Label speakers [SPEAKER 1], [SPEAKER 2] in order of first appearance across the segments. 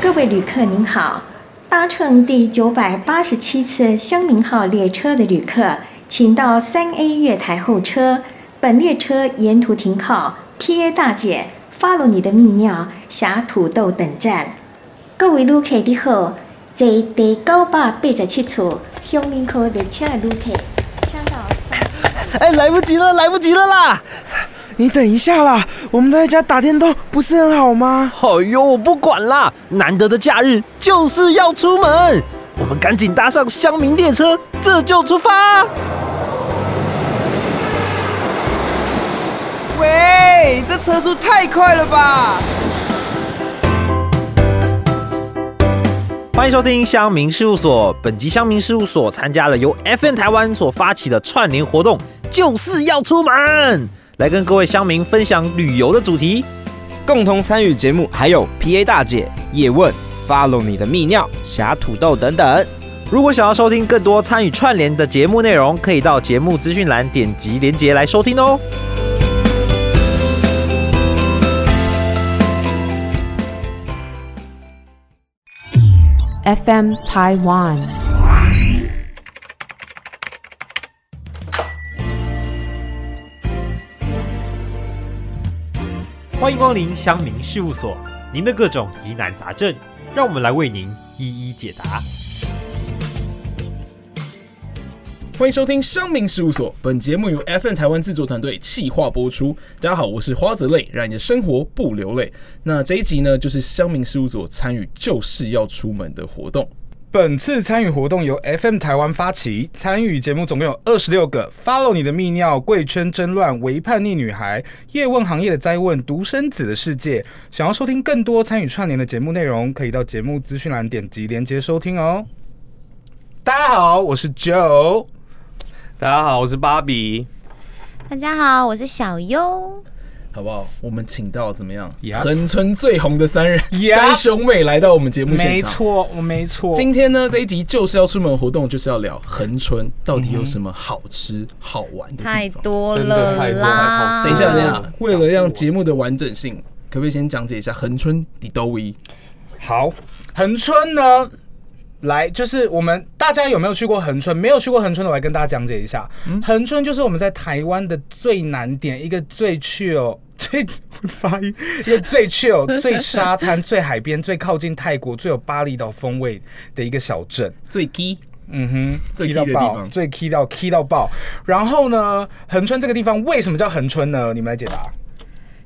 [SPEAKER 1] 各位旅客您好，搭乘第九百八十七次香茗号列车的旅客，请到三 A 月台候车。本列车沿途停靠 TA 大姐、follow 你的泌尿、侠土豆等站。各位旅客你好，坐第九百八十七次香茗号列车的旅客，请到三 A
[SPEAKER 2] 哎，来不及了，来不及了啦！
[SPEAKER 3] 你等一下啦，我们在家打电动不是很好吗？
[SPEAKER 2] 哎呦，我不管啦，难得的假日就是要出门，我们赶紧搭上乡民列车，这就出发。
[SPEAKER 3] 喂，这车速太快了吧！
[SPEAKER 2] 欢迎收听乡民事务所。本集乡民事务所参加了由 FN 台湾所发起的串联活动，就是要出门，来跟各位乡民分享旅游的主题。
[SPEAKER 3] 共同参与节目还有 PA 大姐、叶问、Follow 你的泌尿、侠土豆等等。
[SPEAKER 2] 如果想要收听更多参与串联的节目内容，可以到节目资讯栏点击连结来收听哦。
[SPEAKER 4] FM Taiwan。
[SPEAKER 5] 欢迎光临乡民事务所，您的各种疑难杂症，让我们来为您一一解答。
[SPEAKER 6] 欢迎收听商民事务所，本节目由 FN 台湾制作团队企划播出。大家好，我是花泽类，让你的生活不流泪。那这一集呢，就是商民事务所参与就是要出门的活动。
[SPEAKER 7] 本次参与活动由 FM 台湾发起，参与节目总共有二十六个。Follow 你的泌尿、贵圈争乱、为叛逆女孩、叶问行业的灾问、独生子的世界。想要收听更多参与串联的节目内容，可以到节目资讯栏点击连接收听哦。大家好，我是 Joe。
[SPEAKER 8] 大家好，我是芭比。
[SPEAKER 9] 大家好，我是小优。
[SPEAKER 6] 好不好？我们请到怎么样
[SPEAKER 7] Yup
[SPEAKER 6] 横村最红的三人
[SPEAKER 7] Yup
[SPEAKER 6] 三兄妹来到我们节目现
[SPEAKER 7] 没
[SPEAKER 6] 场。
[SPEAKER 7] 错，我没错。
[SPEAKER 6] 今天呢，这一集就是要出门活动，就是要聊恒春到底有什么好吃好玩的
[SPEAKER 9] 太
[SPEAKER 6] 地方。
[SPEAKER 9] 多
[SPEAKER 8] 真的
[SPEAKER 9] 了
[SPEAKER 8] 太多
[SPEAKER 9] 啦！
[SPEAKER 6] 等一下，等一
[SPEAKER 8] 啊
[SPEAKER 6] 下，为了让节目的完整性，可不可以先讲解一下恒春底兜威？
[SPEAKER 7] 好，恒春呢？来，就是我们大家有没有去过恒春？没有去过恒春的，我来跟大家讲解一下。
[SPEAKER 6] 嗯
[SPEAKER 7] 恒、春就是我们在台湾的最南点，一个最 chill 最我的发音，一个 最 chill 最沙滩、最海边、最靠近泰国、最有巴厘岛风味的一个小镇。
[SPEAKER 6] 最低
[SPEAKER 7] 嗯哼，
[SPEAKER 6] 最
[SPEAKER 7] key
[SPEAKER 6] key 的
[SPEAKER 7] 到
[SPEAKER 6] 地
[SPEAKER 7] 爆，
[SPEAKER 6] 方
[SPEAKER 7] 最 key 到 key 到爆。然后呢，恒春这个地方为什么叫恒春呢？你们来解答。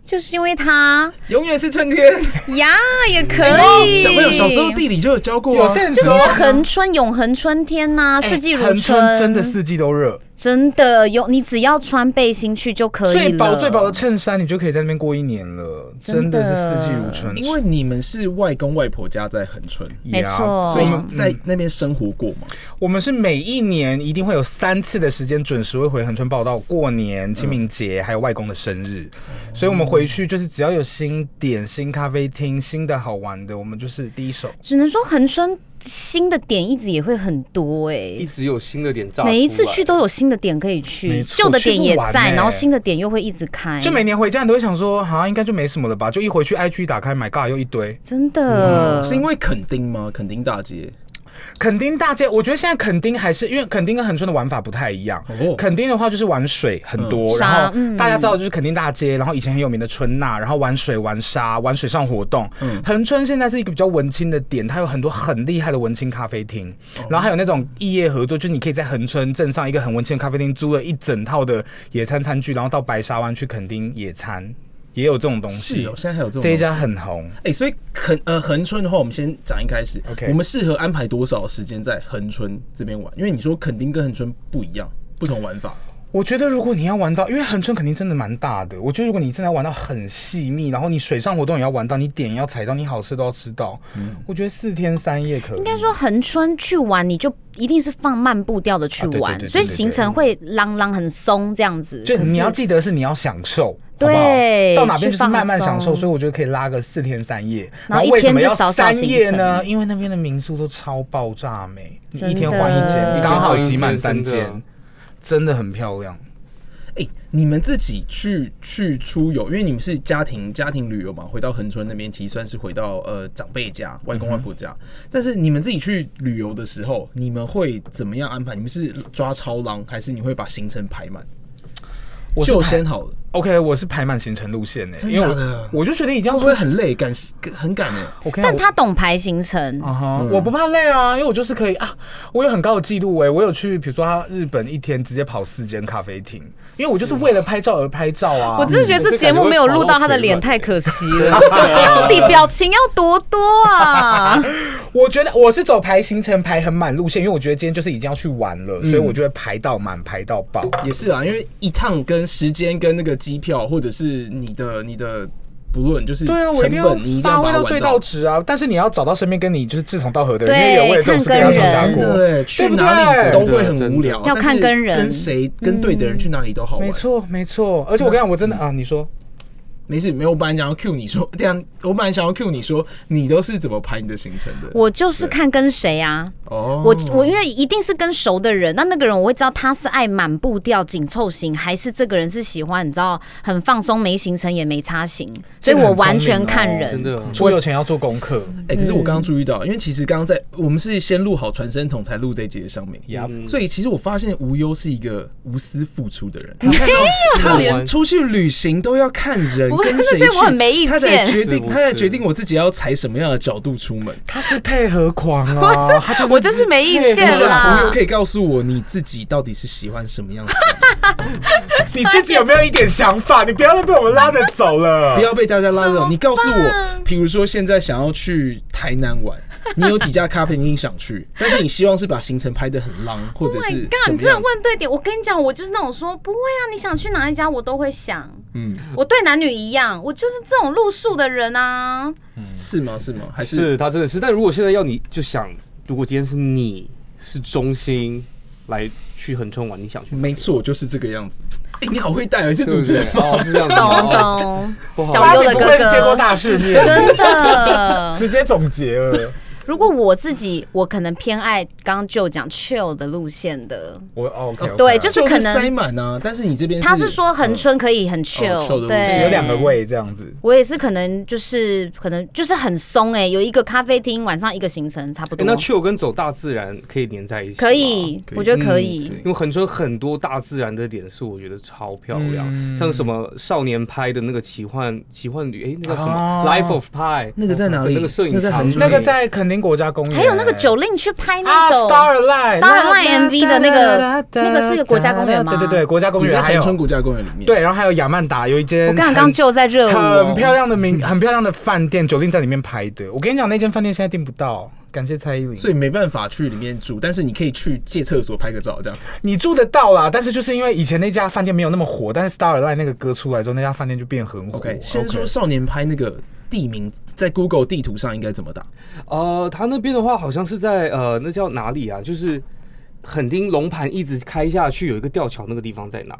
[SPEAKER 9] 就是因为它
[SPEAKER 6] 永远是春天。哦
[SPEAKER 9] 呀，也可以。
[SPEAKER 6] 哎小朋友小时候地理就有教过啊，
[SPEAKER 7] 线
[SPEAKER 9] 就是因为恒春永恒春天呐、
[SPEAKER 6] 哎
[SPEAKER 9] 四季如
[SPEAKER 7] 哎恒
[SPEAKER 9] 春，
[SPEAKER 7] 春真的四季都热。
[SPEAKER 9] 真的有，你只要穿背心去就可以了。
[SPEAKER 7] 最薄最薄的衬衫，你就可以在那边过一年了，真
[SPEAKER 9] 真的
[SPEAKER 7] 的是四季如春。
[SPEAKER 6] 因为你们是外公外婆家在恒春，
[SPEAKER 9] 没
[SPEAKER 7] 呀
[SPEAKER 9] 错
[SPEAKER 6] 所
[SPEAKER 7] 所以
[SPEAKER 6] 以在那边生活过嘛。
[SPEAKER 7] 我们是每一年一定会有三次的时间准时会回恒春报道，过年、清明节还有外公的生日，所以我们回去就是只要有新点、新咖啡厅、新的好玩的，我们就是第一手。
[SPEAKER 9] 只能说恒春新的点一直也会很多哎、
[SPEAKER 8] 一直有新的点炸出来，
[SPEAKER 9] 每一次去都有新的点可以
[SPEAKER 7] 没
[SPEAKER 9] 去，
[SPEAKER 7] 错
[SPEAKER 9] 旧的点也
[SPEAKER 7] 去不完
[SPEAKER 9] 在，
[SPEAKER 7] 欸
[SPEAKER 9] 然后新的点又会一直开，
[SPEAKER 7] 就每年回家，你都会想说，好像应该就没什么了吧？就一回去，IG 打开，My God，又一堆。
[SPEAKER 9] 真的、
[SPEAKER 6] 是因为垦丁吗？垦丁大街
[SPEAKER 7] 垦丁大街，我觉得现在垦丁还是因为垦丁跟恒春的玩法不太一样。
[SPEAKER 6] 哦
[SPEAKER 7] 垦丁的话就是玩水很多，然
[SPEAKER 9] 嗯沙
[SPEAKER 7] 后
[SPEAKER 9] 嗯
[SPEAKER 7] 大家知道就是垦丁大街，然后以前很有名的春娜，然后玩水、玩沙、玩水上活动。
[SPEAKER 6] 嗯
[SPEAKER 7] 恒春现在是一个比较文青的点，它有很多很厉害的文青咖啡厅，
[SPEAKER 6] 哦
[SPEAKER 7] 然后还有那种异业合作，就是你可以在恒春镇上一个很文青的咖啡厅租了一整套的野餐餐具，然后到白沙湾去垦丁野餐，也有这种东西。
[SPEAKER 6] 是哦，现在还有这种
[SPEAKER 7] 这一家
[SPEAKER 6] 东西。
[SPEAKER 7] 很红。
[SPEAKER 6] 哎、所以恒呃恒春的话，我们先讲一开始
[SPEAKER 7] OK
[SPEAKER 6] 我们适合安排多少时间在恒春这边玩？因为你说垦丁跟恒春不一样，不同玩法。
[SPEAKER 7] 我觉得如果你要玩到，因为恒春肯定真的蛮大的。我觉得如果你真的要玩到很细密，然后你水上活动也要玩到，你点也要踩到，你好吃都要吃到。我觉得四天三夜可以。
[SPEAKER 9] 嗯应该说恒春去玩，你就一定是放慢步调的去
[SPEAKER 7] 啊对对
[SPEAKER 9] 玩，
[SPEAKER 7] 对对
[SPEAKER 9] 所以
[SPEAKER 7] 对对
[SPEAKER 9] 行程会啷啷很松这样子。
[SPEAKER 7] 就
[SPEAKER 9] 可是
[SPEAKER 7] 你要记得是你要享受，
[SPEAKER 9] 对
[SPEAKER 7] 好不好到哪边就
[SPEAKER 9] 去
[SPEAKER 7] 是
[SPEAKER 9] 放
[SPEAKER 7] 慢慢享受，
[SPEAKER 9] 松
[SPEAKER 7] 所以我觉得可以拉个四天三夜。
[SPEAKER 9] 然后一
[SPEAKER 7] 为什么
[SPEAKER 9] 天
[SPEAKER 7] 要
[SPEAKER 9] 就少少
[SPEAKER 7] 三夜
[SPEAKER 9] 行
[SPEAKER 7] 呢？
[SPEAKER 9] 程
[SPEAKER 7] 因为那边的民宿都超爆炸美，你
[SPEAKER 9] 真
[SPEAKER 7] 一天
[SPEAKER 9] 的
[SPEAKER 7] 换一间，你刚好挤满三
[SPEAKER 8] 一天换一
[SPEAKER 7] 间
[SPEAKER 8] 间，
[SPEAKER 7] 真的很漂亮。
[SPEAKER 6] 哎、哎、你们自己去去出游，因为你们是家庭家庭旅游嘛，回到恒春那边其实算是回到呃长辈家、外公外婆家。但是你们自己去旅游的时候，你们会怎么样安排？你们是抓超狼，还是你会把行程排满？
[SPEAKER 10] 我是
[SPEAKER 6] 就
[SPEAKER 10] 排
[SPEAKER 6] 先好了，
[SPEAKER 10] OK，我是排满行程路线呢、
[SPEAKER 7] 欸
[SPEAKER 6] 真
[SPEAKER 10] 因为
[SPEAKER 6] 假的
[SPEAKER 10] 我我就觉得已经
[SPEAKER 6] 会
[SPEAKER 10] 要
[SPEAKER 6] 不会很累？感很赶呢、
[SPEAKER 10] OK，
[SPEAKER 9] 但
[SPEAKER 10] 我
[SPEAKER 9] 他懂排行程，
[SPEAKER 10] 啊哈，我不怕累啊，因为我就是可以啊，我有很高的记录哎、我有去，比如说他日本一天直接跑四间咖啡厅，因为我就是为了拍照而拍照啊。
[SPEAKER 9] 我真的觉得这节目没有录到他的脸，太可惜 了。
[SPEAKER 7] 啊
[SPEAKER 9] 到底表情要多多 啊？
[SPEAKER 10] 我觉得我是走排行程排很满路线，因为我觉得今天就是已经要去玩了，所以我就会排到满，排到爆。
[SPEAKER 6] 也是啊，因为一趟跟时间跟那个机票，或者是你的你的，不论就是
[SPEAKER 10] 对啊，我
[SPEAKER 6] 成
[SPEAKER 10] 一定要
[SPEAKER 6] 本，你一定
[SPEAKER 10] 发
[SPEAKER 6] 要把它
[SPEAKER 10] 挥到
[SPEAKER 6] 玩
[SPEAKER 10] 最到值啊！但是你要找到身边跟你就是志同道合的人，因为
[SPEAKER 9] 对
[SPEAKER 10] 有为了这种事跟他吵架
[SPEAKER 9] 看
[SPEAKER 6] 真
[SPEAKER 9] 跟
[SPEAKER 10] 过。
[SPEAKER 6] 的去哪里都会很无聊，
[SPEAKER 9] 要看
[SPEAKER 6] 但是
[SPEAKER 9] 跟人
[SPEAKER 6] 跟谁跟对的人去哪里都好玩
[SPEAKER 10] 没。错，没错，而且我跟你讲，我真的啊，你说，
[SPEAKER 6] 没事，没有，我本来想要 Q 你说，这样我本来想要 Q 你说，你都是怎么排你的行程的？
[SPEAKER 9] 我就是看跟谁啊，
[SPEAKER 6] 哦，
[SPEAKER 9] 我我因为一定是跟熟的人，那那个人我会知道他是爱满步调紧凑型，还是这个人是喜欢你知道很放松没行程也没差型，所以我完全看
[SPEAKER 7] 哦真
[SPEAKER 9] 人。
[SPEAKER 7] 的
[SPEAKER 10] 出游前要做功课，
[SPEAKER 6] 哎、
[SPEAKER 9] 嗯
[SPEAKER 6] 可是我刚刚注意到，因为其实刚刚在我们是先录好传声筒才录这一集的上面，
[SPEAKER 7] 嗯
[SPEAKER 6] 所以其实我发现吴优是一个无私付出 的人，他看到他连出去旅行都要看人
[SPEAKER 9] 不是
[SPEAKER 6] 跟谁
[SPEAKER 9] 这我很没
[SPEAKER 6] 去，
[SPEAKER 9] 意
[SPEAKER 6] 他才
[SPEAKER 9] 见
[SPEAKER 6] 决定
[SPEAKER 7] 是不
[SPEAKER 6] 他才
[SPEAKER 7] 是
[SPEAKER 6] 决定我自己要踩什么样的角度出门。
[SPEAKER 10] 他是配合狂啊，他就是
[SPEAKER 9] 我就是没意见
[SPEAKER 6] 是啊，吴啊优
[SPEAKER 9] 啦
[SPEAKER 6] 可，以告诉我你自己到底是喜欢什么 样的人，
[SPEAKER 10] 你自己有没有一点想法？你不要再被我们拉着走 了。
[SPEAKER 6] 不要被大家拉走。你告诉我，比如说现在想要去台南玩，你有几家咖啡厅想去， 但是你希望是把行程拍得很浪，或者
[SPEAKER 9] Oh
[SPEAKER 6] 是
[SPEAKER 9] my
[SPEAKER 6] 怎
[SPEAKER 9] god！你
[SPEAKER 6] 么
[SPEAKER 9] 真的
[SPEAKER 6] 样？
[SPEAKER 9] 问对点，我跟你讲，我就是那种说不会啊，你想去哪一家我都会想。嗯，我对男女一样，我就是这种路数的人啊。
[SPEAKER 6] 是吗？是吗？还是
[SPEAKER 7] 是他真的是。但如果现在要你就想，如果今天是你是中心来去横春玩，你想去？
[SPEAKER 6] 没错，就是这个样子。哎、你好会带啊，你是主持人
[SPEAKER 7] 对不对哦，是这样子。
[SPEAKER 9] 懂
[SPEAKER 7] 哦
[SPEAKER 9] 懂，
[SPEAKER 7] 不好
[SPEAKER 9] 小优的
[SPEAKER 10] 不
[SPEAKER 9] 哥
[SPEAKER 10] 愧是见过
[SPEAKER 9] 哥，
[SPEAKER 10] 大世面，
[SPEAKER 9] 真的。
[SPEAKER 10] 直接总结了。
[SPEAKER 9] 如果我自己，我可能偏爱刚刚就讲 chill 的路线的，
[SPEAKER 10] 我
[SPEAKER 7] 哦
[SPEAKER 10] OK，
[SPEAKER 9] 对， 就是可
[SPEAKER 6] 塞
[SPEAKER 9] 能
[SPEAKER 6] 满啊，但是你这边
[SPEAKER 9] 他是说恒春可以很
[SPEAKER 6] 哦，chill 的
[SPEAKER 9] chill，
[SPEAKER 6] 路
[SPEAKER 9] 对，
[SPEAKER 6] 线
[SPEAKER 10] 有两个。位这样子。
[SPEAKER 9] 我也是可能就是可能就是很松哎、有一个咖啡厅晚上一个行程差不
[SPEAKER 7] 哎
[SPEAKER 9] 多，
[SPEAKER 7] 那 chill 跟走大自然可以连在一起，
[SPEAKER 9] 可。以，
[SPEAKER 6] 可以
[SPEAKER 9] 我觉得可以。
[SPEAKER 7] 因为横春很多大自然的点是我觉得超漂亮，
[SPEAKER 6] 嗯
[SPEAKER 7] 像什么少年拍的那个奇幻奇幻旅，哎、那个什么、
[SPEAKER 10] 哦
[SPEAKER 7] Life of Pi，
[SPEAKER 6] 啊那个在哪里
[SPEAKER 7] 那个摄影
[SPEAKER 6] 那个在
[SPEAKER 7] 场
[SPEAKER 6] 横
[SPEAKER 7] 景
[SPEAKER 6] 春
[SPEAKER 10] 那个在垦丁国家公园，
[SPEAKER 9] 还有那个九令去拍
[SPEAKER 10] 啊
[SPEAKER 9] 那种、
[SPEAKER 10] ，Starlight
[SPEAKER 9] Starlight MV 的那个那个是个国家公园吗
[SPEAKER 10] 对对对，国家公
[SPEAKER 6] 你
[SPEAKER 10] 园
[SPEAKER 6] 在
[SPEAKER 10] 还
[SPEAKER 6] 恒春
[SPEAKER 10] 有
[SPEAKER 6] 国家公园里面，，
[SPEAKER 10] 对，然后还有亚曼达有一间
[SPEAKER 9] 我
[SPEAKER 10] 很，
[SPEAKER 9] 刚刚就在热舞、
[SPEAKER 10] 很漂
[SPEAKER 9] 哦，
[SPEAKER 10] 亮的名， 很漂亮的饭店，酒店在里面拍的。我跟你讲，那间饭店现在订不到，感谢蔡依林。
[SPEAKER 6] 所以没办法去里面住，但是你可以去借厕所拍个照，这样。
[SPEAKER 10] 你住得到啦，但是就是因为以前那家饭店没有那么火，但是 Starlight 那个歌出来之后，那家饭店就变很火。
[SPEAKER 6] OK，先说少年拍那个地名，在 Google 地图上应该怎么打？
[SPEAKER 7] 呃，他那边的话好像是在呃，那叫哪里啊？就是垦丁龙盘一直开下去，有一个吊桥，那个地方在哪？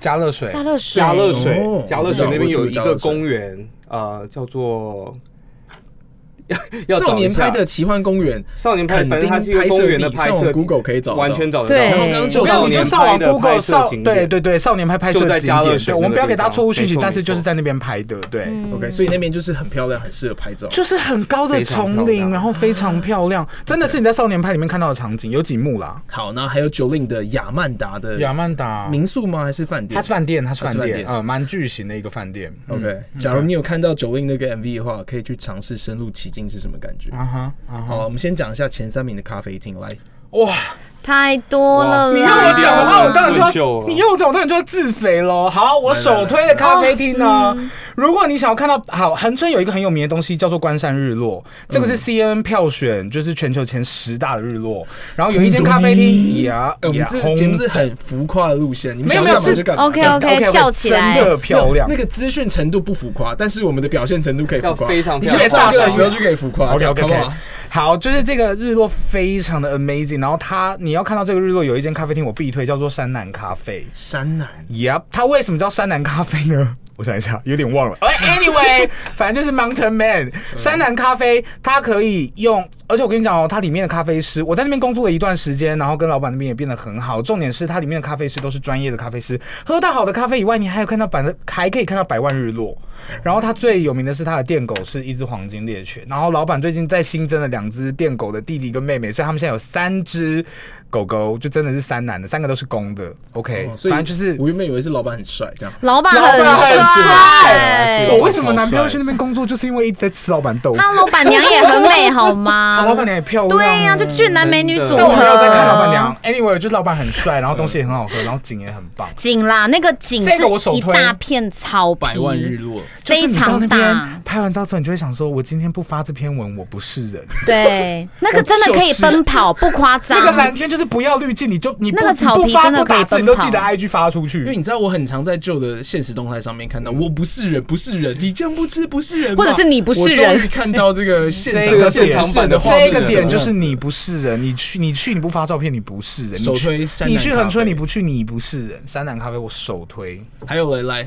[SPEAKER 10] 加热水，
[SPEAKER 9] 加热水，
[SPEAKER 7] 加热水
[SPEAKER 6] 哦，
[SPEAKER 7] 加热水
[SPEAKER 6] 我知道
[SPEAKER 7] 那边有一
[SPEAKER 6] 我知道加热
[SPEAKER 7] 个
[SPEAKER 6] 水
[SPEAKER 7] 公园，呃，叫做 要要
[SPEAKER 6] 少
[SPEAKER 7] 找一
[SPEAKER 6] 年
[SPEAKER 7] 下
[SPEAKER 6] 拍的奇幻公园，
[SPEAKER 7] 少年拍，
[SPEAKER 6] 垦
[SPEAKER 7] 反正
[SPEAKER 6] 丁
[SPEAKER 7] 它是一个
[SPEAKER 6] 拍
[SPEAKER 7] 公
[SPEAKER 6] 摄
[SPEAKER 7] 园的
[SPEAKER 6] 地
[SPEAKER 7] 拍
[SPEAKER 6] 上
[SPEAKER 7] 摄
[SPEAKER 6] 网
[SPEAKER 7] 地，
[SPEAKER 6] Google 可以找
[SPEAKER 7] 完全
[SPEAKER 6] 到
[SPEAKER 7] 找得
[SPEAKER 9] 对
[SPEAKER 6] 然
[SPEAKER 7] 到。
[SPEAKER 6] 后刚刚就
[SPEAKER 10] 没有，
[SPEAKER 7] 少
[SPEAKER 10] 你就
[SPEAKER 7] 年
[SPEAKER 10] 上
[SPEAKER 7] 拍
[SPEAKER 10] 网
[SPEAKER 7] 的
[SPEAKER 10] Google
[SPEAKER 7] 拍摄
[SPEAKER 10] 少，
[SPEAKER 7] 景
[SPEAKER 10] 对
[SPEAKER 7] 点
[SPEAKER 10] 对对，少年拍拍摄
[SPEAKER 7] 就在
[SPEAKER 10] 景点
[SPEAKER 7] 加热水
[SPEAKER 10] 对我们
[SPEAKER 7] 那个
[SPEAKER 10] 不要给
[SPEAKER 7] 地
[SPEAKER 10] 大家
[SPEAKER 7] 方
[SPEAKER 10] 错误讯
[SPEAKER 7] 没
[SPEAKER 10] 息，
[SPEAKER 7] 错
[SPEAKER 10] 但是
[SPEAKER 7] 没
[SPEAKER 10] 就是
[SPEAKER 7] 错
[SPEAKER 10] 在那边拍的，对，
[SPEAKER 9] 嗯
[SPEAKER 6] OK，所以那边就是很漂亮，很适合拍照。
[SPEAKER 10] 嗯就是很高的
[SPEAKER 7] 非常漂
[SPEAKER 10] 丛林，
[SPEAKER 7] 亮
[SPEAKER 10] 然后非常漂亮，真的是你在少年派里面看到的场景，有几幕啦。
[SPEAKER 6] 好，然后还有九令的亚曼达的
[SPEAKER 10] 亚曼达，
[SPEAKER 6] 民宿吗？还是饭店？
[SPEAKER 10] 它是饭店，它是
[SPEAKER 6] 它是
[SPEAKER 10] 饭
[SPEAKER 6] 饭
[SPEAKER 10] 店，
[SPEAKER 6] 店
[SPEAKER 10] 呃，蛮巨型的一个饭店。嗯
[SPEAKER 6] OK，假如你有看到九令那个 MV 的话，可以去尝试深入其境是什么感觉。
[SPEAKER 10] 啊哈啊哈，
[SPEAKER 6] 好，我们先讲一下前三名的咖啡厅。来，
[SPEAKER 10] 哇！
[SPEAKER 9] 太多了啦。
[SPEAKER 10] 你要我讲的话，我当然
[SPEAKER 7] 很
[SPEAKER 10] 就
[SPEAKER 7] 久
[SPEAKER 10] 要
[SPEAKER 7] 了
[SPEAKER 10] 你要我讲，我当然就要自肥喽。好，我首推的咖啡厅呢，
[SPEAKER 6] 嗯
[SPEAKER 10] 如果你想要看到好，恒春有一个很有名的东西叫做关山日落，这个是 CNN 票选，就是全球前十大的日落。然哦后有一间咖啡厅，呀
[SPEAKER 6] 嗯哎我们
[SPEAKER 10] 呀
[SPEAKER 6] 这
[SPEAKER 10] 红
[SPEAKER 6] 节目是很浮夸的路线，你们
[SPEAKER 10] 没有
[SPEAKER 6] 想
[SPEAKER 10] 没有
[SPEAKER 6] 干嘛
[SPEAKER 10] 是
[SPEAKER 6] 就干嘛。
[SPEAKER 9] OK
[SPEAKER 6] 对
[SPEAKER 9] OK，
[SPEAKER 10] OK，
[SPEAKER 9] 叫起来
[SPEAKER 10] 真的漂亮
[SPEAKER 6] 那。个资讯程度不浮夸，但是我们的表现程度可以浮夸。
[SPEAKER 7] 要非常
[SPEAKER 6] 你现在唱歌的时候就可以浮夸
[SPEAKER 10] OK
[SPEAKER 6] 好
[SPEAKER 10] OK
[SPEAKER 6] 不
[SPEAKER 10] OK，
[SPEAKER 6] 好？
[SPEAKER 10] 好，就是这个日落非常的 amazing。然后它，你要看到这个日落，有一间咖啡厅我必推，叫做山南咖啡。
[SPEAKER 6] 山南哦
[SPEAKER 10] Yep，它为什么叫山南咖啡呢？ 我想一下，有 嗯点忘了。哎 Anyway，反正就是 Mountain Man 山南咖啡，它可以用而且我跟你讲哦，它里面的咖啡师，我在那边工作了一段时间，然后跟老板那边也变得很好。重点是它里面的咖啡师都是专业的咖啡师，喝到好的咖啡以外，你还有看到百的，还可以看到百万日落。然后它最有名的是它的电狗是一只黄金猎犬，然后老板最近在新增了两只电狗的弟弟跟妹妹，所以他们现在有三只狗狗，就真的是三男的，三个都是公的。OK，、
[SPEAKER 6] 哦所以
[SPEAKER 10] 反正就是
[SPEAKER 6] 我原本以为是老板很帅，这样。
[SPEAKER 9] 老板
[SPEAKER 10] 老板很
[SPEAKER 9] 帅
[SPEAKER 6] 帅，
[SPEAKER 10] 我为什么男朋友去那边工作，就是因为一直在吃老板豆腐。
[SPEAKER 9] 他老板娘也很美，好吗
[SPEAKER 10] 啊，？老板娘也漂亮。
[SPEAKER 9] 对呀、就俊男美女组
[SPEAKER 10] 但
[SPEAKER 9] 合。
[SPEAKER 10] 我没有在看老板娘。Anyway，就是老板很帅，然后东西也很好喝，然后景也很棒。
[SPEAKER 9] 景啦，那个景
[SPEAKER 10] 这
[SPEAKER 9] 是
[SPEAKER 10] 个我手推
[SPEAKER 9] 一大片草皮，
[SPEAKER 6] 百万日落，
[SPEAKER 10] 就是
[SPEAKER 9] 非
[SPEAKER 10] 你到那
[SPEAKER 9] 常
[SPEAKER 10] 边
[SPEAKER 9] 大。
[SPEAKER 10] 拍完照之后，你就会想说，我今天不发这篇文，我不是人。
[SPEAKER 9] 对，那个真的可以奔跑，不夸张
[SPEAKER 10] 那。个蓝天就是不要滤镜，你就你不
[SPEAKER 9] 那个草皮
[SPEAKER 10] 你不发
[SPEAKER 9] 真的可以
[SPEAKER 10] 不打字
[SPEAKER 9] 奔
[SPEAKER 10] 你都
[SPEAKER 9] 跑
[SPEAKER 10] 记得 IG 发出
[SPEAKER 6] 因为
[SPEAKER 10] 去。
[SPEAKER 6] 你知道我很常在旧的现实动态上面看
[SPEAKER 10] 嗯
[SPEAKER 6] 到，我不是人，不是人，你这样不吃不是人吧，
[SPEAKER 9] 或者是你不是人
[SPEAKER 6] 我终于看到这个现
[SPEAKER 10] 这
[SPEAKER 6] 场
[SPEAKER 10] 个
[SPEAKER 6] 的现场版
[SPEAKER 10] 点，
[SPEAKER 6] 的画面
[SPEAKER 10] 这
[SPEAKER 6] 是怎么样
[SPEAKER 10] 个
[SPEAKER 6] 子，
[SPEAKER 10] 点就是你不是人，你去你去你不发照片，你不是人。你
[SPEAKER 6] 首
[SPEAKER 10] 去
[SPEAKER 6] 推山南
[SPEAKER 10] 你去
[SPEAKER 6] 咖啡
[SPEAKER 10] 横村你不去你不是人。山南咖啡我首推，
[SPEAKER 6] 还有嘞，来，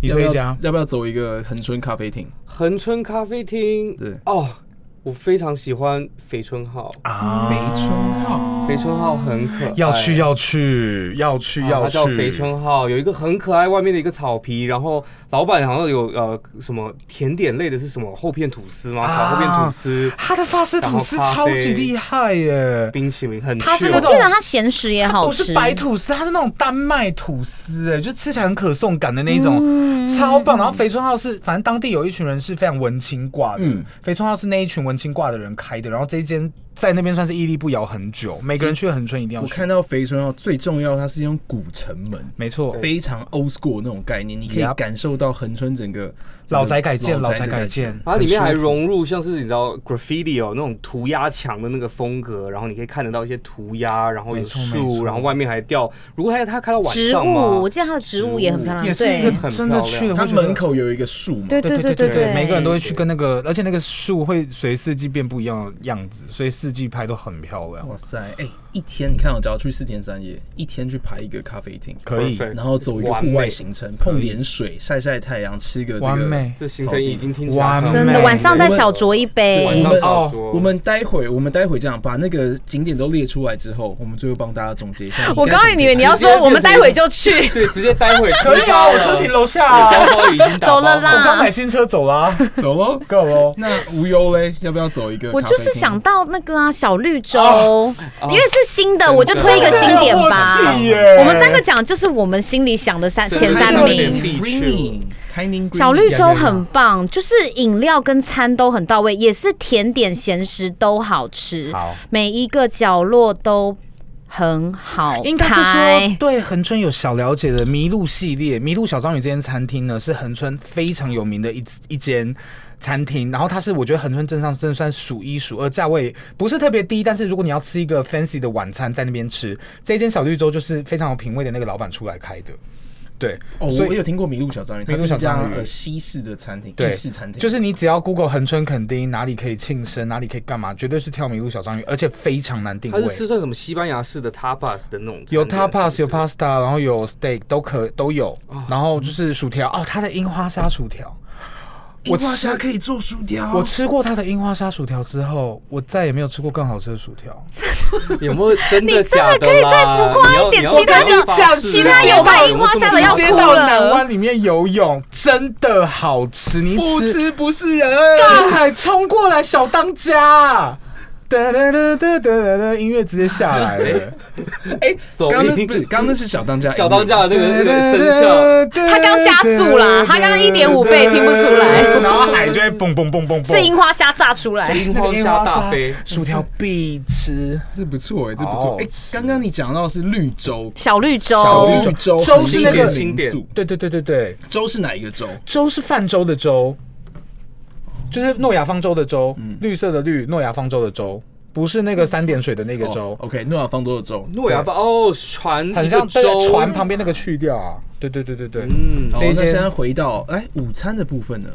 [SPEAKER 10] 你
[SPEAKER 6] 要不
[SPEAKER 10] 推一
[SPEAKER 6] 要
[SPEAKER 10] 家。
[SPEAKER 6] 要不要走一个恒春咖啡厅？
[SPEAKER 7] 恒春咖啡厅，
[SPEAKER 6] 对
[SPEAKER 7] 哦，我非常喜欢肥春浩，
[SPEAKER 6] 肥春号，
[SPEAKER 7] 肥春浩很可爱，
[SPEAKER 10] 要去要去要去
[SPEAKER 7] 哎啊
[SPEAKER 10] 要
[SPEAKER 7] 它
[SPEAKER 10] 去，
[SPEAKER 7] 叫肥春号，有一个很可爱外面的一个草皮，然后老板好像有呃什么甜点类的是什么厚片吐司吗？
[SPEAKER 10] 啊
[SPEAKER 7] 烤厚片吐司，
[SPEAKER 10] 他的法式吐司超级厉害耶！
[SPEAKER 7] 冰淇淋很
[SPEAKER 10] 它是
[SPEAKER 7] chill
[SPEAKER 10] 那
[SPEAKER 9] 我
[SPEAKER 10] 种
[SPEAKER 9] 记得它咸食也
[SPEAKER 10] 它
[SPEAKER 9] 好
[SPEAKER 10] 不
[SPEAKER 9] 吃
[SPEAKER 10] 是，白吐司，它是那种丹麦吐司，哎，就吃起来很可颂感的那一种，超棒。然后肥春号是，反正当地有一群人是非常文青挂的
[SPEAKER 6] 嗯，
[SPEAKER 10] 肥春号是那一群文青挂的人开的。然后这一间在那边算是屹立不摇很久，每个人去恒春一定要
[SPEAKER 6] 我
[SPEAKER 10] 去
[SPEAKER 6] 看。到肥春号哦最重要，它是用古城门。
[SPEAKER 10] 没错，
[SPEAKER 6] 非常 old school 那种概念，你可以
[SPEAKER 10] Yup
[SPEAKER 6] 感受到恒春整个
[SPEAKER 10] 老宅改建，
[SPEAKER 6] 整个
[SPEAKER 10] 老宅
[SPEAKER 6] 的
[SPEAKER 10] 改
[SPEAKER 6] 感觉
[SPEAKER 10] 建，
[SPEAKER 7] 它里面还
[SPEAKER 10] 很舒服
[SPEAKER 7] 融入像是你知道 graffiti 哦那种涂鸦墙的那个风格，然后你可以看得到一些涂鸦，然后有
[SPEAKER 10] 没错没
[SPEAKER 7] 树，
[SPEAKER 10] 错
[SPEAKER 7] 然后外面还吊。如果它它开到晚
[SPEAKER 9] 植
[SPEAKER 7] 上嘛，
[SPEAKER 9] 物，我记得它的植物也很漂亮，
[SPEAKER 10] 也是一
[SPEAKER 9] 对
[SPEAKER 10] 个真的去了
[SPEAKER 6] 它
[SPEAKER 10] 会觉得
[SPEAKER 6] 门。口有一个树嘛，
[SPEAKER 9] 对
[SPEAKER 10] 对
[SPEAKER 9] 对
[SPEAKER 10] 对对
[SPEAKER 9] 对，
[SPEAKER 10] 每个人都会去跟那个，而且那个树会随四季变不一样的样子，所以四季拍都很漂亮。
[SPEAKER 6] 哇塞，哎、一天你看我只要去四天三夜，一天去排一个咖啡厅，
[SPEAKER 10] 可以
[SPEAKER 7] Perfect
[SPEAKER 6] 然后走一个
[SPEAKER 7] 完美
[SPEAKER 6] 户外行程，碰点水，晒晒太阳，吃个这
[SPEAKER 10] 完
[SPEAKER 6] 个
[SPEAKER 10] 美。
[SPEAKER 7] 这行程已经听起
[SPEAKER 10] 哇
[SPEAKER 7] 来
[SPEAKER 9] 真的
[SPEAKER 10] 美
[SPEAKER 9] 晚上再小酌一
[SPEAKER 7] 晚
[SPEAKER 9] 杯
[SPEAKER 6] 对。
[SPEAKER 7] 上少
[SPEAKER 10] 我
[SPEAKER 7] 说
[SPEAKER 6] 哦我们待会，我们待会这样把那个景点都列出来之后，我们最后帮大家总结一下。
[SPEAKER 9] 我刚刚以为你要说
[SPEAKER 7] 直接
[SPEAKER 9] 我们待会就去，
[SPEAKER 7] 对直接待会
[SPEAKER 10] 可以啊，我车停楼下啊，
[SPEAKER 7] 包包已 经打
[SPEAKER 9] 走了
[SPEAKER 7] 包
[SPEAKER 9] 啦
[SPEAKER 10] 我刚买新车 走了啊，
[SPEAKER 6] 走喽。
[SPEAKER 10] 够喽。
[SPEAKER 6] 那无忧嘞，要不要走一个？
[SPEAKER 9] 我就是想，到那个啊小绿洲，因为是新的，
[SPEAKER 7] 真的
[SPEAKER 9] 我就推一个新点吧
[SPEAKER 10] 很有默。契耶
[SPEAKER 9] 我们三个讲就是我们心里想的三前三
[SPEAKER 7] 真的
[SPEAKER 9] 名。
[SPEAKER 7] 是
[SPEAKER 6] Greening，开宁 Greening
[SPEAKER 9] 小绿
[SPEAKER 6] 呀
[SPEAKER 9] 洲
[SPEAKER 6] 呀呀
[SPEAKER 9] 很棒，就是饮料跟餐都很到位，也是甜点咸食都好吃，
[SPEAKER 10] 好，
[SPEAKER 9] 每一个角落都很好
[SPEAKER 10] 应该是说
[SPEAKER 9] 拍。
[SPEAKER 10] 对恒春有小了解的麋鹿系列，麋鹿小章鱼这间餐厅呢是恒春非常有名的一一间。餐厅，然后它是我觉得恒春镇上真的算数一数二，价位不是特别低，但是如果你要吃一个 fancy 的晚餐，在那边吃这间小绿洲就是非常有品味的那个老板出来开的，对，
[SPEAKER 6] 哦，
[SPEAKER 10] 所
[SPEAKER 6] 我
[SPEAKER 10] 以
[SPEAKER 6] 我有听过麋鹿小章鱼，它
[SPEAKER 10] 麋鹿
[SPEAKER 6] 是
[SPEAKER 10] 小
[SPEAKER 6] 一家
[SPEAKER 10] 章鱼
[SPEAKER 6] 呃西式的餐厅，
[SPEAKER 10] 对
[SPEAKER 6] 意式餐厅，
[SPEAKER 10] 就是你只要 Google 恒春垦丁哪里可以庆生，哪里可以干嘛，绝对是跳麋鹿小章鱼，而且非常难定
[SPEAKER 7] 它
[SPEAKER 10] 位
[SPEAKER 7] 是。吃算什么西班牙式的 tapas 的那种餐点，
[SPEAKER 10] 有
[SPEAKER 7] 是
[SPEAKER 10] tapas，有
[SPEAKER 7] 不是
[SPEAKER 10] pasta，然后有 steak 都可都有
[SPEAKER 7] 哦，
[SPEAKER 10] 然后就是薯条哦，它的樱花沙薯条，哎我
[SPEAKER 6] 樱花
[SPEAKER 10] 吃
[SPEAKER 6] 虾可以做薯条，
[SPEAKER 10] 我吃过它的樱花沙薯条之后，我再也没有吃过更好吃的薯条。
[SPEAKER 7] 有没有真的
[SPEAKER 9] 你真的
[SPEAKER 7] 假
[SPEAKER 9] 可以
[SPEAKER 7] 啦
[SPEAKER 9] 再浮夸一
[SPEAKER 7] 你要
[SPEAKER 9] 点
[SPEAKER 7] 你要
[SPEAKER 9] 其他
[SPEAKER 7] 再
[SPEAKER 9] 有
[SPEAKER 7] 发誓
[SPEAKER 9] 其他有卖樱花虾的要
[SPEAKER 10] 直接
[SPEAKER 9] 哭
[SPEAKER 10] 到
[SPEAKER 9] 了
[SPEAKER 10] 南湾里面游泳，真的好吃，你
[SPEAKER 6] 不
[SPEAKER 10] 吃
[SPEAKER 6] 吃不是人。
[SPEAKER 10] 大海冲过来，小当家。哒哒哒哒哒哒，音乐直接下来了。
[SPEAKER 6] 哎，
[SPEAKER 7] 走
[SPEAKER 6] 刚刚那
[SPEAKER 7] 音
[SPEAKER 6] 不是刚刚那是小当 家，
[SPEAKER 7] 小当家的那个那个声效。
[SPEAKER 10] 他
[SPEAKER 9] 刚加速啦他刚1.5倍听不出来
[SPEAKER 10] 然后海就会蹦蹦蹦蹦蹦。
[SPEAKER 9] 是樱花虾炸出来，
[SPEAKER 7] 哎樱花嗯虾大飞，
[SPEAKER 10] 薯条必吃，
[SPEAKER 6] 这不错哎，这不
[SPEAKER 10] 好
[SPEAKER 6] 错哎。刚刚你讲到的是绿洲，
[SPEAKER 9] 小绿
[SPEAKER 6] 小
[SPEAKER 9] 洲，
[SPEAKER 6] 绿洲，
[SPEAKER 10] 洲哦是那个
[SPEAKER 6] 新
[SPEAKER 7] 经典
[SPEAKER 6] 宿，
[SPEAKER 10] 对对对对对，
[SPEAKER 6] 洲是哪一个洲？
[SPEAKER 10] 粥是泛舟的粥，就是诺亚方舟的粥，绿色的绿，诺亚方舟的粥，不是那个三点水的那个
[SPEAKER 6] 哦
[SPEAKER 10] 粥，
[SPEAKER 6] ，OK，诺亚方舟的洲。
[SPEAKER 7] 诺亚方哦，船
[SPEAKER 10] 很
[SPEAKER 7] 一个
[SPEAKER 10] 像但是
[SPEAKER 7] 舟
[SPEAKER 10] 船旁边那个去掉啊。对对对对对，
[SPEAKER 7] 嗯，
[SPEAKER 6] 好，
[SPEAKER 10] 这一
[SPEAKER 6] 那
[SPEAKER 10] 间
[SPEAKER 6] 现在回到哎午餐的部分呢？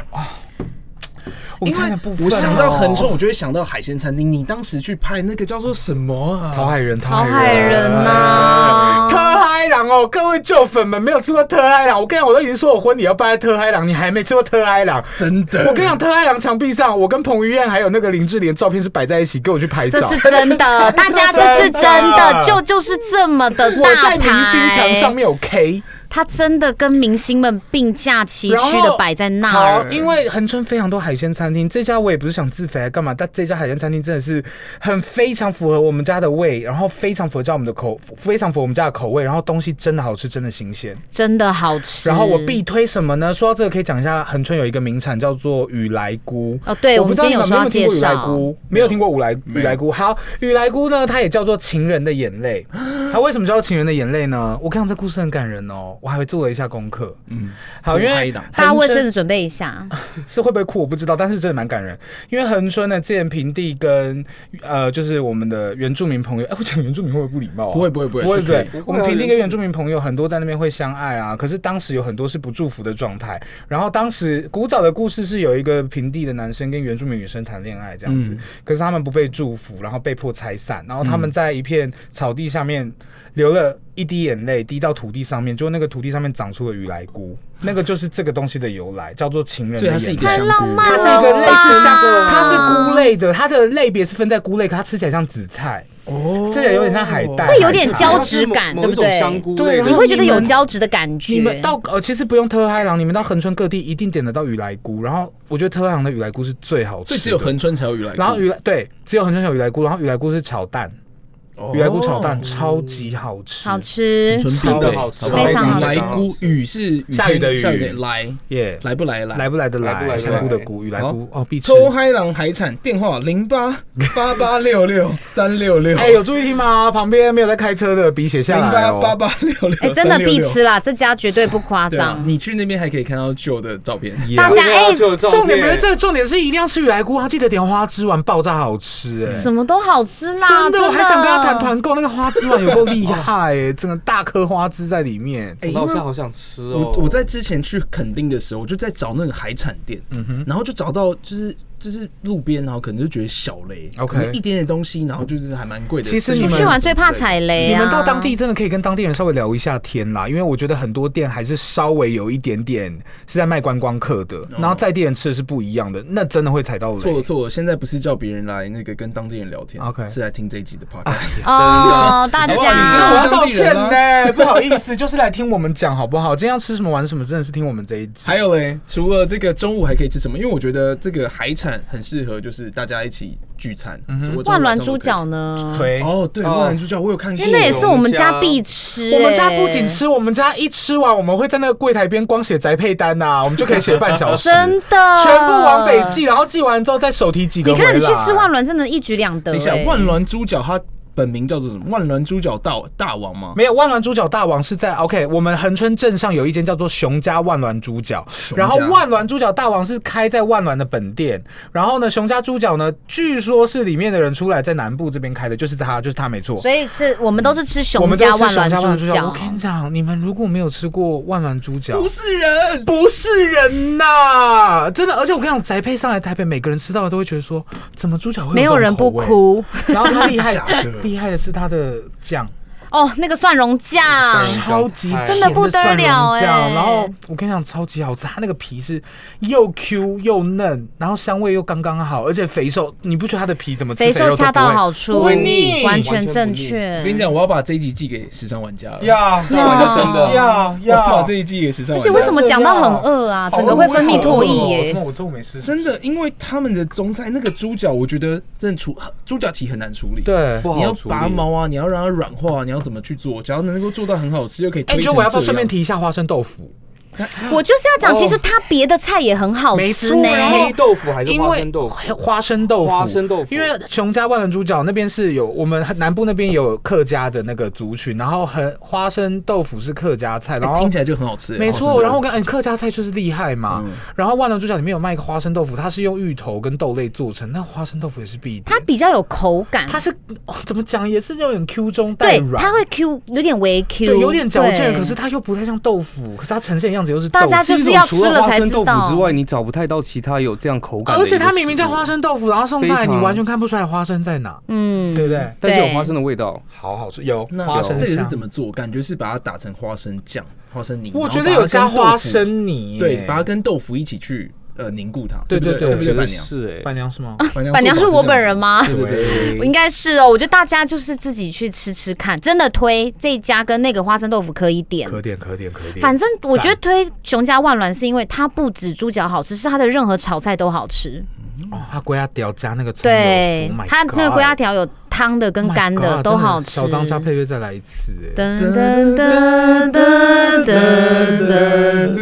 [SPEAKER 10] 午餐的部分
[SPEAKER 6] 我
[SPEAKER 10] 哦，
[SPEAKER 6] 想到横村，我就会想到海鲜餐厅。你当时去拍那个叫做什么
[SPEAKER 10] 桃
[SPEAKER 6] 啊？
[SPEAKER 10] 海人，
[SPEAKER 9] 好害人啊呐、
[SPEAKER 10] 特嗨郎哦，各位旧粉们没有吃过特嗨郎，我跟你讲，我都已经说我婚礼要办在特嗨郎，你还没吃过特嗨郎。
[SPEAKER 6] 真的，
[SPEAKER 10] 我跟你讲，特嗨郎墙壁上，我跟彭于晏还有那个林志玲的照片是摆在一起，跟我去拍照
[SPEAKER 9] 这。 是真的，大家这是真的，就就是这么的
[SPEAKER 10] 我
[SPEAKER 9] 大
[SPEAKER 10] 在明星墙上
[SPEAKER 9] 牌，
[SPEAKER 10] 面有 K，
[SPEAKER 9] 他真的跟明星们并驾齐
[SPEAKER 10] 然
[SPEAKER 9] 驱
[SPEAKER 10] 后
[SPEAKER 9] 的摆在那
[SPEAKER 10] 好
[SPEAKER 9] 儿，，
[SPEAKER 10] 因为恒春非常多海鲜餐厅，这家我也不是想自肥啊还干嘛，但这家海鲜餐厅真的是很非常符合我们家的胃，然后非常符合家我们的口，非常符合我们家的口味，然后东西真的好吃，真的新鲜。
[SPEAKER 9] 真的好吃。
[SPEAKER 10] 然后我必推什么呢？说到这个，可以讲一下恒春有一个名产叫做雨来菇。
[SPEAKER 9] 哦对
[SPEAKER 10] 我不知道
[SPEAKER 9] 我们今天
[SPEAKER 10] 你
[SPEAKER 9] 有说
[SPEAKER 10] 们有
[SPEAKER 9] 要
[SPEAKER 10] 没
[SPEAKER 9] 介
[SPEAKER 10] 有听过雨来
[SPEAKER 9] 绍
[SPEAKER 10] 菇，没有听过雨来雨来菇。好，雨来菇呢，它也叫做情人的眼泪。它为什么叫做情人的眼泪呢？我跟你讲，这故事很感人哦。我还做了一下功课。嗯，好，因
[SPEAKER 6] 偷拍
[SPEAKER 10] 为
[SPEAKER 6] 一档
[SPEAKER 9] 大家
[SPEAKER 10] 恒
[SPEAKER 9] 卫
[SPEAKER 10] 春
[SPEAKER 9] 生纸准备一下，
[SPEAKER 10] 是会不会哭我不知道，但是真的蛮感人。因为恒春呢，之前平地跟呃，就是我们的原住民朋友，哎、我讲原住民会不会不礼貌、啊？
[SPEAKER 6] 不会不会不会
[SPEAKER 10] 不
[SPEAKER 6] 这
[SPEAKER 10] 会
[SPEAKER 6] 可
[SPEAKER 10] 不
[SPEAKER 6] 以
[SPEAKER 10] 会
[SPEAKER 7] 不会啊。
[SPEAKER 10] 我们平地跟原住民朋友很多在那边会相爱啊，可是当时有很多是不祝福的状态。然后当时古早的故事是有一个平地的男生跟原住民女生谈恋爱这样子，
[SPEAKER 6] 嗯
[SPEAKER 10] 可是他们不被祝福，然后被迫拆散，然后他们在一片草地下面。流了一滴眼泪，滴到土地上面，就那个土地上面长出了雨来菇，那个就是这个东西的由来，叫做情人的
[SPEAKER 6] 所以
[SPEAKER 10] 眼
[SPEAKER 6] 它
[SPEAKER 10] 泪。
[SPEAKER 6] 是一个
[SPEAKER 9] 太
[SPEAKER 6] 香菇
[SPEAKER 9] 浪漫
[SPEAKER 10] 它
[SPEAKER 9] 了吧，
[SPEAKER 10] 是一个类似像个，它是菇类的，它的类别是分在菇类，可它吃起来像紫菜，
[SPEAKER 6] 哦
[SPEAKER 10] 吃起来有点像海带，
[SPEAKER 9] 会有点
[SPEAKER 10] 海
[SPEAKER 9] 胶
[SPEAKER 10] 苔
[SPEAKER 9] 胶质感
[SPEAKER 7] 某某一种
[SPEAKER 9] 对不对
[SPEAKER 7] 香菇
[SPEAKER 10] 对
[SPEAKER 7] 类的
[SPEAKER 10] 然
[SPEAKER 9] 你
[SPEAKER 10] 后
[SPEAKER 9] 会觉得
[SPEAKER 10] 你
[SPEAKER 9] 有
[SPEAKER 10] 们
[SPEAKER 9] 胶质的感觉。
[SPEAKER 10] 你们到呃，其实不用特嗨郎，你们到恒春各地一定点得到雨来菇，然后我觉得特嗨郎的雨来菇是最好吃的，
[SPEAKER 6] 所以只有恒春才有鱼来菇，
[SPEAKER 10] 然后雨来对，只有恒春有雨来菇，然后雨来菇是炒蛋，
[SPEAKER 6] 哦
[SPEAKER 10] 雨来菇炒蛋超级好吃，
[SPEAKER 9] 好吃，
[SPEAKER 6] 纯
[SPEAKER 7] 超
[SPEAKER 6] 必备
[SPEAKER 7] 好吃
[SPEAKER 9] 非常好
[SPEAKER 6] 雨
[SPEAKER 9] 吃
[SPEAKER 6] 来菇雨是雨
[SPEAKER 10] 下雨的
[SPEAKER 6] 天
[SPEAKER 10] 雨
[SPEAKER 6] 下雨的来
[SPEAKER 10] 耶，
[SPEAKER 6] 来不来来
[SPEAKER 10] 来不来的
[SPEAKER 7] 来不来
[SPEAKER 10] 来，
[SPEAKER 7] 的
[SPEAKER 10] 香菇的
[SPEAKER 7] 来
[SPEAKER 10] 菇，雨来菇哦必吃。
[SPEAKER 6] 偷嗨郎海产电话零 八八八六六三六六
[SPEAKER 10] 哎，有注意听吗？旁边没有在开车的，笔写下
[SPEAKER 6] 零八
[SPEAKER 10] 来哦
[SPEAKER 6] 八八六六，
[SPEAKER 9] 哎，真的必吃啦，这家绝对不夸
[SPEAKER 6] 对啊
[SPEAKER 9] 张。
[SPEAKER 6] 你去那边还可以看到旧的照片，
[SPEAKER 9] 大家哎，
[SPEAKER 10] 重点不是这个，重点是一定要吃雨来菇，他记得点花枝丸，爆炸好吃哎、
[SPEAKER 6] 啊
[SPEAKER 9] 什么都好吃啦，
[SPEAKER 10] 真
[SPEAKER 9] 真
[SPEAKER 10] 的，我还想跟他谈团购，那个花枝丸啊有够厉害 哎、整个大颗花枝在里面。
[SPEAKER 6] 哎
[SPEAKER 7] 我好像好想吃哦
[SPEAKER 6] 我！我在之前去垦丁的时候，我就在找那个海产店，
[SPEAKER 10] 嗯
[SPEAKER 6] 然后就找到就是就是路边，然后可能就觉得小雷
[SPEAKER 10] OK
[SPEAKER 6] 可能一点点东西，然后就是还蛮贵的。
[SPEAKER 10] 其实
[SPEAKER 9] 出
[SPEAKER 10] 你
[SPEAKER 9] 去
[SPEAKER 10] 们
[SPEAKER 9] 玩最怕踩雷
[SPEAKER 10] 你
[SPEAKER 9] 啊！
[SPEAKER 10] 们到当地真的可以跟当地人稍微聊一下天啦，因为我觉得很多店还是稍微有一点点是在卖观光客的，然后在地人吃的是不一样的，那真的会踩到雷。
[SPEAKER 6] 哦错了错了，现在不是叫别人来那个跟当地人聊天
[SPEAKER 10] OK 啊
[SPEAKER 6] 是来听这一集的 podcast。
[SPEAKER 9] 哦，
[SPEAKER 6] 好
[SPEAKER 9] 大
[SPEAKER 6] 不好你就
[SPEAKER 10] 我
[SPEAKER 6] 是
[SPEAKER 9] 家
[SPEAKER 10] 要道歉呢，不好意思，就是来听我们讲好不好？今天要吃什么玩什么，真的是听我们这一集。
[SPEAKER 6] 还有嘞，除了这个中午还可以吃什么？因为我觉得这个海产很适合，就是大家一起聚餐。
[SPEAKER 10] 嗯
[SPEAKER 6] 我中午
[SPEAKER 9] 万峦
[SPEAKER 6] 晚上都
[SPEAKER 9] 猪
[SPEAKER 6] 可以
[SPEAKER 9] 脚呢，
[SPEAKER 10] 推
[SPEAKER 6] 哦，对，万峦猪脚我有看
[SPEAKER 9] 因
[SPEAKER 6] 过，
[SPEAKER 9] 为那也是我们
[SPEAKER 7] 我
[SPEAKER 9] 家
[SPEAKER 7] 们家
[SPEAKER 9] 必吃。
[SPEAKER 10] 我们
[SPEAKER 9] 哎
[SPEAKER 10] 家不仅吃，我们家一吃完，我们会在那个柜台边光写宅配单 呐、我们就可以写半小时，
[SPEAKER 9] 真的
[SPEAKER 10] 全部往北寄，。然后寄完之后再手提几个
[SPEAKER 9] 你
[SPEAKER 10] 回来。
[SPEAKER 9] 看，你去吃万峦，真的一举两得。
[SPEAKER 6] 等一下
[SPEAKER 9] 哎，
[SPEAKER 6] 万峦猪脚它本名叫做什么？万峦猪脚大大王吗？
[SPEAKER 10] 没有万峦猪脚大王是在 OK，我们恒春镇上有一间叫做熊家万峦猪脚，
[SPEAKER 6] 熊家
[SPEAKER 10] 然后万峦猪脚大王是开在万峦的本店，然后呢，熊家猪脚呢，据说是里面的人出来在南部这边开的，就是他，就是他没错。
[SPEAKER 9] 所以是我们都是吃
[SPEAKER 10] 我
[SPEAKER 9] 熊
[SPEAKER 10] 们都
[SPEAKER 9] 家
[SPEAKER 10] 是
[SPEAKER 9] 万峦
[SPEAKER 10] 熊家万峦
[SPEAKER 9] 猪
[SPEAKER 10] 猪脚，我
[SPEAKER 9] 脚，
[SPEAKER 10] 跟你讲，你们如果没有吃过万峦猪脚，
[SPEAKER 6] 是人，
[SPEAKER 10] 不是人呐、真的。而且我跟你讲，宅配上来台北，每个人吃到的都会觉得说，怎么猪脚 会
[SPEAKER 9] 没
[SPEAKER 10] 有
[SPEAKER 9] 有
[SPEAKER 10] 这种
[SPEAKER 9] 人
[SPEAKER 10] 口
[SPEAKER 9] 不
[SPEAKER 10] 味。
[SPEAKER 9] 哭。
[SPEAKER 10] 然后它厉害
[SPEAKER 6] 真的假 的，
[SPEAKER 10] 厉害的是它的酱，
[SPEAKER 9] 哦，那个蒜蓉酱，
[SPEAKER 10] 超级甜
[SPEAKER 9] 嗯真的不得了
[SPEAKER 10] 蒜蓉酱
[SPEAKER 9] 哎
[SPEAKER 10] 然后我跟你讲，超级好吃，它那个皮是又 Q 又嫩，然后香味又刚刚好，而且肥瘦，你不觉得它的皮怎么吃
[SPEAKER 9] 肥
[SPEAKER 10] 瘦
[SPEAKER 9] 瘦恰到好
[SPEAKER 10] 不
[SPEAKER 9] 处，
[SPEAKER 10] 会腻
[SPEAKER 9] 完
[SPEAKER 7] 完
[SPEAKER 9] 全
[SPEAKER 7] 全不
[SPEAKER 9] 正
[SPEAKER 7] 腻
[SPEAKER 9] 确。
[SPEAKER 6] 我跟你讲，我要把这一集寄给时尚玩家了。
[SPEAKER 10] 嗯呀
[SPEAKER 7] 哇哦真的
[SPEAKER 10] 呀
[SPEAKER 6] 我要把
[SPEAKER 10] 呀！
[SPEAKER 6] 这一集寄给时尚
[SPEAKER 9] 而
[SPEAKER 6] 玩
[SPEAKER 9] 且
[SPEAKER 6] 家。
[SPEAKER 9] 为什么讲到很饿啊？整个会分泌唾液
[SPEAKER 10] 好饿哦真的
[SPEAKER 9] 耶。
[SPEAKER 10] 我中午没吃。
[SPEAKER 6] 真的，因为他们的中菜那个猪脚，我觉得真的处猪脚其实很难处理。，
[SPEAKER 10] 对，
[SPEAKER 7] 不
[SPEAKER 6] 你
[SPEAKER 7] 好
[SPEAKER 6] 要
[SPEAKER 7] 处理
[SPEAKER 6] 拔毛啊，你要让它软化、啊，你要怎么去做？只要能够做到很好吃，又可以
[SPEAKER 10] 哎，
[SPEAKER 6] 推
[SPEAKER 10] 你
[SPEAKER 6] 成
[SPEAKER 10] 觉得我要不要顺便
[SPEAKER 6] 这样？
[SPEAKER 10] 提一下花生豆腐？
[SPEAKER 9] 我就是要讲，其实它别的菜也很好
[SPEAKER 10] 没
[SPEAKER 9] 吃
[SPEAKER 10] 错
[SPEAKER 9] 呢。
[SPEAKER 10] 然后
[SPEAKER 7] 黑豆腐还是
[SPEAKER 10] 因
[SPEAKER 7] 花
[SPEAKER 10] 为
[SPEAKER 7] 生豆腐？
[SPEAKER 10] 花生豆腐，
[SPEAKER 7] 花生豆腐
[SPEAKER 10] 因为琼家万能猪脚那边是有我们南部那边有客家的那个族群，然后很花生豆腐是客家菜，然
[SPEAKER 6] 哎
[SPEAKER 10] 后
[SPEAKER 6] 听起来就很好吃。哦
[SPEAKER 10] 没
[SPEAKER 6] 好吃
[SPEAKER 10] 错，
[SPEAKER 6] 的
[SPEAKER 10] 然后我跟、哎客家菜就是厉害嘛，
[SPEAKER 6] 嗯
[SPEAKER 10] 然后万能猪脚里面有卖一个花生豆腐，它是用芋头跟豆类做成，那花生豆腐也是必点
[SPEAKER 9] 它。比较有口感，
[SPEAKER 10] 它是、哦怎么讲，也是有点 Q 中带
[SPEAKER 9] 对
[SPEAKER 10] 软，
[SPEAKER 9] 它会 Q，有点微 Q，
[SPEAKER 10] 对有点矫正，
[SPEAKER 9] 对
[SPEAKER 10] 可是它又不太像豆腐，可是它呈现的
[SPEAKER 7] 样
[SPEAKER 10] 样
[SPEAKER 7] 子又是
[SPEAKER 9] 大家
[SPEAKER 7] 豆
[SPEAKER 9] 就是
[SPEAKER 7] 其实
[SPEAKER 9] 要
[SPEAKER 7] 除
[SPEAKER 9] 吃了
[SPEAKER 7] 花
[SPEAKER 9] 才
[SPEAKER 7] 生
[SPEAKER 9] 知
[SPEAKER 7] 豆
[SPEAKER 9] 道
[SPEAKER 7] 腐之外，你找不太到其他有这样口感的一
[SPEAKER 10] 而
[SPEAKER 7] 个食
[SPEAKER 10] 且
[SPEAKER 7] 物。
[SPEAKER 10] 它明明叫花生豆腐，然后送上来
[SPEAKER 7] 非常
[SPEAKER 10] 你完全看不出来花生在哪，
[SPEAKER 9] 嗯
[SPEAKER 10] 对不对？
[SPEAKER 7] 但是有
[SPEAKER 9] 对
[SPEAKER 7] 花生的味道。
[SPEAKER 10] 好好吃，有
[SPEAKER 6] 那
[SPEAKER 10] 花生
[SPEAKER 6] 这个是
[SPEAKER 10] 香
[SPEAKER 6] 怎么做？感觉是把它打成花生酱、花生泥，
[SPEAKER 10] 我觉得
[SPEAKER 6] 然后
[SPEAKER 10] 有
[SPEAKER 6] 把它
[SPEAKER 10] 加
[SPEAKER 6] 哦跟豆
[SPEAKER 10] 花
[SPEAKER 6] 腐，
[SPEAKER 10] 生泥耶，哎
[SPEAKER 6] 对，把它跟豆腐一起去呃凝固它，
[SPEAKER 10] 对
[SPEAKER 6] 对不对
[SPEAKER 10] 对
[SPEAKER 6] 不
[SPEAKER 10] 对
[SPEAKER 7] 我
[SPEAKER 6] 对，
[SPEAKER 7] 觉得
[SPEAKER 6] 板娘？
[SPEAKER 7] 是哎、
[SPEAKER 10] 板娘是吗？
[SPEAKER 6] 板娘
[SPEAKER 9] 板娘
[SPEAKER 6] 做
[SPEAKER 9] 是
[SPEAKER 6] 法
[SPEAKER 9] 我
[SPEAKER 6] 这样
[SPEAKER 9] 本
[SPEAKER 6] 子
[SPEAKER 9] 人吗
[SPEAKER 6] 对对对对对
[SPEAKER 9] 应该是哦，我觉得大家就是自己去吃吃看，真的推这一家跟那个花生豆腐可以点。
[SPEAKER 10] 可点可点可点，
[SPEAKER 9] 反正我觉得推熊家万峦是因为它不止猪脚好吃，是它的任何炒菜都好吃。
[SPEAKER 6] 嗯
[SPEAKER 10] 哦，它龟鸭条加那个葱油
[SPEAKER 9] 对
[SPEAKER 10] ，Oh，my
[SPEAKER 9] 它那个龟鸭
[SPEAKER 10] God
[SPEAKER 9] 条有汤的跟干
[SPEAKER 10] Oh my
[SPEAKER 9] 的
[SPEAKER 10] God，
[SPEAKER 9] 都
[SPEAKER 10] 真
[SPEAKER 9] 好吃。
[SPEAKER 10] 小当家配乐再来一次，哎
[SPEAKER 9] 噔噔噔噔噔噔
[SPEAKER 10] 然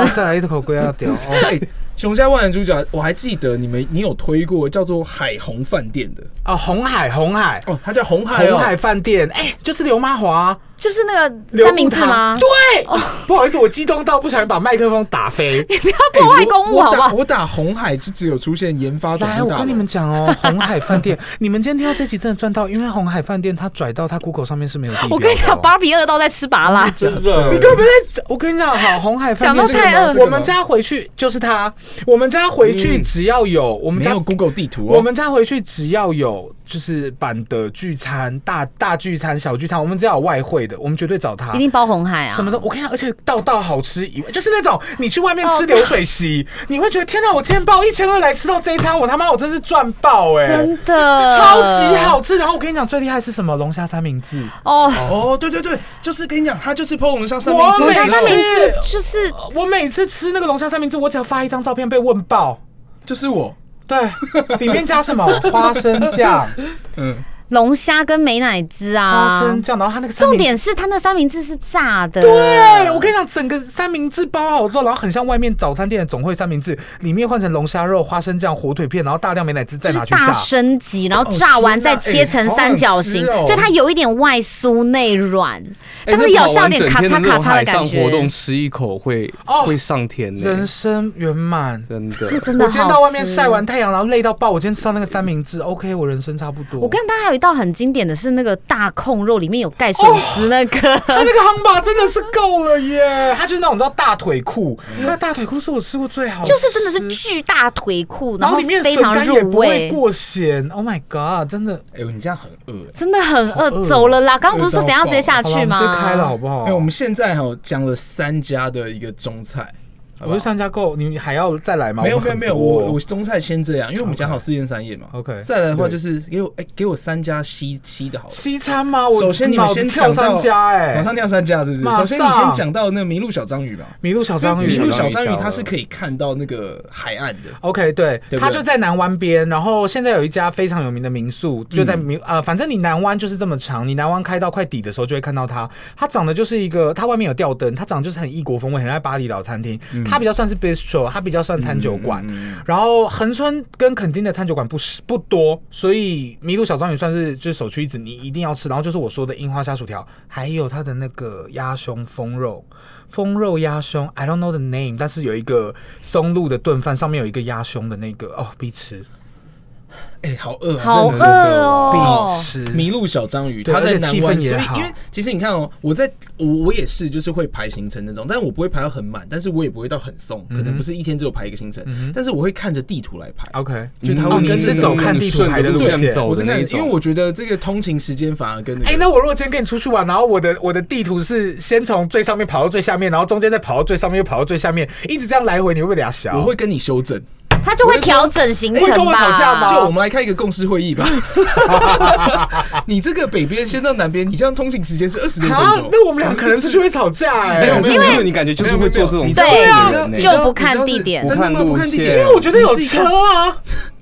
[SPEAKER 9] 噔，
[SPEAKER 10] 后再来一口龟鸭条， 哦
[SPEAKER 6] 哎，熊家万人猪脚，我还记得你们你有推过叫做海虹饭店的
[SPEAKER 10] 啊，红海红海。
[SPEAKER 6] 哦，它叫红海哦
[SPEAKER 10] 红海饭店，哎，就是刘妈华，
[SPEAKER 9] 就是那个三明治吗？
[SPEAKER 10] 对，不好意思，我激动到不小心把麦克风打飞。
[SPEAKER 9] 你不要破坏公务
[SPEAKER 6] 我我
[SPEAKER 9] 好不
[SPEAKER 6] 打
[SPEAKER 9] 好？
[SPEAKER 6] 我打红海就只有出现研发总
[SPEAKER 10] 来，
[SPEAKER 6] 部
[SPEAKER 10] 我
[SPEAKER 6] 大
[SPEAKER 10] 跟你
[SPEAKER 6] 楼
[SPEAKER 10] 们 讲哦，红海饭店，你们今天听到这集真的赚到，因为红海饭店它拽到它 Google 上面是没有地标的哦
[SPEAKER 9] 我跟你讲，芭比饿到在吃拔啦。
[SPEAKER 7] 真的，
[SPEAKER 10] 你根本在，我跟你讲，好，红海饭店
[SPEAKER 9] 讲到太
[SPEAKER 10] 这个
[SPEAKER 9] 饿
[SPEAKER 10] 我们家回去就是它，我们家回去只要有我们
[SPEAKER 6] 嗯没
[SPEAKER 10] 家
[SPEAKER 6] 有 Google 地图哦，
[SPEAKER 10] 我们家回去只要有就是版的聚餐、大大聚餐、小聚餐，我们只要有外汇的，我们绝对找他
[SPEAKER 9] 一。定包红海啊！
[SPEAKER 10] 什么的，我跟你讲，而且道道好吃以外，就是那种你去外面吃流水 席，你会觉得天哪，我今天报一千二来吃到这一餐，我他妈我真是赚爆哎、
[SPEAKER 9] 真的
[SPEAKER 10] 超级好吃。然后我跟你讲，最厉害是什么？龙虾三明治，
[SPEAKER 9] 哦！
[SPEAKER 6] 哦，对对对，就是跟你讲，它就是泡龙虾三明
[SPEAKER 10] 我
[SPEAKER 6] 治
[SPEAKER 10] 每
[SPEAKER 6] 的
[SPEAKER 9] 龙
[SPEAKER 6] 时
[SPEAKER 9] 虾
[SPEAKER 6] 候，
[SPEAKER 9] 三明治就是
[SPEAKER 10] 我每次吃那个龙虾三明治，我只要发一张照片被问爆。
[SPEAKER 6] 就是我，
[SPEAKER 10] 对，里面加什么？花生 酱，
[SPEAKER 6] 嗯，
[SPEAKER 9] 龙虾跟美乃滋
[SPEAKER 10] 花
[SPEAKER 9] 啊
[SPEAKER 10] 生。酱，然后它那个三
[SPEAKER 9] 重
[SPEAKER 10] 明治
[SPEAKER 9] 点是它那三明治是炸的，
[SPEAKER 10] 对，我跟你讲，整个三明治包好之后，然后很像外面早餐店的总会三明治，里面换成龙虾肉、花生酱、火腿片，然后大量美乃滋再
[SPEAKER 9] 就是
[SPEAKER 10] 拿去炸
[SPEAKER 9] 大。升级，然后炸完再切成三角形，
[SPEAKER 6] 天哪哎好想吃哦
[SPEAKER 9] 所以它有一点外酥内软，
[SPEAKER 7] 哎
[SPEAKER 9] 但是咬下有点咔嚓咔嚓的
[SPEAKER 7] 那跑完整天那种海
[SPEAKER 9] 感
[SPEAKER 7] 上活
[SPEAKER 9] 觉
[SPEAKER 7] 动，吃一口会、
[SPEAKER 10] 哦
[SPEAKER 7] 会上天呢、
[SPEAKER 10] 人生圆满。
[SPEAKER 7] 真的。
[SPEAKER 9] 真的好
[SPEAKER 10] 我今
[SPEAKER 9] 吃。
[SPEAKER 10] 天到外面晒完太阳，然后累到爆。我今天吃到那个三明治，OK，我人生差不多。
[SPEAKER 9] 我跟它还有一道很经典的是那个大控肉，里面有盖笋丝那个，
[SPEAKER 10] 他那个夯巴真的是够了耶！他就是那种你知道大腿裤，那大腿裤是我吃过最好 吃，
[SPEAKER 9] 就是真的是巨大腿裤，
[SPEAKER 10] 然后里面
[SPEAKER 9] 非常
[SPEAKER 10] 笋干也
[SPEAKER 9] 入
[SPEAKER 10] 不会
[SPEAKER 9] 味。
[SPEAKER 10] 过咸。Oh my god，真的。
[SPEAKER 6] 哎呦，你这样很饿哎。
[SPEAKER 9] 真的很饿，
[SPEAKER 10] 好饿哦
[SPEAKER 9] 走了啦！刚刚不是说
[SPEAKER 6] 饿到
[SPEAKER 9] 等一下直接下
[SPEAKER 10] 好
[SPEAKER 9] 去
[SPEAKER 10] 了我们
[SPEAKER 9] 吗？
[SPEAKER 10] 直接开了好不好
[SPEAKER 6] 哎，？我们现在哈讲了三家的一个中菜，好不
[SPEAKER 10] 我
[SPEAKER 6] 好
[SPEAKER 10] 是商家购，你还要再来吗？
[SPEAKER 6] 没有
[SPEAKER 10] 我
[SPEAKER 6] 没有
[SPEAKER 10] 们
[SPEAKER 6] 没有，
[SPEAKER 10] 很多
[SPEAKER 6] 我我中菜先这样，因为我们讲好四天三夜嘛。
[SPEAKER 10] OK，
[SPEAKER 6] 再来的话
[SPEAKER 10] 对
[SPEAKER 6] 就是给我哎给我三家西西的好了。
[SPEAKER 10] 西餐吗？啊我
[SPEAKER 6] 首先你们先
[SPEAKER 10] 脑子跳
[SPEAKER 6] 讲到
[SPEAKER 10] 三家哎、
[SPEAKER 6] 马上跳三家是不是？
[SPEAKER 10] 马
[SPEAKER 6] 首
[SPEAKER 10] 上
[SPEAKER 6] 先你先讲到那个麋鹿小章鱼吧。
[SPEAKER 10] 麋鹿小章鱼，
[SPEAKER 6] 麋鹿小
[SPEAKER 10] 章
[SPEAKER 6] 章鱼它是可以看到那个海岸的。
[SPEAKER 10] OK，对，
[SPEAKER 6] 对不对
[SPEAKER 10] 它就在南湾边，然后现在有一家非常有名的民宿，就
[SPEAKER 6] 嗯
[SPEAKER 10] 在民、呃，反正你南湾就是这么长，你南湾开到快底的时候就会看到它。它长得就是一个，它外面有吊灯，它长得就是很异国风味，很爱巴厘岛餐厅。
[SPEAKER 6] 嗯
[SPEAKER 10] 它比较算是 bistro，它比较算餐酒馆。然后恒春跟垦丁的餐酒馆不是不多，所以麋鹿小章鱼算是就是首屈一指，你一定要吃。然后就是我说的樱花虾薯条，还有它的那个鸭胸风肉。风肉鸭胸，I don't know the name，但是有一个松露的炖饭，上面有一个鸭胸的那个，哦，必吃，
[SPEAKER 6] 哎，好饿啊！
[SPEAKER 9] 好
[SPEAKER 6] 真
[SPEAKER 9] 饿
[SPEAKER 6] 的
[SPEAKER 10] 必
[SPEAKER 9] 哦！
[SPEAKER 10] 吃。
[SPEAKER 6] 麋鹿小章鱼，
[SPEAKER 10] 对
[SPEAKER 6] 它在
[SPEAKER 10] 而且
[SPEAKER 6] 南
[SPEAKER 10] 气氛
[SPEAKER 6] 湾，
[SPEAKER 10] 也
[SPEAKER 6] 所以
[SPEAKER 10] 好
[SPEAKER 6] 因为其实你看哦，我在我我也是，就是会排行程那种，但我不会排到很满，但是我也不会到很松，可能不是一天只有排一个行程，但是我会看着地图来排。
[SPEAKER 10] OK，
[SPEAKER 6] 就它
[SPEAKER 10] 哦，
[SPEAKER 6] 会
[SPEAKER 10] 你
[SPEAKER 6] 嗯跟
[SPEAKER 10] 是
[SPEAKER 6] 着
[SPEAKER 10] 走看地图排的路
[SPEAKER 6] 对
[SPEAKER 10] 线。
[SPEAKER 7] 走
[SPEAKER 6] 我是
[SPEAKER 7] 的那
[SPEAKER 6] 看
[SPEAKER 7] 一，
[SPEAKER 6] 因
[SPEAKER 7] 种
[SPEAKER 6] 为我觉得这个通勤时间反而跟
[SPEAKER 10] 啊哎、
[SPEAKER 6] 个
[SPEAKER 10] 那我如果今天跟你出去玩，然后我的我的地图是先从最上面跑到最下面，然后中间再跑到最上面，又跑到最下面，一直这样来回，你会不会俩小？
[SPEAKER 6] 我会跟你修
[SPEAKER 7] 哎
[SPEAKER 6] 正。
[SPEAKER 9] 他就会调整行程
[SPEAKER 10] 哎会跟我吵架
[SPEAKER 9] 吧
[SPEAKER 10] 吗？
[SPEAKER 6] 就我们来开一个共识会议吧。 你这个北边先到南边，你这样通勤时间是二十六分
[SPEAKER 10] 啊，
[SPEAKER 6] 钟。
[SPEAKER 10] 那我们俩可能是就会吵架哎、
[SPEAKER 6] 没有没有
[SPEAKER 7] 因为你感觉就是会做这种啊
[SPEAKER 6] 没有没有
[SPEAKER 7] 事
[SPEAKER 9] 对
[SPEAKER 7] 情的人呢
[SPEAKER 9] 就不看地点
[SPEAKER 6] 真的吗？不看地
[SPEAKER 7] 不
[SPEAKER 6] 点，
[SPEAKER 7] 看路线
[SPEAKER 10] 因为我觉得有车啊，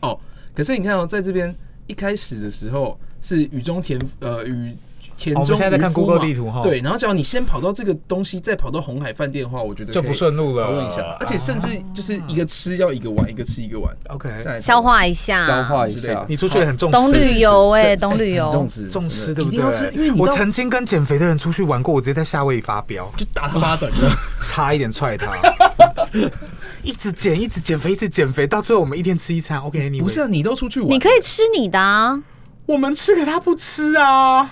[SPEAKER 6] 哦。可是你看哦，在这边一开始的时候是雨中田呃雨田
[SPEAKER 10] 哦我
[SPEAKER 6] 中
[SPEAKER 10] 们现在在看
[SPEAKER 6] 渔夫嘛
[SPEAKER 10] Google 地图哈
[SPEAKER 6] 对，然后只要你先跑到这个东西，再跑到红海饭店的话，我觉得
[SPEAKER 10] 就不顺路了
[SPEAKER 6] 讨论一下，而且甚至就是一个吃要一个碗，一个吃一个碗，
[SPEAKER 10] OK，
[SPEAKER 6] 再来
[SPEAKER 9] 消化一下，
[SPEAKER 7] 消化一
[SPEAKER 6] 之类的。
[SPEAKER 7] 下
[SPEAKER 10] 嗯你出去也很重视
[SPEAKER 9] 懂旅游哎，懂旅
[SPEAKER 6] 很
[SPEAKER 9] 游
[SPEAKER 6] 重，视
[SPEAKER 10] 重视对
[SPEAKER 6] 真的一
[SPEAKER 10] 不对？
[SPEAKER 6] 定要吃，因为你
[SPEAKER 10] 我
[SPEAKER 6] 到
[SPEAKER 10] 曾经跟减肥的人出去玩过，我直接在夏威夷发飙，
[SPEAKER 6] 就打他巴 掌了。
[SPEAKER 10] 差一点踹他，一直减，一直减肥，一直减肥，到最后我们一天吃一餐。OK，你
[SPEAKER 6] 啊不是啊，你都出去玩，
[SPEAKER 9] 你可以吃你的啊。
[SPEAKER 10] 我们吃给他不吃啊？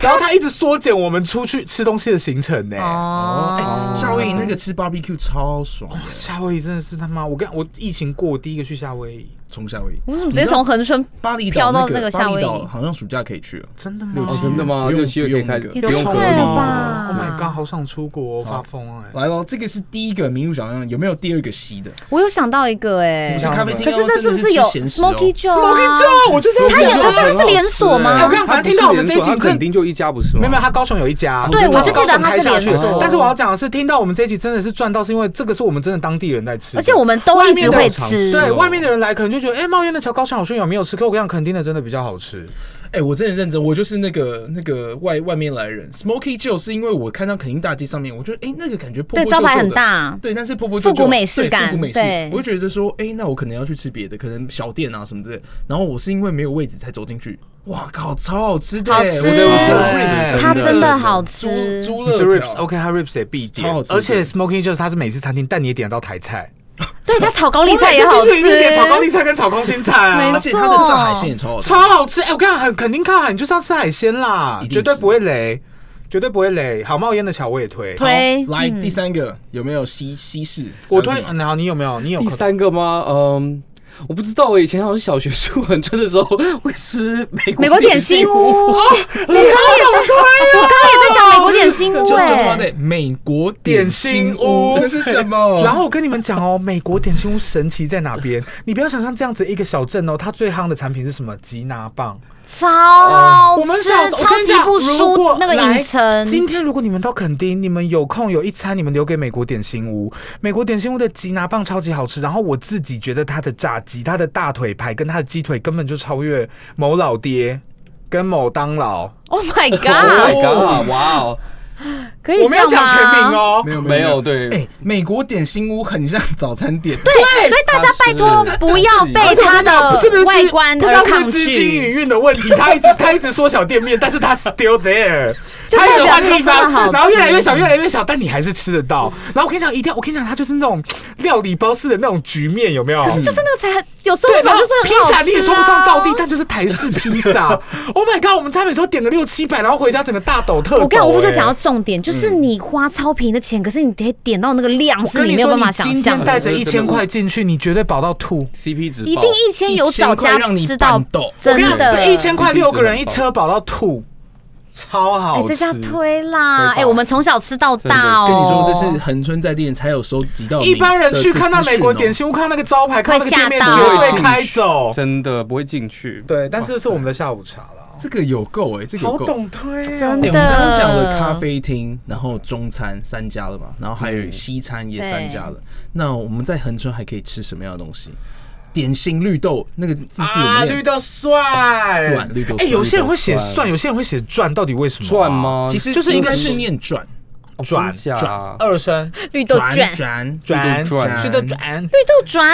[SPEAKER 10] 然后他一直缩减我们出去吃东西的行程呢、
[SPEAKER 7] 哎
[SPEAKER 9] 哦，
[SPEAKER 6] 夏威夷那个吃 barbecue 超爽的，
[SPEAKER 10] 夏威夷真的是他妈，我跟我疫情过，我第一个去夏威夷，
[SPEAKER 6] 从夏威夷。
[SPEAKER 9] 我们怎么直接从恒春
[SPEAKER 6] 巴厘
[SPEAKER 9] 飘
[SPEAKER 6] 岛
[SPEAKER 9] 到
[SPEAKER 6] 那
[SPEAKER 9] 那个
[SPEAKER 6] 个
[SPEAKER 9] 夏
[SPEAKER 6] 巴
[SPEAKER 9] 威
[SPEAKER 6] 厘
[SPEAKER 9] 夷
[SPEAKER 6] 岛好像暑假可以去了，
[SPEAKER 10] 真的
[SPEAKER 6] 六
[SPEAKER 10] 吗？
[SPEAKER 6] 七
[SPEAKER 7] 真的吗
[SPEAKER 6] 不用
[SPEAKER 7] 六七月可以
[SPEAKER 6] 不用那
[SPEAKER 7] 开
[SPEAKER 6] 个
[SPEAKER 7] 始
[SPEAKER 9] 嗯也
[SPEAKER 7] 不用
[SPEAKER 9] 太
[SPEAKER 7] 考
[SPEAKER 9] 快
[SPEAKER 7] 虑
[SPEAKER 9] 了
[SPEAKER 7] 了
[SPEAKER 9] 吧
[SPEAKER 10] Oh my god，好想出国，发疯哎、
[SPEAKER 6] 来咯，这个是第一个民宿小样，有没有第二个西的？
[SPEAKER 9] 我有想到一个哎、
[SPEAKER 6] 不是咖啡厅
[SPEAKER 9] 可
[SPEAKER 6] 哦，
[SPEAKER 9] 是这是
[SPEAKER 6] 真
[SPEAKER 9] 不
[SPEAKER 6] 的
[SPEAKER 9] 是
[SPEAKER 6] 是
[SPEAKER 9] 有
[SPEAKER 6] 吃咸食哦
[SPEAKER 9] Smoky Joe？
[SPEAKER 10] Smoky
[SPEAKER 9] 啊
[SPEAKER 10] Joe，我就是要
[SPEAKER 9] 他也
[SPEAKER 10] 讲
[SPEAKER 9] 可是它是连锁吗
[SPEAKER 10] 哎我跟你讲反正听到我们这一集
[SPEAKER 7] 它不是连锁它
[SPEAKER 10] 真
[SPEAKER 7] 肯定就一家不是吗？
[SPEAKER 10] 没有没有，他高雄有一家，
[SPEAKER 9] 对
[SPEAKER 10] 我
[SPEAKER 9] 我就记得他是连锁
[SPEAKER 10] 但是我要讲的是，听到我们这一集真的是赚到，是因为这个是我们真的当地人在吃的，
[SPEAKER 9] 而且我们都一直会吃，
[SPEAKER 10] 对外面的人来可能就觉得，哎、茂源的桥高雄好像有没有吃？可我跟你讲，垦丁的真的比较好吃。
[SPEAKER 6] 哎、我真的认真，我就是那个那个外外面来人，Smoky Joe 是因为我看到肯丁大街上面，我觉得哎、那个感觉破
[SPEAKER 9] 对
[SPEAKER 6] 破旧旧
[SPEAKER 9] 招
[SPEAKER 6] 的
[SPEAKER 9] 牌很，大，
[SPEAKER 6] 对，但是破破旧
[SPEAKER 9] 复
[SPEAKER 6] 旧
[SPEAKER 9] 古美式
[SPEAKER 6] 对复
[SPEAKER 9] 感
[SPEAKER 6] 古美式
[SPEAKER 9] 对，
[SPEAKER 6] 我就觉得说，哎、那我可能要去吃别的，可能小店啊什么之类的。然后我是因为没有位置才走进去，哇靠，超好吃的，哎
[SPEAKER 9] 好吃
[SPEAKER 6] 我觉得
[SPEAKER 10] 对
[SPEAKER 9] 它真的好
[SPEAKER 6] 猪
[SPEAKER 9] 吃。
[SPEAKER 6] 猪
[SPEAKER 10] 是
[SPEAKER 6] 肋条
[SPEAKER 10] ribs，OK，、它 ribs 也必点
[SPEAKER 6] 超好，吃
[SPEAKER 10] 而且 Smoking 就是它是美式餐厅，但你也点得到台菜，
[SPEAKER 9] 对，它炒高丽菜也好
[SPEAKER 10] 我每次进去一
[SPEAKER 9] 吃
[SPEAKER 10] 定点，炒高丽菜跟炒空心菜
[SPEAKER 9] 没
[SPEAKER 10] 啊
[SPEAKER 6] 而
[SPEAKER 9] 错。
[SPEAKER 6] 且它的炸海鲜也超好吃
[SPEAKER 10] 超。好吃。哎、我跟你讲，很肯定靠海，你就是要吃海鲜啦
[SPEAKER 6] 一，定
[SPEAKER 10] 绝对
[SPEAKER 6] 是
[SPEAKER 10] 不会雷，绝对不会雷。好，冒烟的桥我也推，
[SPEAKER 6] 好
[SPEAKER 9] 推
[SPEAKER 6] 来
[SPEAKER 9] 嗯
[SPEAKER 6] 第三个有没有西西式？
[SPEAKER 10] 我
[SPEAKER 6] 还有
[SPEAKER 10] 推。
[SPEAKER 6] 什么
[SPEAKER 10] 嗯好，你有没有？你有
[SPEAKER 7] 第
[SPEAKER 10] 口
[SPEAKER 7] 三个吗？嗯，我不知道，我以前好像小学住恒春的时候会吃美国
[SPEAKER 9] 美国点心屋，我刚刚也在，
[SPEAKER 10] 啊
[SPEAKER 9] 我刚刚也在想美国点心屋
[SPEAKER 6] 就就他妈
[SPEAKER 9] 哎，
[SPEAKER 6] 的美国
[SPEAKER 10] 点
[SPEAKER 6] 点
[SPEAKER 10] 心
[SPEAKER 6] 心
[SPEAKER 10] 屋
[SPEAKER 6] 屋，那是什么？
[SPEAKER 10] 然后我跟你们讲哦，美国点心屋神奇在哪边？你不要想象这样子一个小镇哦，它最夯的产品是什么？吉拿棒。
[SPEAKER 9] 超好
[SPEAKER 10] 哦我们
[SPEAKER 9] 吃
[SPEAKER 10] 小，
[SPEAKER 9] 哦啊超级不输那个影城，
[SPEAKER 10] 今天如果你们到垦丁，你们有空有一餐，你们留给美国点心屋。美国点心屋的吉拿棒超级好吃，然后我自己觉得它的炸鸡、它的大腿排跟它的鸡腿根本就超越某老爹。跟某当劳，
[SPEAKER 9] Oh my
[SPEAKER 7] Oh
[SPEAKER 9] god！
[SPEAKER 7] my god！哇哦，
[SPEAKER 9] 可以这样吗
[SPEAKER 10] 我没有讲全名，哦，
[SPEAKER 6] 没有
[SPEAKER 7] 没有，对，
[SPEAKER 6] 哎，美国点心屋很像早餐店，
[SPEAKER 9] 对，所以大家拜托不要被它的呃外观
[SPEAKER 10] 不知道
[SPEAKER 9] 而
[SPEAKER 10] 是不
[SPEAKER 9] 抗
[SPEAKER 10] 是资金
[SPEAKER 9] 拒
[SPEAKER 10] 营。运的问题，他一直他一直缩小店面，但是他 still there，
[SPEAKER 9] 就
[SPEAKER 10] 他一直
[SPEAKER 9] 代表
[SPEAKER 10] 换
[SPEAKER 9] 它
[SPEAKER 10] 地
[SPEAKER 9] 真的好吃
[SPEAKER 10] 方，然后越来越小，越来越小，但你还是吃得到。然后我跟你讲，一定要，我跟你讲，它就是那种料理包式的那种局面，有没有？
[SPEAKER 9] 可是就是那个才很有时候
[SPEAKER 10] 对，
[SPEAKER 9] 那
[SPEAKER 10] 然
[SPEAKER 9] 种
[SPEAKER 10] 后
[SPEAKER 9] 就是
[SPEAKER 10] 披
[SPEAKER 9] 很好吃
[SPEAKER 10] 萨
[SPEAKER 9] 啊
[SPEAKER 10] 你也说不上到地，但就是台式披萨。Oh my god！我们家每次都点个六七百，然后回家整个大抖特抖。
[SPEAKER 9] 我跟你讲，我就讲到
[SPEAKER 10] 哎
[SPEAKER 9] 重点，就是你花超平的钱，可是你得点到那个量
[SPEAKER 10] 我
[SPEAKER 9] 是
[SPEAKER 10] 跟你
[SPEAKER 9] 没有
[SPEAKER 10] 说，
[SPEAKER 9] 办
[SPEAKER 10] 你
[SPEAKER 9] 法想
[SPEAKER 10] 今
[SPEAKER 9] 象
[SPEAKER 10] 天
[SPEAKER 9] 的，
[SPEAKER 10] 带着一千块进去，你绝对饱到吐。
[SPEAKER 7] CP 值
[SPEAKER 9] 一
[SPEAKER 7] 爆
[SPEAKER 9] 定一千有找家吃
[SPEAKER 6] 一千块
[SPEAKER 9] 到
[SPEAKER 6] 让你拌斗
[SPEAKER 9] 真的。
[SPEAKER 10] 对，一千块六个人一车饱到吐，超
[SPEAKER 9] 哎，
[SPEAKER 10] 好
[SPEAKER 9] 这
[SPEAKER 10] 吃。
[SPEAKER 9] 叫推啦！
[SPEAKER 10] 推吧
[SPEAKER 9] 哎，我们从小吃到
[SPEAKER 7] 真
[SPEAKER 9] 大
[SPEAKER 7] 的
[SPEAKER 9] 哦。
[SPEAKER 6] 跟你说，这是恒春在地人才有收集到。
[SPEAKER 10] 一般人去看到美国点，心屋，看那个招牌，看那个店面，
[SPEAKER 9] 会吓
[SPEAKER 10] 绝
[SPEAKER 9] 到
[SPEAKER 10] 对开走。
[SPEAKER 7] 真的不会进去。
[SPEAKER 10] 对，但是是我们的下午茶了，
[SPEAKER 6] 这个有够哎，这个有
[SPEAKER 10] 好
[SPEAKER 6] 够。
[SPEAKER 10] 懂推哦，
[SPEAKER 9] 真
[SPEAKER 6] 哎，
[SPEAKER 9] 的
[SPEAKER 6] 我们刚刚讲了咖啡厅，然后中餐三家了嘛，然后还有西餐也三家
[SPEAKER 9] 嗯
[SPEAKER 6] 了。那我们在恒春还可以吃什么样的东西？点心绿豆那个字字我
[SPEAKER 10] 啊，
[SPEAKER 6] 们
[SPEAKER 10] 绿
[SPEAKER 6] 念
[SPEAKER 10] 豆蒜，
[SPEAKER 6] 蒜绿豆
[SPEAKER 10] 哎，
[SPEAKER 6] 蒜
[SPEAKER 10] 有些人会写
[SPEAKER 7] 绿豆蒜
[SPEAKER 10] 蒜，有些人会写转，到底为什么啊？
[SPEAKER 7] 转吗？
[SPEAKER 6] 其实
[SPEAKER 10] 就是
[SPEAKER 6] 应
[SPEAKER 10] 应该
[SPEAKER 6] 该是
[SPEAKER 10] 是
[SPEAKER 6] 念转
[SPEAKER 7] 哦
[SPEAKER 10] 转
[SPEAKER 7] 真假
[SPEAKER 6] 转
[SPEAKER 10] 二声
[SPEAKER 9] 绿豆卷，绿
[SPEAKER 6] 转
[SPEAKER 10] 转
[SPEAKER 7] 转
[SPEAKER 10] 是的转，
[SPEAKER 9] 豆转，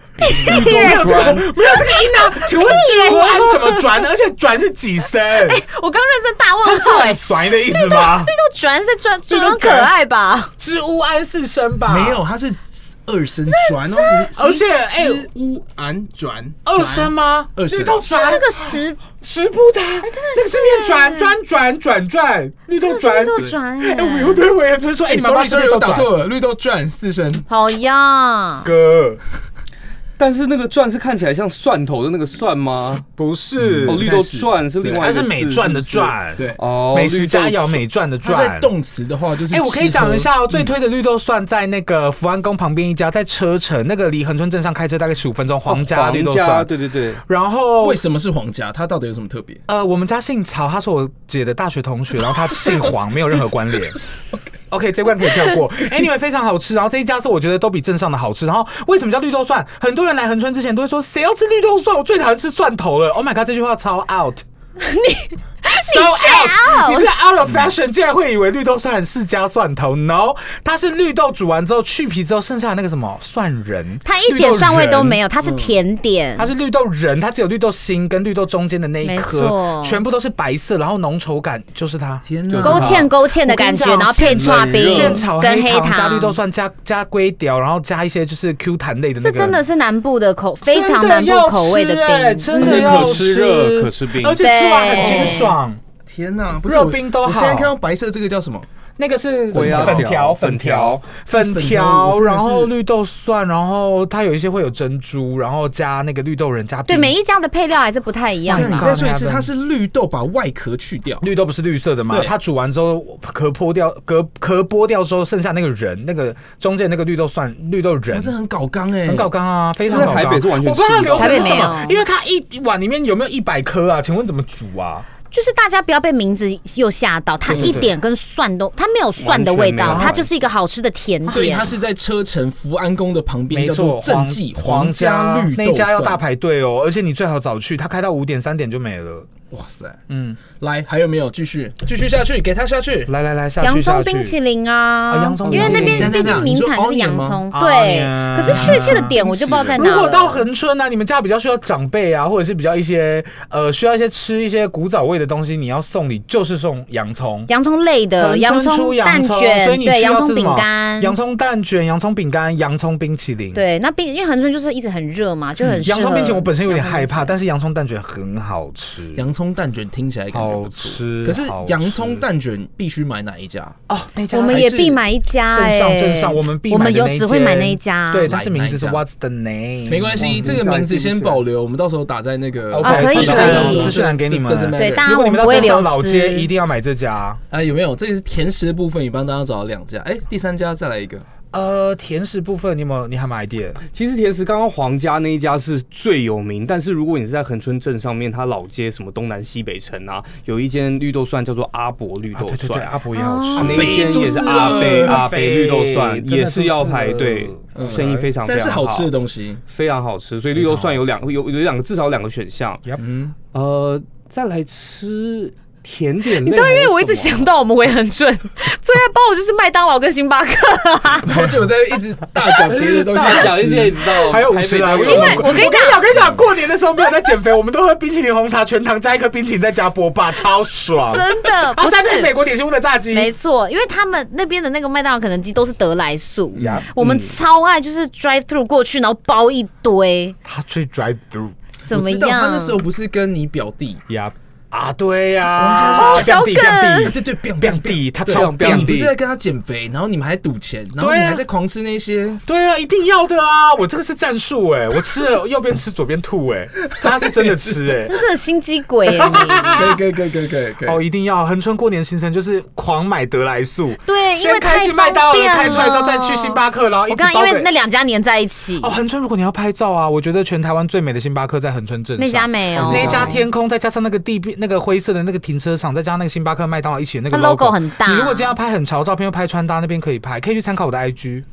[SPEAKER 10] 没有这个没有这个音啊？请问转怎么 转？而且转是几声？
[SPEAKER 9] 我刚认真大
[SPEAKER 10] 它
[SPEAKER 9] 问
[SPEAKER 10] 是很甩的意思吗？
[SPEAKER 9] 绿豆转是在转转
[SPEAKER 10] 豆
[SPEAKER 9] 可爱吧？
[SPEAKER 10] 知乌安四声吧？
[SPEAKER 6] 没有，它是二声转哦，
[SPEAKER 10] 而且哎
[SPEAKER 6] 支乌安转哎
[SPEAKER 10] 二声？吗？
[SPEAKER 6] 二声
[SPEAKER 10] 绿豆
[SPEAKER 9] 是
[SPEAKER 10] 转
[SPEAKER 9] 那个哎石
[SPEAKER 10] 食不达，那个是念转转转转转，绿豆转
[SPEAKER 9] 绿。豆转
[SPEAKER 10] 哎，我
[SPEAKER 9] 耶，
[SPEAKER 10] 有对我也就说，哎，
[SPEAKER 6] 哎
[SPEAKER 10] 你妈妈
[SPEAKER 6] ，sorry
[SPEAKER 10] 是绿
[SPEAKER 6] sorry，我
[SPEAKER 10] 豆
[SPEAKER 6] 打
[SPEAKER 10] 转。
[SPEAKER 6] 错了，绿豆转四声。
[SPEAKER 9] 好呀，
[SPEAKER 10] 哥，
[SPEAKER 7] 但是那个转是看起来像蒜头的那个蒜吗？
[SPEAKER 10] 不是
[SPEAKER 7] 哦，绿豆转是另外一个字，是不是。，
[SPEAKER 6] 对，
[SPEAKER 7] 哦，
[SPEAKER 10] 美食佳
[SPEAKER 7] 绿豆
[SPEAKER 10] 肴美转的
[SPEAKER 6] 它在
[SPEAKER 10] 哎转。
[SPEAKER 6] 动词的话就是嗯
[SPEAKER 10] 哎、我可以讲一下哦，
[SPEAKER 6] 吃喝
[SPEAKER 10] 最推的绿豆蒜在那个福安宫旁边一家，在车城那个离恒春镇上开车大概十五分钟，哦皇家绿豆
[SPEAKER 7] 皇家
[SPEAKER 10] 蒜。
[SPEAKER 7] 对对对，
[SPEAKER 10] 然后
[SPEAKER 6] 为什么是皇家？它到底有什么特别？
[SPEAKER 10] 呃，我们家姓曹，他是我姐的大学同学，然后他姓黄，没有任何关 联。OK，这罐可以跳过。Anyway，非常好吃。然后这一家是我觉得都比镇上的好吃。然后为什么叫绿豆蒜？很多人来恒春之前都会说，谁要吃绿豆蒜？我最讨厌吃蒜头了。Oh my god，这句话超 out。你 so out，
[SPEAKER 9] out
[SPEAKER 10] 你这 out of fashion，竟然会以为绿豆蒜是加蒜头？No，它是绿豆煮完之后去皮之后剩下的那个什么蒜仁，
[SPEAKER 9] 它一点嗯蒜味都
[SPEAKER 10] 有。
[SPEAKER 9] 没有，它是甜点
[SPEAKER 10] 它。是绿豆仁，它只有绿豆心跟绿豆中间的那一
[SPEAKER 9] 没
[SPEAKER 10] 颗
[SPEAKER 9] 错，
[SPEAKER 10] 全部都是白色，然后浓稠感就是它。
[SPEAKER 6] 天哪
[SPEAKER 9] 勾芡勾芡的感觉，然后配刨
[SPEAKER 10] 现
[SPEAKER 9] 冰
[SPEAKER 10] 炒
[SPEAKER 9] 跟黑
[SPEAKER 10] 糖加绿豆蒜加加龟雕，然后加一些就是 Q 弹类的那
[SPEAKER 9] 这
[SPEAKER 10] 个，
[SPEAKER 9] 真的是南部的口，非常南部口味的嗯
[SPEAKER 10] 真的要
[SPEAKER 9] 冰。
[SPEAKER 10] 吃
[SPEAKER 7] 而
[SPEAKER 10] 欸真的
[SPEAKER 7] 且
[SPEAKER 10] 要
[SPEAKER 7] 可吃热可吃冰
[SPEAKER 10] 而且吃完很清爽。
[SPEAKER 6] 天哪，不是
[SPEAKER 10] 肉
[SPEAKER 6] 我
[SPEAKER 10] 冰都
[SPEAKER 6] 我现在
[SPEAKER 10] 好
[SPEAKER 6] 看到白色这个叫什么？
[SPEAKER 10] 那个是
[SPEAKER 7] 鬼啊
[SPEAKER 10] 粉条，
[SPEAKER 7] 粉
[SPEAKER 10] 粉
[SPEAKER 7] 条
[SPEAKER 10] 条，粉
[SPEAKER 6] 粉条我
[SPEAKER 10] 条，
[SPEAKER 6] 真的
[SPEAKER 10] 然后
[SPEAKER 6] 是
[SPEAKER 10] 绿豆蒜，然后它有一些会有珍珠，然后加那个绿豆仁加
[SPEAKER 9] 对，
[SPEAKER 10] 冰
[SPEAKER 9] 每一家的配料还是不太一样
[SPEAKER 6] 这样你
[SPEAKER 9] 啦。
[SPEAKER 6] 再说一次，它是绿豆把外壳去掉，
[SPEAKER 10] 绿豆不是绿色的吗
[SPEAKER 6] 对？
[SPEAKER 10] 它煮完之后壳剥掉，壳壳剥掉之后剩下那个仁，那个中间那个绿豆蒜绿豆仁
[SPEAKER 7] 哦
[SPEAKER 6] 哇，这很搞刚哎，
[SPEAKER 10] 很搞刚啊，非常
[SPEAKER 7] 在
[SPEAKER 10] 搞
[SPEAKER 7] 台
[SPEAKER 10] 纲
[SPEAKER 7] 北是完全
[SPEAKER 10] 我不知道它
[SPEAKER 7] 吃不到
[SPEAKER 10] 流程是什
[SPEAKER 9] 台北
[SPEAKER 10] 么
[SPEAKER 9] 没，有
[SPEAKER 10] 因为它一碗里面有没有一百颗啊？请问怎么煮啊？
[SPEAKER 9] 就是大家不要被名字又吓到，它一点跟蒜都，它没有蒜的
[SPEAKER 7] 完
[SPEAKER 9] 味
[SPEAKER 7] 全
[SPEAKER 9] 道，
[SPEAKER 7] 没有
[SPEAKER 9] 它就是一个好吃的甜
[SPEAKER 6] 所以
[SPEAKER 9] 点
[SPEAKER 6] 它。是在车城福安宫的旁边，
[SPEAKER 10] 没
[SPEAKER 6] 叫
[SPEAKER 10] 错，
[SPEAKER 6] 做正
[SPEAKER 10] 黄
[SPEAKER 6] 记皇家绿豆
[SPEAKER 10] 那一家要大
[SPEAKER 6] 蒜。
[SPEAKER 10] 排队哦，而且你最好早去，它开到五点三点就没了。
[SPEAKER 6] 哇塞，
[SPEAKER 10] 嗯，
[SPEAKER 6] 来，还有没有？继续，继续下去，给它下去。
[SPEAKER 10] 来来来，下去
[SPEAKER 9] 洋葱
[SPEAKER 10] 下去
[SPEAKER 9] 冰淇淋
[SPEAKER 10] 啊
[SPEAKER 9] 啊，
[SPEAKER 10] 洋葱
[SPEAKER 9] 因为那
[SPEAKER 10] 冰淇
[SPEAKER 9] 边毕
[SPEAKER 10] 淋
[SPEAKER 9] 竟名产是洋
[SPEAKER 10] 你
[SPEAKER 9] 葱，
[SPEAKER 10] 啊说 onion 吗
[SPEAKER 9] 对。
[SPEAKER 10] onion
[SPEAKER 9] 可是确切的点我就不知道在哪
[SPEAKER 10] 如果到
[SPEAKER 9] 了。
[SPEAKER 10] 恒春啊，你们家比较需要长辈啊，或者是比较一些呃需要一些吃一些古早味的东西，你要送礼就是送洋葱。
[SPEAKER 9] 呃洋葱类的，
[SPEAKER 10] 恒春
[SPEAKER 9] 葱
[SPEAKER 10] 出
[SPEAKER 9] 蛋
[SPEAKER 10] 洋葱，所以
[SPEAKER 9] 卷，
[SPEAKER 10] 你
[SPEAKER 9] 对，
[SPEAKER 10] 需
[SPEAKER 9] 洋
[SPEAKER 10] 要
[SPEAKER 9] 葱
[SPEAKER 10] 吃什
[SPEAKER 9] 饼
[SPEAKER 10] 么
[SPEAKER 9] 干，
[SPEAKER 10] 洋葱蛋卷、洋葱饼干、洋葱冰淇淋。，
[SPEAKER 9] 对，那冰因为恒春就是一直很热嘛，就很适合
[SPEAKER 10] 嗯洋葱冰淇淋我本身有点害怕，
[SPEAKER 9] 洋葱
[SPEAKER 10] 但是洋葱蛋卷很好吃，
[SPEAKER 6] 洋葱蛋卷听起来感觉不错，
[SPEAKER 10] 好吃。
[SPEAKER 6] 可是
[SPEAKER 10] 好吃
[SPEAKER 6] 洋葱蛋卷必须买哪一家？
[SPEAKER 10] 哦，那家
[SPEAKER 9] 我们
[SPEAKER 10] 还
[SPEAKER 9] 也
[SPEAKER 10] 是
[SPEAKER 9] 必买一家
[SPEAKER 10] 镇
[SPEAKER 9] 哎，
[SPEAKER 10] 上镇上我们必买
[SPEAKER 9] 我们
[SPEAKER 10] 的
[SPEAKER 9] 有
[SPEAKER 10] 那一
[SPEAKER 9] 只会买
[SPEAKER 10] 间
[SPEAKER 9] 那一家，
[SPEAKER 10] 对，但是名字是
[SPEAKER 6] 哪一家
[SPEAKER 10] What's the name？
[SPEAKER 6] 没关系，
[SPEAKER 7] 哇
[SPEAKER 6] 这个名字先保留，我们到时候打在那个
[SPEAKER 10] OK，
[SPEAKER 9] 啊可以
[SPEAKER 6] 资讯
[SPEAKER 9] 可以
[SPEAKER 6] 栏中
[SPEAKER 10] 资讯栏给你们
[SPEAKER 6] 这这这
[SPEAKER 9] 对大家
[SPEAKER 10] 如果你
[SPEAKER 9] 我们
[SPEAKER 10] 们到
[SPEAKER 9] 不会
[SPEAKER 10] 镇上
[SPEAKER 9] 流
[SPEAKER 10] 老
[SPEAKER 9] 失
[SPEAKER 10] 街，一定要买这家。
[SPEAKER 6] 啊，有没有？这是甜食的部分，也帮大家找了两家。哎，第三家再来一个，
[SPEAKER 10] 呃，甜食部分你有没有？你还买 idea？
[SPEAKER 7] 其实甜食刚刚皇家那一家是最有名，但是如果你是在恒春镇上面，它老街什么东南西北城啊，有一间绿豆蒜叫做阿伯绿
[SPEAKER 10] 啊，
[SPEAKER 7] 豆
[SPEAKER 10] 对对对，
[SPEAKER 7] 蒜。
[SPEAKER 10] 阿伯也好
[SPEAKER 7] 啊
[SPEAKER 9] 哦
[SPEAKER 10] 吃。
[SPEAKER 7] 那一间也是阿
[SPEAKER 6] 贝
[SPEAKER 7] 贝阿贝绿豆蒜，
[SPEAKER 10] 真的嗯
[SPEAKER 7] 也是要排队
[SPEAKER 10] 出事了，
[SPEAKER 7] 生意非常非
[SPEAKER 6] 但是
[SPEAKER 7] 常
[SPEAKER 6] 好吃的
[SPEAKER 7] 好，
[SPEAKER 6] 东西，
[SPEAKER 7] 非常好吃。所以绿豆蒜有两有有两个至少两个选项。
[SPEAKER 6] 嗯，
[SPEAKER 7] 呃，再来吃甜点类还
[SPEAKER 4] 你知
[SPEAKER 7] 有什么，
[SPEAKER 4] 道，因为我一直想到我们维恒 顺最爱帮我就是麦当劳跟星巴克，
[SPEAKER 6] 然后就有在一直大讲别的东 西，
[SPEAKER 7] 大讲一些，你知道，
[SPEAKER 10] 还有五十来，
[SPEAKER 7] 因
[SPEAKER 10] 因
[SPEAKER 4] 为我跟你讲
[SPEAKER 10] 我跟你讲，过年的时候没有在减肥，我们都喝冰淇淋红茶，全糖加一颗冰淇淋，再加波霸，超 爽。
[SPEAKER 9] 真的
[SPEAKER 10] 啊，
[SPEAKER 9] 不
[SPEAKER 10] 再配美
[SPEAKER 9] 是。
[SPEAKER 10] 国点心屋的炸鸡，
[SPEAKER 9] 没错，因为他们那边的那个麦当劳、肯德基都是得来速
[SPEAKER 10] Yeah，
[SPEAKER 9] 我们超爱，就是 drive through 过去，然后包一堆，
[SPEAKER 10] 他去 drive through
[SPEAKER 9] 怎么
[SPEAKER 6] 我知道他
[SPEAKER 9] 样
[SPEAKER 6] 那？时候不是跟你表弟，
[SPEAKER 10] 呀啊，对呀，啊
[SPEAKER 6] 哦
[SPEAKER 10] 小
[SPEAKER 4] 小
[SPEAKER 6] 对
[SPEAKER 9] 啊
[SPEAKER 10] 梗
[SPEAKER 6] 对对，表
[SPEAKER 10] ，biang biang 他
[SPEAKER 6] 对
[SPEAKER 10] 超
[SPEAKER 7] ，biang biang
[SPEAKER 6] 你
[SPEAKER 10] biang
[SPEAKER 6] 不是在跟他减肥，然后你们还赌钱，然后
[SPEAKER 10] 对
[SPEAKER 6] 你
[SPEAKER 10] 啊
[SPEAKER 6] 还在狂吃那些，
[SPEAKER 10] 对啊，一定要的啊！我这个是战术哎、我吃了右边吃左边吐哎、他是真的吃 哎、
[SPEAKER 9] 那真的心机鬼耶你
[SPEAKER 6] 可以可以可以可以可以可以
[SPEAKER 10] 哦，一定要！恒春过年行程就是狂买得来速，
[SPEAKER 9] 对，因为
[SPEAKER 10] 先开
[SPEAKER 9] 太
[SPEAKER 10] 去
[SPEAKER 9] 方
[SPEAKER 10] 麦
[SPEAKER 9] 便
[SPEAKER 10] 当劳，
[SPEAKER 9] 了。
[SPEAKER 10] 开出来之后再去星巴克，然后一
[SPEAKER 9] 我
[SPEAKER 10] 直
[SPEAKER 9] 刚
[SPEAKER 10] 包
[SPEAKER 9] 刚因为
[SPEAKER 10] 给
[SPEAKER 9] 那。两家粘在一起
[SPEAKER 10] 哦，，恒春，如果你要拍照啊，我觉得全台湾最美的星巴克在恒春镇上
[SPEAKER 9] 那家没
[SPEAKER 6] 哦
[SPEAKER 9] 有，
[SPEAKER 10] 那一家天空，再加上那个地边那个灰色的那个停车场，再加上那个星巴克、麦当劳一起的那个
[SPEAKER 9] 它 logo 很大
[SPEAKER 10] 你如果今天要拍很潮的照片，又拍穿搭，那边可以拍，可以去参考我的 IG。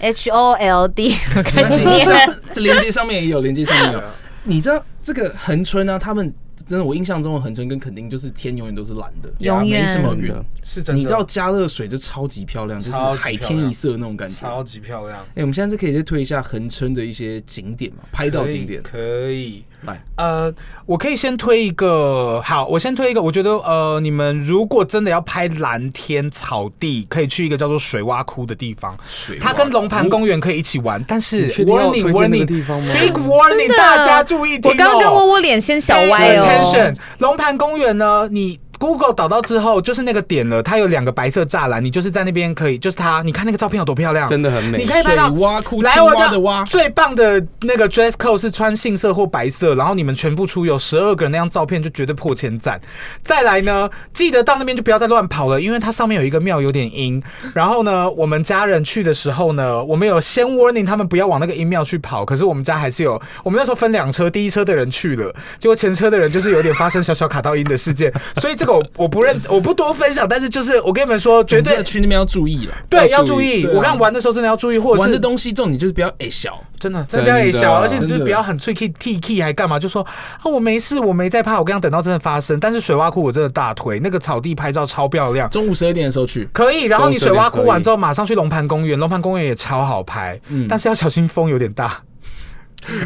[SPEAKER 9] H O L D，我
[SPEAKER 6] 没
[SPEAKER 9] 开
[SPEAKER 6] 关
[SPEAKER 9] 始
[SPEAKER 6] 系
[SPEAKER 9] 念了。
[SPEAKER 6] 这连接上面也有，连接上面也有。你知道这个恒春呢、他们真的，我印象中的恒春跟垦丁就是天永远都是蓝的，
[SPEAKER 9] 永远
[SPEAKER 6] 没什么云
[SPEAKER 7] 真的。
[SPEAKER 10] 是
[SPEAKER 6] 你到加热水就超级漂亮，就是
[SPEAKER 10] 超级
[SPEAKER 6] 海
[SPEAKER 10] 漂
[SPEAKER 6] 天
[SPEAKER 10] 亮
[SPEAKER 6] 一色那种感觉。哎、
[SPEAKER 10] 级漂亮。
[SPEAKER 6] 我们现在是可以再推一下恒春的一些景点嘛，拍照景点。
[SPEAKER 10] 可以。
[SPEAKER 6] 来，
[SPEAKER 10] 呃，我可以先推一个，好，我先推一个。我觉得，呃，你们如果真的要拍蓝天草地，可以去一个叫做水洼窟的地方，
[SPEAKER 6] 水
[SPEAKER 10] 它
[SPEAKER 6] 洼
[SPEAKER 10] 跟龙盘公园可以一起玩。但是
[SPEAKER 7] 你确定要
[SPEAKER 10] warning
[SPEAKER 7] 推荐那个地
[SPEAKER 10] warning
[SPEAKER 7] 方吗？
[SPEAKER 10] big warning，大家注意听、
[SPEAKER 4] 我
[SPEAKER 10] 哦。
[SPEAKER 4] 刚刚跟窝窝脸先小歪
[SPEAKER 10] Pay
[SPEAKER 4] 哦，
[SPEAKER 10] Attention，龙盘公园呢，你。Google 导到之后就是那个点了，它有两个白色栅栏，你就是在那边可以，就是它。你看那个照片有多漂亮，
[SPEAKER 7] 真的很美
[SPEAKER 10] 你。可以拍到
[SPEAKER 6] 水蛙窟
[SPEAKER 10] 来
[SPEAKER 6] 青
[SPEAKER 10] 我
[SPEAKER 6] 蛙
[SPEAKER 10] 讲
[SPEAKER 6] 的蛙
[SPEAKER 10] 最棒的那个 dress code 是穿杏色或白色，然后你们全部出游十二个人那张照片就绝对破千赞。再来呢，记得到那边就不要再乱跑了，因为它上面有一个庙有点阴。然后呢，我们家人去的时候呢，我们有先 warning 他们不要往那个阴庙去跑，可是我们家还是有，我们那时候分两车，第一车的人去了，结果前车的人就是有点发生小小卡到阴的事件，所以这个我 我不认我不多分享，但是就是我跟你们说，绝
[SPEAKER 6] 绝对
[SPEAKER 10] 对。
[SPEAKER 6] 去那边要注意了。
[SPEAKER 10] 对，
[SPEAKER 7] 要
[SPEAKER 10] 要
[SPEAKER 7] 注
[SPEAKER 10] 注
[SPEAKER 7] 意
[SPEAKER 10] 意。
[SPEAKER 6] 对啊
[SPEAKER 10] 我刚玩的时候真的要注意，或者
[SPEAKER 6] 玩
[SPEAKER 10] 是
[SPEAKER 6] 的东西重点就是不要哎小，
[SPEAKER 10] 真的，真的不要也
[SPEAKER 7] 真的
[SPEAKER 10] 小，而且就
[SPEAKER 6] 真
[SPEAKER 10] 是
[SPEAKER 6] 的
[SPEAKER 10] 不要很脆 K T K 还干嘛？就说啊，我没事，我没在怕，我跟你讲，等到真的发生。但是水洼窟我真的大推，那个草地拍照超漂亮，
[SPEAKER 6] 中午十二点的时候去。
[SPEAKER 10] 可以。然后你
[SPEAKER 7] 中
[SPEAKER 10] 水
[SPEAKER 7] 水
[SPEAKER 10] 洼
[SPEAKER 7] 可
[SPEAKER 10] 窟
[SPEAKER 7] 以
[SPEAKER 10] 完之后，马上去龙盘公园，龙盘公园也超好
[SPEAKER 7] 嗯
[SPEAKER 10] 拍，但是要小心风有点大。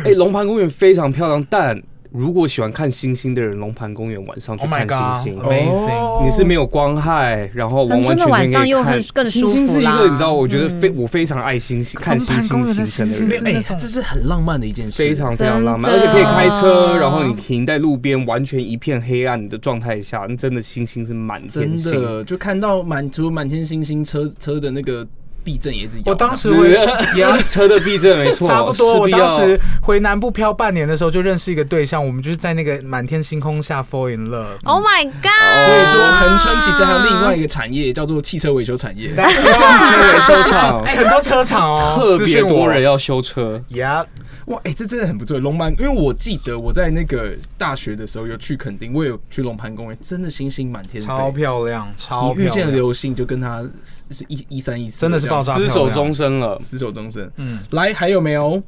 [SPEAKER 7] 哎，龙盘公园非常漂亮，但如果喜欢看星星的人，龙盘公园晚上去
[SPEAKER 10] Oh my
[SPEAKER 7] 看星星。哦
[SPEAKER 10] god, amazing！
[SPEAKER 7] 你是没有光害，然后完完全全可以
[SPEAKER 9] 晚上又
[SPEAKER 7] 看
[SPEAKER 9] 很更舒服啦
[SPEAKER 7] 星星是一个你知道，我觉得非、
[SPEAKER 9] 嗯
[SPEAKER 7] 我非常爱星星，看星星形成的人，
[SPEAKER 6] 哎、
[SPEAKER 10] 嗯
[SPEAKER 6] 这是很浪漫的一件事，
[SPEAKER 7] 非常非常浪漫，而且
[SPEAKER 9] 真的
[SPEAKER 7] 可以开车，然后你停在路边，完全一片黑暗的状态下，那真的星星是满天
[SPEAKER 6] 真
[SPEAKER 7] 星。
[SPEAKER 6] 的，就看到满除了满天星星，车车的那个避震也一直摇。
[SPEAKER 10] 我当时我
[SPEAKER 7] 对
[SPEAKER 10] 也，
[SPEAKER 7] 呀，车的避震没错，
[SPEAKER 10] 差不多。
[SPEAKER 7] 势
[SPEAKER 10] 我
[SPEAKER 7] 必要
[SPEAKER 10] 当时回南部漂半年的时候，就认识一个对象，我们就是在那个满天星空下 fall in love。
[SPEAKER 9] Oh my god！
[SPEAKER 6] 所以说，恒春其实还有另外一个产业叫做汽车维修产业。
[SPEAKER 10] 但是
[SPEAKER 7] 车维修厂
[SPEAKER 10] 哎，很多车厂哦，
[SPEAKER 7] 特
[SPEAKER 10] 私
[SPEAKER 7] 别
[SPEAKER 10] 讯我
[SPEAKER 7] 多人。要修车，
[SPEAKER 10] Yeah，
[SPEAKER 6] 哇，哎、这真的很不错。龙盘，因为我记得我在那个大学的时候有去垦丁，我也有去龙盘公园，真的星星满天飞。
[SPEAKER 10] 超漂亮，超
[SPEAKER 6] 你
[SPEAKER 10] 漂
[SPEAKER 6] 遇见
[SPEAKER 10] 亮，
[SPEAKER 6] 流星就跟他是是一一三一四，
[SPEAKER 10] 真的是爆炸漂
[SPEAKER 7] 厮
[SPEAKER 10] 亮。
[SPEAKER 7] 守终身了。
[SPEAKER 6] 厮守终身。
[SPEAKER 10] 嗯，
[SPEAKER 6] 来，还有没有？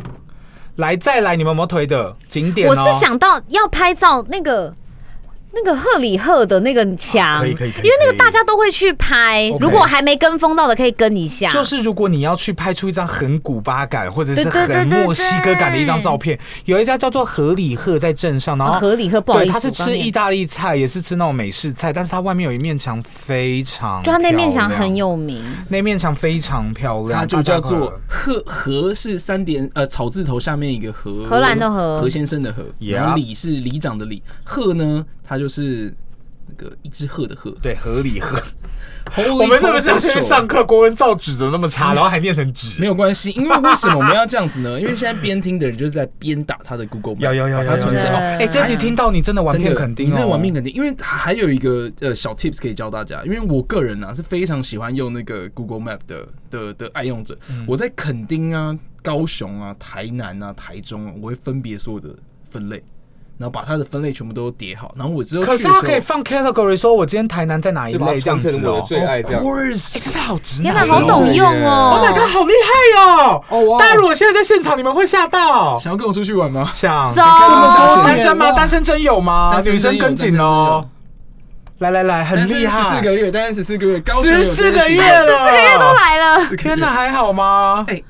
[SPEAKER 10] 来再来，你们有没有推的景点哦？
[SPEAKER 9] 我是想到要拍照那个。那个赫里赫的那个墙，
[SPEAKER 10] 哦可以可以可
[SPEAKER 9] 因
[SPEAKER 10] 以
[SPEAKER 9] 为那个大家都会去拍
[SPEAKER 10] OK，
[SPEAKER 9] 如果还没跟风到的可以跟一下。
[SPEAKER 10] 就是如果你要去拍出一张很古巴感或者是
[SPEAKER 9] 对对对
[SPEAKER 10] 很
[SPEAKER 9] 对
[SPEAKER 10] 墨西哥感的一张照片，有一家叫做和里赫在镇上，然
[SPEAKER 9] 啊
[SPEAKER 10] 后
[SPEAKER 9] 和里赫不好
[SPEAKER 10] 对，
[SPEAKER 9] 意思，
[SPEAKER 10] 它是
[SPEAKER 9] 我刚
[SPEAKER 10] 吃
[SPEAKER 9] 念
[SPEAKER 10] 意大利菜，也是吃那种美式菜，但是它外面有一面墙非常，
[SPEAKER 9] 就它那面墙很，有名，
[SPEAKER 10] 那面墙非常漂亮，
[SPEAKER 6] 它就
[SPEAKER 10] 大家
[SPEAKER 6] 叫
[SPEAKER 10] 快
[SPEAKER 6] 做荷荷是三点呃草字头下面一个荷
[SPEAKER 9] 荷兰的荷
[SPEAKER 6] 何先生的荷，
[SPEAKER 10] Yeah
[SPEAKER 6] 然后里是里长的里，鹤呢它就是那个一只鹤的鹤。
[SPEAKER 10] 对和里赫。
[SPEAKER 6] Holy
[SPEAKER 10] 我们是不是先
[SPEAKER 6] Cow
[SPEAKER 10] 上课国文造纸怎么那么差，然后还念成
[SPEAKER 6] 没
[SPEAKER 10] 纸？
[SPEAKER 6] 有关系，因为为什么我们要这样子呢？因为现在边听的人就是在边打他的 Google，Map，
[SPEAKER 10] 有有有
[SPEAKER 6] 把
[SPEAKER 10] 有
[SPEAKER 6] 它存
[SPEAKER 10] 有
[SPEAKER 6] 起
[SPEAKER 10] 有！
[SPEAKER 6] 来。哦
[SPEAKER 10] 哎，这集听到你真的玩
[SPEAKER 6] 真
[SPEAKER 10] 片
[SPEAKER 6] 的，
[SPEAKER 10] 肯定，哦
[SPEAKER 6] 你是玩命肯定，因为还有一个呃小 tips 可以教大家，因为我个人呢、啊、是非常喜欢用那个 Google Map 的的的爱用者，
[SPEAKER 10] 嗯
[SPEAKER 6] 我在垦丁啊、高雄啊、台南啊、台中啊，我会分别所有的分类，然后把它的分类全部都叠好，然后我之后
[SPEAKER 10] 可
[SPEAKER 6] 去
[SPEAKER 10] 是
[SPEAKER 6] 的时
[SPEAKER 10] 它
[SPEAKER 6] 候
[SPEAKER 10] 可以放 category，说我今天台南在哪一
[SPEAKER 7] 就把它
[SPEAKER 10] 类这样子
[SPEAKER 7] 传承我
[SPEAKER 10] 哦
[SPEAKER 7] 的。最爱这样
[SPEAKER 10] Of course，哎真的好直
[SPEAKER 9] 天
[SPEAKER 10] 男
[SPEAKER 9] 哪，
[SPEAKER 10] 哦，
[SPEAKER 9] 好懂用哦
[SPEAKER 10] Oh my god，好厉害哦！
[SPEAKER 7] 哦哇
[SPEAKER 10] 大家如果现在在现场，你们会吓到。
[SPEAKER 6] 想要跟我出去玩吗？
[SPEAKER 10] 想
[SPEAKER 9] 走
[SPEAKER 10] 单身吗？单身真有吗？
[SPEAKER 6] 单身
[SPEAKER 10] 女
[SPEAKER 6] 真
[SPEAKER 10] 生
[SPEAKER 6] 有
[SPEAKER 10] 跟紧哦。来来来，很
[SPEAKER 6] 但是
[SPEAKER 10] 厉
[SPEAKER 6] 十四
[SPEAKER 10] 害。
[SPEAKER 6] 个月，但是十四个月，高雄有
[SPEAKER 10] 14个
[SPEAKER 6] 这几
[SPEAKER 10] 月
[SPEAKER 6] 个
[SPEAKER 9] 四个月都来了，
[SPEAKER 10] 天哪，还好吗？
[SPEAKER 6] 哎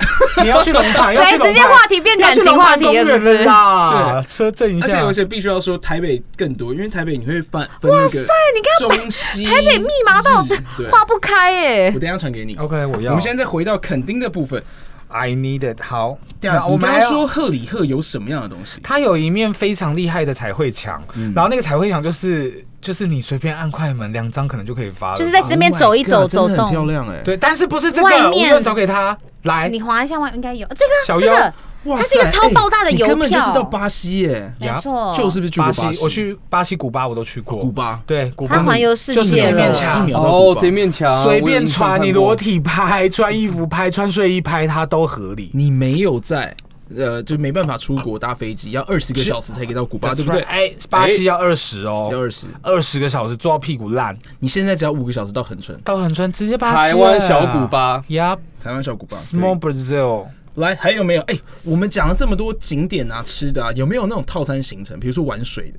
[SPEAKER 10] 你要去龙潭， 要去
[SPEAKER 9] 谁
[SPEAKER 10] 龙
[SPEAKER 9] 直接
[SPEAKER 10] 潭，
[SPEAKER 9] 话题变
[SPEAKER 10] 要
[SPEAKER 9] 感
[SPEAKER 10] 去
[SPEAKER 9] 情
[SPEAKER 10] 龙
[SPEAKER 9] 话
[SPEAKER 10] 潭
[SPEAKER 9] 题
[SPEAKER 10] 公
[SPEAKER 9] 了，
[SPEAKER 10] 园
[SPEAKER 9] 是不
[SPEAKER 10] 了
[SPEAKER 9] 是？
[SPEAKER 10] 啦，车震一
[SPEAKER 6] 而且
[SPEAKER 10] 下
[SPEAKER 6] 而。且必须要说台北更多，因为台北你会翻分那个
[SPEAKER 9] 你看
[SPEAKER 6] 中西
[SPEAKER 9] 台北密码到
[SPEAKER 6] 日嗯对
[SPEAKER 9] 画不开耶、
[SPEAKER 6] 我等一下传给你。
[SPEAKER 10] OK，我要。
[SPEAKER 6] 我们现在再回到垦丁的部分，
[SPEAKER 10] I need it。好，
[SPEAKER 6] 对啊，
[SPEAKER 10] 我
[SPEAKER 6] 我
[SPEAKER 10] 们
[SPEAKER 6] 们
[SPEAKER 10] 还
[SPEAKER 6] 要
[SPEAKER 10] 要
[SPEAKER 6] 说赫里赫有什么样的东西？
[SPEAKER 10] 它有一面非常厉害的彩绘墙，
[SPEAKER 6] 嗯
[SPEAKER 10] 然后那个彩绘墙就是就是你随便按快门，两张可能就可以发了吧。
[SPEAKER 9] 就是在这边走一走
[SPEAKER 6] Oh my god，
[SPEAKER 9] 走
[SPEAKER 6] 真的很漂
[SPEAKER 9] 动。
[SPEAKER 6] 亮哎。
[SPEAKER 10] 对，但是不是这
[SPEAKER 9] 外
[SPEAKER 10] 个？
[SPEAKER 9] 面
[SPEAKER 10] 无论找给他来
[SPEAKER 9] 你，划一下外应该有这个啊
[SPEAKER 10] 小
[SPEAKER 9] 这
[SPEAKER 10] 优
[SPEAKER 9] 个，
[SPEAKER 6] 哇哎
[SPEAKER 9] 它是一个超爆大的邮
[SPEAKER 6] 你根本就是
[SPEAKER 9] 票
[SPEAKER 6] 到巴西耶，
[SPEAKER 9] 没错，
[SPEAKER 6] 就是不是去过
[SPEAKER 10] 巴
[SPEAKER 6] 巴
[SPEAKER 10] 西
[SPEAKER 6] 西？，
[SPEAKER 10] 我去巴西、古巴我都去过。
[SPEAKER 6] 古巴，
[SPEAKER 10] 对，古巴
[SPEAKER 9] 它环游世界
[SPEAKER 10] 就是这面
[SPEAKER 6] 一
[SPEAKER 10] 墙，
[SPEAKER 6] 秒到古
[SPEAKER 7] 哦
[SPEAKER 6] 巴，
[SPEAKER 7] 这面墙
[SPEAKER 10] 随便
[SPEAKER 7] 穿
[SPEAKER 10] 穿，你裸，体拍、穿衣服拍、穿睡衣拍，它都合理。
[SPEAKER 6] 你没有在，呃，就没办法出国搭飞机，要二十个小时才可以到古巴，对不对？
[SPEAKER 10] That's right，哎，巴西要二十哦，
[SPEAKER 6] 要二十，
[SPEAKER 10] 二十个小时坐到屁股烂，
[SPEAKER 6] 你现在只要五个小时到恒春，
[SPEAKER 10] 到横川直接巴西
[SPEAKER 7] 台
[SPEAKER 10] 了。
[SPEAKER 7] 湾小古巴，
[SPEAKER 10] ，Yeah，small
[SPEAKER 6] 台湾小古巴。
[SPEAKER 10] Brazil。
[SPEAKER 6] 来，还有没有？哎、我们讲了这么多景点啊、吃的啊，有没有那种套餐行程？比如说玩水的，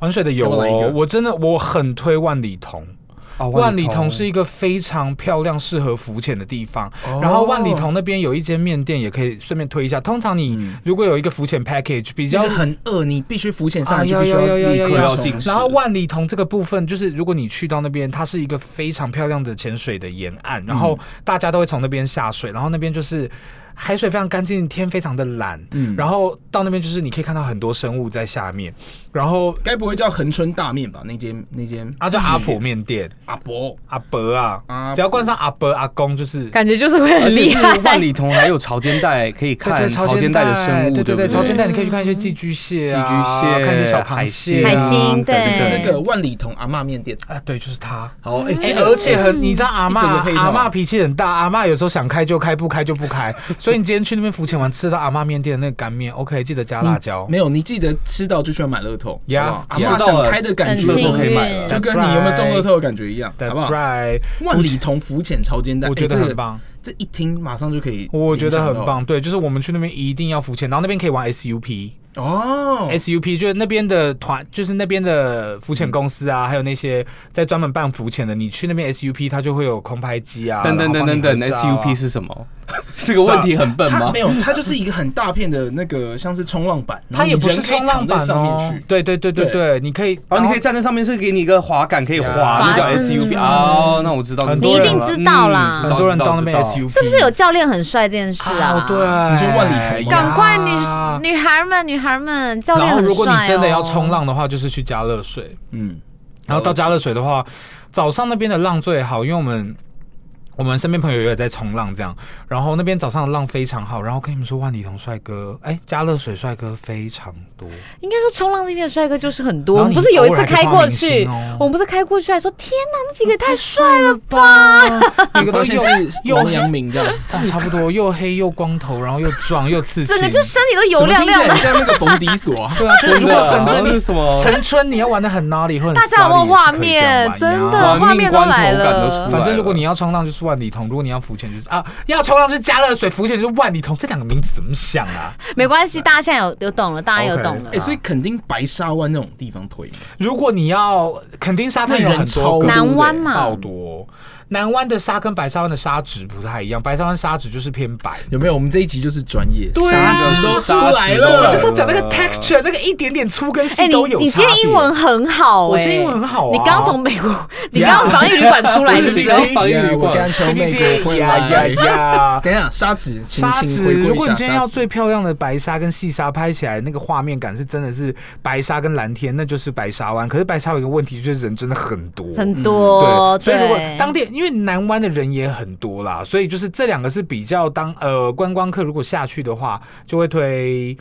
[SPEAKER 10] 玩水的有
[SPEAKER 6] 要不要来一个
[SPEAKER 10] 哦，我真的我很推万里桐。
[SPEAKER 7] 啊
[SPEAKER 10] 哦万里桐是一个非常漂亮、适合浮潜的地方。然后万里桐那边有一间面店，也可以顺便推一下。通常你如果有一个浮潜 package，比
[SPEAKER 6] 要
[SPEAKER 10] 较
[SPEAKER 6] 很饿，你必须浮潜上
[SPEAKER 10] 啊
[SPEAKER 6] 来，就
[SPEAKER 10] 要
[SPEAKER 6] 必须
[SPEAKER 10] 要要
[SPEAKER 6] 立
[SPEAKER 10] 要
[SPEAKER 6] 刻
[SPEAKER 10] 要
[SPEAKER 6] 要进食。
[SPEAKER 10] 然后万里桐这个部分，就是如果你去到那边，它是一个非常漂亮的潜水的沿
[SPEAKER 6] 嗯
[SPEAKER 10] 岸，然后大家都会从那边下水，然后那边就是。海水非常干净，天非常的蓝，嗯，然后到那边就是你可以看到很多生物在下面，然后
[SPEAKER 6] 该不会叫恒春大面吧？那间那间
[SPEAKER 10] 啊叫阿婆面店，
[SPEAKER 6] 阿伯，
[SPEAKER 10] 阿伯啊，
[SPEAKER 6] 阿伯
[SPEAKER 10] 只要冠上阿伯阿公就是啊
[SPEAKER 4] 感觉就是会
[SPEAKER 7] 而
[SPEAKER 4] 很
[SPEAKER 7] 且
[SPEAKER 4] 厉
[SPEAKER 7] 是
[SPEAKER 4] 害。
[SPEAKER 7] 万里桐还有潮间带，可以
[SPEAKER 10] 对
[SPEAKER 7] 看
[SPEAKER 10] 对
[SPEAKER 7] 潮间带的生物，
[SPEAKER 10] 啊对对
[SPEAKER 7] 对不
[SPEAKER 10] 潮
[SPEAKER 7] 对？
[SPEAKER 10] 间带你可以去看一些寄居蟹啊，
[SPEAKER 7] 寄居蟹
[SPEAKER 10] 看一些小螃蟹啊、
[SPEAKER 9] 海星
[SPEAKER 10] 等等
[SPEAKER 9] 对
[SPEAKER 6] 这个万里桐阿嬷面店。
[SPEAKER 10] 啊，对，就是它。
[SPEAKER 6] 好，哎、
[SPEAKER 10] 哎、
[SPEAKER 6] 这个
[SPEAKER 10] 而且很，你知道阿
[SPEAKER 6] 一
[SPEAKER 10] 嬷
[SPEAKER 6] 整个配套啊
[SPEAKER 10] 阿嬷脾气很大，阿嬷有时候想开就开，不开就不开。 所以你今天去那边浮潜完，吃到阿嬷面店的那个干面，OK，记得加辣椒
[SPEAKER 6] 你。没有，你记得吃到就去买乐透，
[SPEAKER 10] 呀
[SPEAKER 6] 好不好
[SPEAKER 10] Yeah
[SPEAKER 6] 阿嬷想开的感
[SPEAKER 9] 很
[SPEAKER 6] 觉
[SPEAKER 7] 乐透
[SPEAKER 9] 幸
[SPEAKER 7] 可以
[SPEAKER 9] 运，
[SPEAKER 7] 买了
[SPEAKER 6] 就跟你有没有中乐透的感觉一样，好
[SPEAKER 10] That's
[SPEAKER 6] 不好？
[SPEAKER 10] right，
[SPEAKER 6] 万里桐浮潜潮间带，
[SPEAKER 10] 我觉
[SPEAKER 6] 哎
[SPEAKER 10] 得
[SPEAKER 6] 这个
[SPEAKER 10] 很棒
[SPEAKER 6] 这一听马上就可以，
[SPEAKER 10] 我觉得很棒。对，就是我们去那边一定要浮潜，然后那边可以玩 SUP。
[SPEAKER 6] 哦。
[SPEAKER 10] SUP 就是那边的团，就是那边的浮潜公司啊，还有那些在专门办浮潜的，你去那边 SUP，它就会有空拍机啊，
[SPEAKER 7] 等等等等等
[SPEAKER 10] 然后帮你合照啊
[SPEAKER 7] ，SUP 是什么？
[SPEAKER 10] 这个问题很笨
[SPEAKER 6] 它
[SPEAKER 10] 吗
[SPEAKER 6] 没？有，它就是一个很大片的那个像是冲浪板，然后
[SPEAKER 10] 它也
[SPEAKER 6] 你
[SPEAKER 10] 不是
[SPEAKER 6] 人可以
[SPEAKER 10] 冲浪
[SPEAKER 6] 躺在
[SPEAKER 10] 板
[SPEAKER 6] 上面
[SPEAKER 10] 哦
[SPEAKER 6] 去，。
[SPEAKER 10] 对对对对
[SPEAKER 6] 对
[SPEAKER 10] 对，你可以，
[SPEAKER 7] 哦，
[SPEAKER 10] 然
[SPEAKER 7] 你
[SPEAKER 10] 后
[SPEAKER 7] 可以站在上面，是给你一个滑杆，可以滑
[SPEAKER 10] 呀
[SPEAKER 7] 那叫
[SPEAKER 9] 滑
[SPEAKER 7] SUP
[SPEAKER 9] 嗯
[SPEAKER 7] 哦。那我知道，嗯
[SPEAKER 11] 很
[SPEAKER 9] 你
[SPEAKER 11] 多
[SPEAKER 10] 啊
[SPEAKER 9] 一
[SPEAKER 11] 人
[SPEAKER 9] 定知道啦，
[SPEAKER 11] 很多人当那边
[SPEAKER 7] 边
[SPEAKER 11] SUP，
[SPEAKER 9] 是不是有教练很帅这件事啊？
[SPEAKER 10] 哦对，
[SPEAKER 6] 你说万里啊台吗
[SPEAKER 9] 赶快女
[SPEAKER 10] 呀
[SPEAKER 9] 女孩们，女孩们，教练
[SPEAKER 10] 然后
[SPEAKER 9] 很帅哦。
[SPEAKER 10] 如果你真的要冲，浪的话，就是去加热水。
[SPEAKER 6] 嗯，
[SPEAKER 10] 然后到加热水的话，早上那边的浪最好，因为我们我们身边朋友也有在冲浪这样，然后那边早上的浪非常好。然后跟你们说，万里桐帅哥，哎，加热水帅哥非常多。
[SPEAKER 9] 应该说冲浪那边的帅哥就是很多。
[SPEAKER 10] 然
[SPEAKER 9] 我
[SPEAKER 10] 后
[SPEAKER 9] 们
[SPEAKER 10] 你
[SPEAKER 9] 不是有一
[SPEAKER 10] 偶尔
[SPEAKER 9] 次
[SPEAKER 10] 还可
[SPEAKER 9] 开
[SPEAKER 10] 以当
[SPEAKER 9] 过
[SPEAKER 10] 明
[SPEAKER 9] 去
[SPEAKER 10] 星哦，
[SPEAKER 9] 我们不是开过去还说天哪，那几个也太帅了。
[SPEAKER 10] 了吧？那个
[SPEAKER 6] 发
[SPEAKER 10] 都
[SPEAKER 6] 现
[SPEAKER 10] 又
[SPEAKER 6] 是
[SPEAKER 10] 又
[SPEAKER 6] 王阳明这样，
[SPEAKER 10] 啊差不多，又黑又光头，然后又壮又刺青
[SPEAKER 9] 整。个就身体都油
[SPEAKER 6] 怎么
[SPEAKER 9] 亮
[SPEAKER 6] 听起来
[SPEAKER 9] 亮的
[SPEAKER 6] 很。像那个冯迪索啊？
[SPEAKER 10] 对啊，所以如果 很
[SPEAKER 7] 然后
[SPEAKER 10] 春
[SPEAKER 7] 是
[SPEAKER 10] 你
[SPEAKER 7] 什么？
[SPEAKER 10] 很春你要玩的很 naughty 或很
[SPEAKER 9] 大家有没有
[SPEAKER 10] slutty 也是
[SPEAKER 9] 画
[SPEAKER 10] 可以这样
[SPEAKER 9] 面？
[SPEAKER 10] 玩
[SPEAKER 9] 真
[SPEAKER 10] 呀
[SPEAKER 9] 的画面都来了。
[SPEAKER 10] 反正如果你要冲浪就是万里筒，如果你要浮潜就是啊，要冲浪就是加热水，浮潜就是万里筒，这两个名字怎么想啊？
[SPEAKER 9] 没关系，大家现在有有懂了，大家有懂了
[SPEAKER 6] 哎，。所以肯定白沙湾那种地方推嘛，
[SPEAKER 10] 如果你要肯定沙滩有
[SPEAKER 6] 那
[SPEAKER 10] 很多
[SPEAKER 6] 人超多
[SPEAKER 10] 个
[SPEAKER 9] 南湾嘛
[SPEAKER 10] 爆，多，南湾的沙跟白沙湾的沙质不太一样，白沙湾沙质就是偏白。
[SPEAKER 6] 有没有？我们这一集就是专业，
[SPEAKER 10] 对
[SPEAKER 6] 沙
[SPEAKER 10] 啊
[SPEAKER 6] 子都出来
[SPEAKER 10] 我
[SPEAKER 6] 了
[SPEAKER 10] 就。是要讲那个 texture，那个一点点粗跟
[SPEAKER 9] 哎，
[SPEAKER 10] 细
[SPEAKER 9] 你
[SPEAKER 10] 都有
[SPEAKER 9] 你今
[SPEAKER 10] 差
[SPEAKER 9] 天
[SPEAKER 10] 别
[SPEAKER 9] 英文很好
[SPEAKER 10] 我
[SPEAKER 9] 哎，
[SPEAKER 10] 今天英文很好啊
[SPEAKER 9] 你刚从美国， 你刚从防疫旅馆出来是不
[SPEAKER 7] 你
[SPEAKER 9] 是？
[SPEAKER 7] 刚防御旅
[SPEAKER 6] 我
[SPEAKER 7] 馆，
[SPEAKER 6] 刚从美国
[SPEAKER 10] CBC
[SPEAKER 6] 回
[SPEAKER 10] 呀呀
[SPEAKER 6] 来。
[SPEAKER 10] 呀！
[SPEAKER 6] 等一下，沙子，请
[SPEAKER 10] 沙
[SPEAKER 6] 请
[SPEAKER 10] 子，
[SPEAKER 6] 回
[SPEAKER 10] 如
[SPEAKER 6] 归
[SPEAKER 10] 果
[SPEAKER 6] 一
[SPEAKER 10] 你今天
[SPEAKER 6] 下
[SPEAKER 10] 要
[SPEAKER 6] 沙子。
[SPEAKER 10] 最漂亮的白沙跟细沙拍起来，那个画面感是真的是白沙跟蓝天，那就是白沙湾。可是白沙有一个问题，就是人真的很多，
[SPEAKER 9] 很多，
[SPEAKER 10] 嗯对，所以如果当
[SPEAKER 9] 地
[SPEAKER 10] 地，因为南湾的人也很多啦，所以就是这两个是比较当呃观光客如果下去的话，就会推。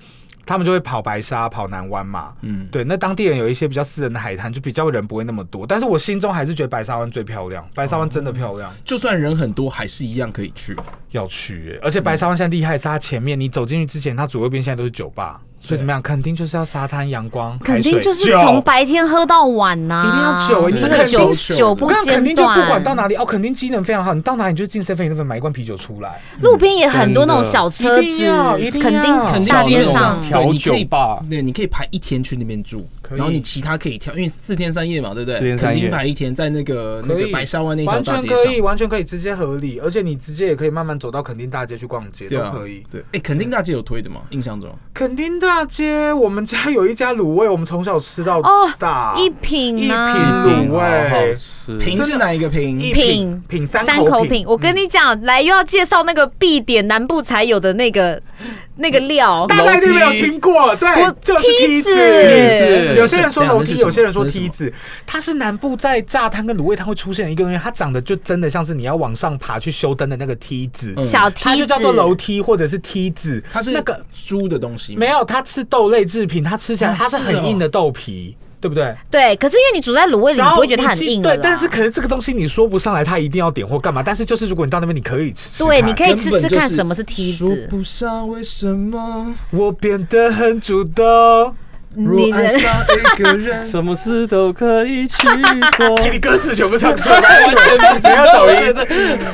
[SPEAKER 10] 他们就会跑白沙、跑南湾嘛，嗯，对。那当地人有一些比较私人的海滩，就比较人不会那么多。但是我心中还是觉得白沙湾最漂亮，白沙湾真的漂
[SPEAKER 9] 嗯
[SPEAKER 10] 亮，
[SPEAKER 6] 就算人很多，还是一样可以去。
[SPEAKER 10] 要去、欸。而且白沙湾现在厉害是它前面，你走进去之前，它左右边现在都是酒吧，所以怎么样，肯定就是要沙滩、阳光、
[SPEAKER 9] 肯
[SPEAKER 10] 海水
[SPEAKER 9] 定就是
[SPEAKER 10] 酒
[SPEAKER 9] 从白天喝到晚呐，
[SPEAKER 10] 一定要酒哎你
[SPEAKER 9] 这
[SPEAKER 10] 肯
[SPEAKER 9] 个
[SPEAKER 10] 定
[SPEAKER 9] 酒
[SPEAKER 6] 酒
[SPEAKER 9] 酒
[SPEAKER 10] 我
[SPEAKER 9] 不
[SPEAKER 10] 刚刚肯
[SPEAKER 9] 间
[SPEAKER 10] 定就不
[SPEAKER 9] 断。
[SPEAKER 10] 管到哪里哦，肯定机能非常好，你到哪里你就进 seven 那份买一罐啤酒出来。
[SPEAKER 9] 路边也很多那种小车
[SPEAKER 10] 一定要一
[SPEAKER 9] 子，
[SPEAKER 10] 定要
[SPEAKER 9] 肯
[SPEAKER 10] 肯
[SPEAKER 9] 定
[SPEAKER 10] 定
[SPEAKER 9] 大街上
[SPEAKER 6] 对
[SPEAKER 7] 要。调
[SPEAKER 6] 你可以
[SPEAKER 7] 酒吧
[SPEAKER 6] 对，你可以排一天去那边住，
[SPEAKER 10] 可以
[SPEAKER 6] 然后你其他可以挑，因为四天三夜嘛，对不对？
[SPEAKER 7] 四天三夜
[SPEAKER 6] 肯定排一天在那个那
[SPEAKER 10] 可
[SPEAKER 6] 个
[SPEAKER 10] 以
[SPEAKER 6] 白沙湾那条
[SPEAKER 10] 完
[SPEAKER 6] 大
[SPEAKER 10] 全
[SPEAKER 6] 街
[SPEAKER 10] 可以，
[SPEAKER 6] 上，
[SPEAKER 10] 完全可以，直接合理，而且你直接也可以慢慢走到垦丁大街去逛街，
[SPEAKER 6] 对
[SPEAKER 10] 都
[SPEAKER 6] 啊，
[SPEAKER 10] 可以。
[SPEAKER 6] 对，哎，肯定大街有推的嘛，印象中。
[SPEAKER 10] 垦丁大街，我们家有一家卤味，我们从小吃到
[SPEAKER 9] 哦
[SPEAKER 10] 大，
[SPEAKER 9] 一品
[SPEAKER 10] 一
[SPEAKER 9] 啊，
[SPEAKER 10] 品卤
[SPEAKER 7] 好好
[SPEAKER 10] 味，
[SPEAKER 7] 吃。，
[SPEAKER 6] 平是哪一个平？
[SPEAKER 10] 一
[SPEAKER 9] 品
[SPEAKER 10] 品三
[SPEAKER 9] 三
[SPEAKER 10] 口
[SPEAKER 9] 口品，我跟你讲，来又要介绍那个必点南部才有的那个那个料，
[SPEAKER 10] 大家一定没有听过，对
[SPEAKER 9] 我，
[SPEAKER 10] 就是
[SPEAKER 9] 梯
[SPEAKER 10] 梯
[SPEAKER 9] 子
[SPEAKER 10] 有些人说楼
[SPEAKER 6] 那是
[SPEAKER 10] 梯，
[SPEAKER 6] 什么
[SPEAKER 10] 有些人说梯子，它是南部在炸摊跟卤味摊会出现的一个东西，它长得就真的像是你要往上爬去修灯的那个梯子，
[SPEAKER 6] 嗯
[SPEAKER 9] 小
[SPEAKER 10] 它
[SPEAKER 9] 梯
[SPEAKER 10] 就
[SPEAKER 9] 子
[SPEAKER 10] 叫做楼梯或者是梯子，
[SPEAKER 6] 它是
[SPEAKER 10] 那个
[SPEAKER 6] 猪的东西吗，
[SPEAKER 10] 没有，它是豆类制品，它吃起来
[SPEAKER 6] 哦
[SPEAKER 10] 它是
[SPEAKER 6] 是哦
[SPEAKER 10] 很硬的豆皮。对不对？
[SPEAKER 9] 对，可是因为你煮在卤味里，你
[SPEAKER 10] 然
[SPEAKER 9] 不
[SPEAKER 10] 后
[SPEAKER 9] 会觉得它很
[SPEAKER 10] 你记
[SPEAKER 9] 硬了
[SPEAKER 10] 对
[SPEAKER 9] 啦。，
[SPEAKER 10] 但是可是这个东西你说不上来，它一定要点或干嘛。但是就是如果你到那边，你可以吃吃看。
[SPEAKER 9] 对，你可以
[SPEAKER 6] 根
[SPEAKER 9] 吃
[SPEAKER 6] 本
[SPEAKER 9] 吃
[SPEAKER 6] 就
[SPEAKER 9] 看什么是梯
[SPEAKER 6] 说
[SPEAKER 9] 子。
[SPEAKER 6] 不上为什么，
[SPEAKER 10] 我变得很 主动。
[SPEAKER 9] 你
[SPEAKER 6] 若爱
[SPEAKER 9] 的
[SPEAKER 6] 上一个人
[SPEAKER 7] 什么事都可以去 做。
[SPEAKER 10] 哎，你歌词全部唱错。
[SPEAKER 7] 完全没有抖音，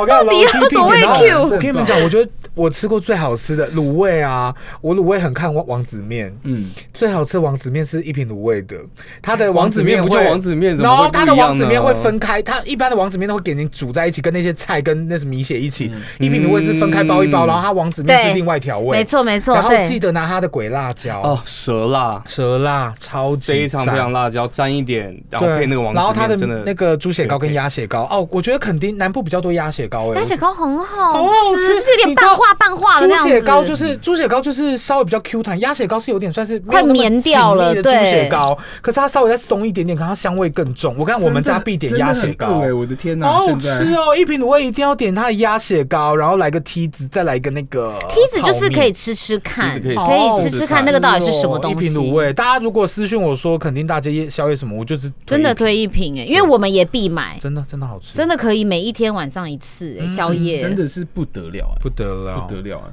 [SPEAKER 10] 我看
[SPEAKER 9] 底要多会 Q
[SPEAKER 10] 我跟你们讲，我觉得我吃过最好吃的卤味啊，我卤味很看王王子面，
[SPEAKER 6] 嗯，
[SPEAKER 10] 最好吃的王子面是一品卤味的，它的
[SPEAKER 7] 王
[SPEAKER 10] 子
[SPEAKER 7] 子面不
[SPEAKER 10] 会
[SPEAKER 7] 就王子面怎
[SPEAKER 10] 然
[SPEAKER 7] 么会
[SPEAKER 10] 后
[SPEAKER 7] 不
[SPEAKER 10] 它的
[SPEAKER 7] 一样
[SPEAKER 10] 王子面
[SPEAKER 7] 呢
[SPEAKER 10] 会分开，它一般的王子面都会给你煮在一起，跟那些菜跟那什么米血一起，一品卤味是分开包一
[SPEAKER 7] 嗯
[SPEAKER 10] 包，然后它王子面
[SPEAKER 9] 对
[SPEAKER 10] 是另外调味，
[SPEAKER 9] 没。错没错
[SPEAKER 10] 然，后记
[SPEAKER 9] 对，
[SPEAKER 10] 得拿它的鬼辣椒，
[SPEAKER 7] 哦，蛇辣，
[SPEAKER 10] 蛇辣超级
[SPEAKER 7] 非常非
[SPEAKER 10] 赞
[SPEAKER 7] 常辣椒，沾一点，然后
[SPEAKER 10] 对，
[SPEAKER 7] 配那个王
[SPEAKER 10] 然后
[SPEAKER 7] 子
[SPEAKER 10] 它
[SPEAKER 7] 面，真的
[SPEAKER 10] 那个猪血糕跟
[SPEAKER 7] 绝配
[SPEAKER 10] 鸭血糕哦，我觉得肯定南部比较多鸭血糕哎，
[SPEAKER 9] 鸭血糕很好
[SPEAKER 10] 好好
[SPEAKER 9] 吃，就是
[SPEAKER 10] 吃
[SPEAKER 9] 有点
[SPEAKER 10] 你知
[SPEAKER 9] 半
[SPEAKER 10] 道
[SPEAKER 9] 化半化的
[SPEAKER 10] 猪
[SPEAKER 9] 那样
[SPEAKER 10] 血糕就
[SPEAKER 9] 子。
[SPEAKER 10] 是猪血糕，就是稍微比较 Q 弹，鸭血糕是有点算是
[SPEAKER 9] 快绵掉了
[SPEAKER 10] 没有那么紧密的猪
[SPEAKER 9] 对
[SPEAKER 10] 血糕，可是它稍微再松一点点，可能它香味更重。我看我们家必点鸭
[SPEAKER 6] 真
[SPEAKER 10] 血
[SPEAKER 6] 的很
[SPEAKER 10] 糕
[SPEAKER 6] 饿
[SPEAKER 7] 欸
[SPEAKER 6] 哎，，我的天哪，
[SPEAKER 10] 好好
[SPEAKER 6] 现在
[SPEAKER 10] 吃哦！一瓶卤味一定要点它的鸭血糕，然后来个梯子，再来一个那个
[SPEAKER 9] 梯子就是可以
[SPEAKER 10] 泡
[SPEAKER 9] 吃吃看，
[SPEAKER 7] 梯
[SPEAKER 9] 可
[SPEAKER 7] 子可以吃
[SPEAKER 9] 以吃吃看哦那个到底是什么
[SPEAKER 10] 哦面。一
[SPEAKER 9] 东
[SPEAKER 10] 瓶卤
[SPEAKER 9] 西。
[SPEAKER 10] 味，大家如果私信我说肯定大街夜宵夜什么，我就是
[SPEAKER 9] 真的
[SPEAKER 10] 推
[SPEAKER 9] 推一瓶哎，因为我们也必买
[SPEAKER 10] 一，，真的真的好吃，
[SPEAKER 9] 真的可以每一天晚上一次哎，宵夜。
[SPEAKER 6] 嗯真的是不得了啊，
[SPEAKER 10] 不得了，
[SPEAKER 6] 不得了啊！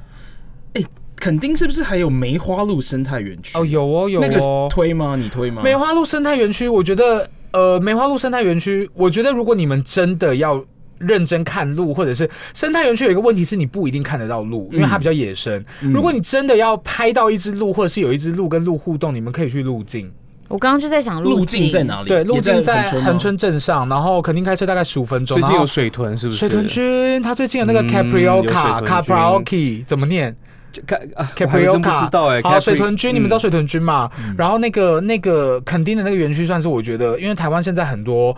[SPEAKER 6] 哎，垦丁是不是还有梅花鹿生态园区？
[SPEAKER 10] 哦，有哦有
[SPEAKER 6] 那个
[SPEAKER 10] 哦，
[SPEAKER 6] 推吗？你推吗？
[SPEAKER 10] 梅花鹿生态园区，我觉得，呃，梅花鹿生态园区，我觉得如果你们真的要认真看鹿，或者是生态园区有一个问题是你不一定看得到
[SPEAKER 6] 嗯
[SPEAKER 10] 鹿，因为它比较野生。如果你真的要拍到一只鹿，或者是有一只鹿跟鹿互动，你们可以去路径。
[SPEAKER 9] 我刚刚就在想
[SPEAKER 6] 路
[SPEAKER 9] 径
[SPEAKER 6] 径在哪里？
[SPEAKER 10] 对，路
[SPEAKER 6] 也
[SPEAKER 10] 径在
[SPEAKER 6] 在
[SPEAKER 10] 恒
[SPEAKER 6] 恒春
[SPEAKER 10] 春镇上，然后肯定开车大概十五分钟。
[SPEAKER 7] 最近
[SPEAKER 10] 然
[SPEAKER 7] 有
[SPEAKER 10] 后
[SPEAKER 7] 水豚是不是？
[SPEAKER 10] 水豚君，他最近有那个
[SPEAKER 7] 嗯
[SPEAKER 10] Caprioca
[SPEAKER 7] 有水豚
[SPEAKER 10] Caprioca 怎么念
[SPEAKER 7] 看啊，我还真不
[SPEAKER 10] Caprioca？
[SPEAKER 7] 知道哎。
[SPEAKER 10] 好，
[SPEAKER 7] Capri-
[SPEAKER 10] 水豚君，你们知道水豚君嘛
[SPEAKER 6] 嗯？
[SPEAKER 10] 然后那个那个垦丁的那个园区，算是我觉得，因为台湾现在很多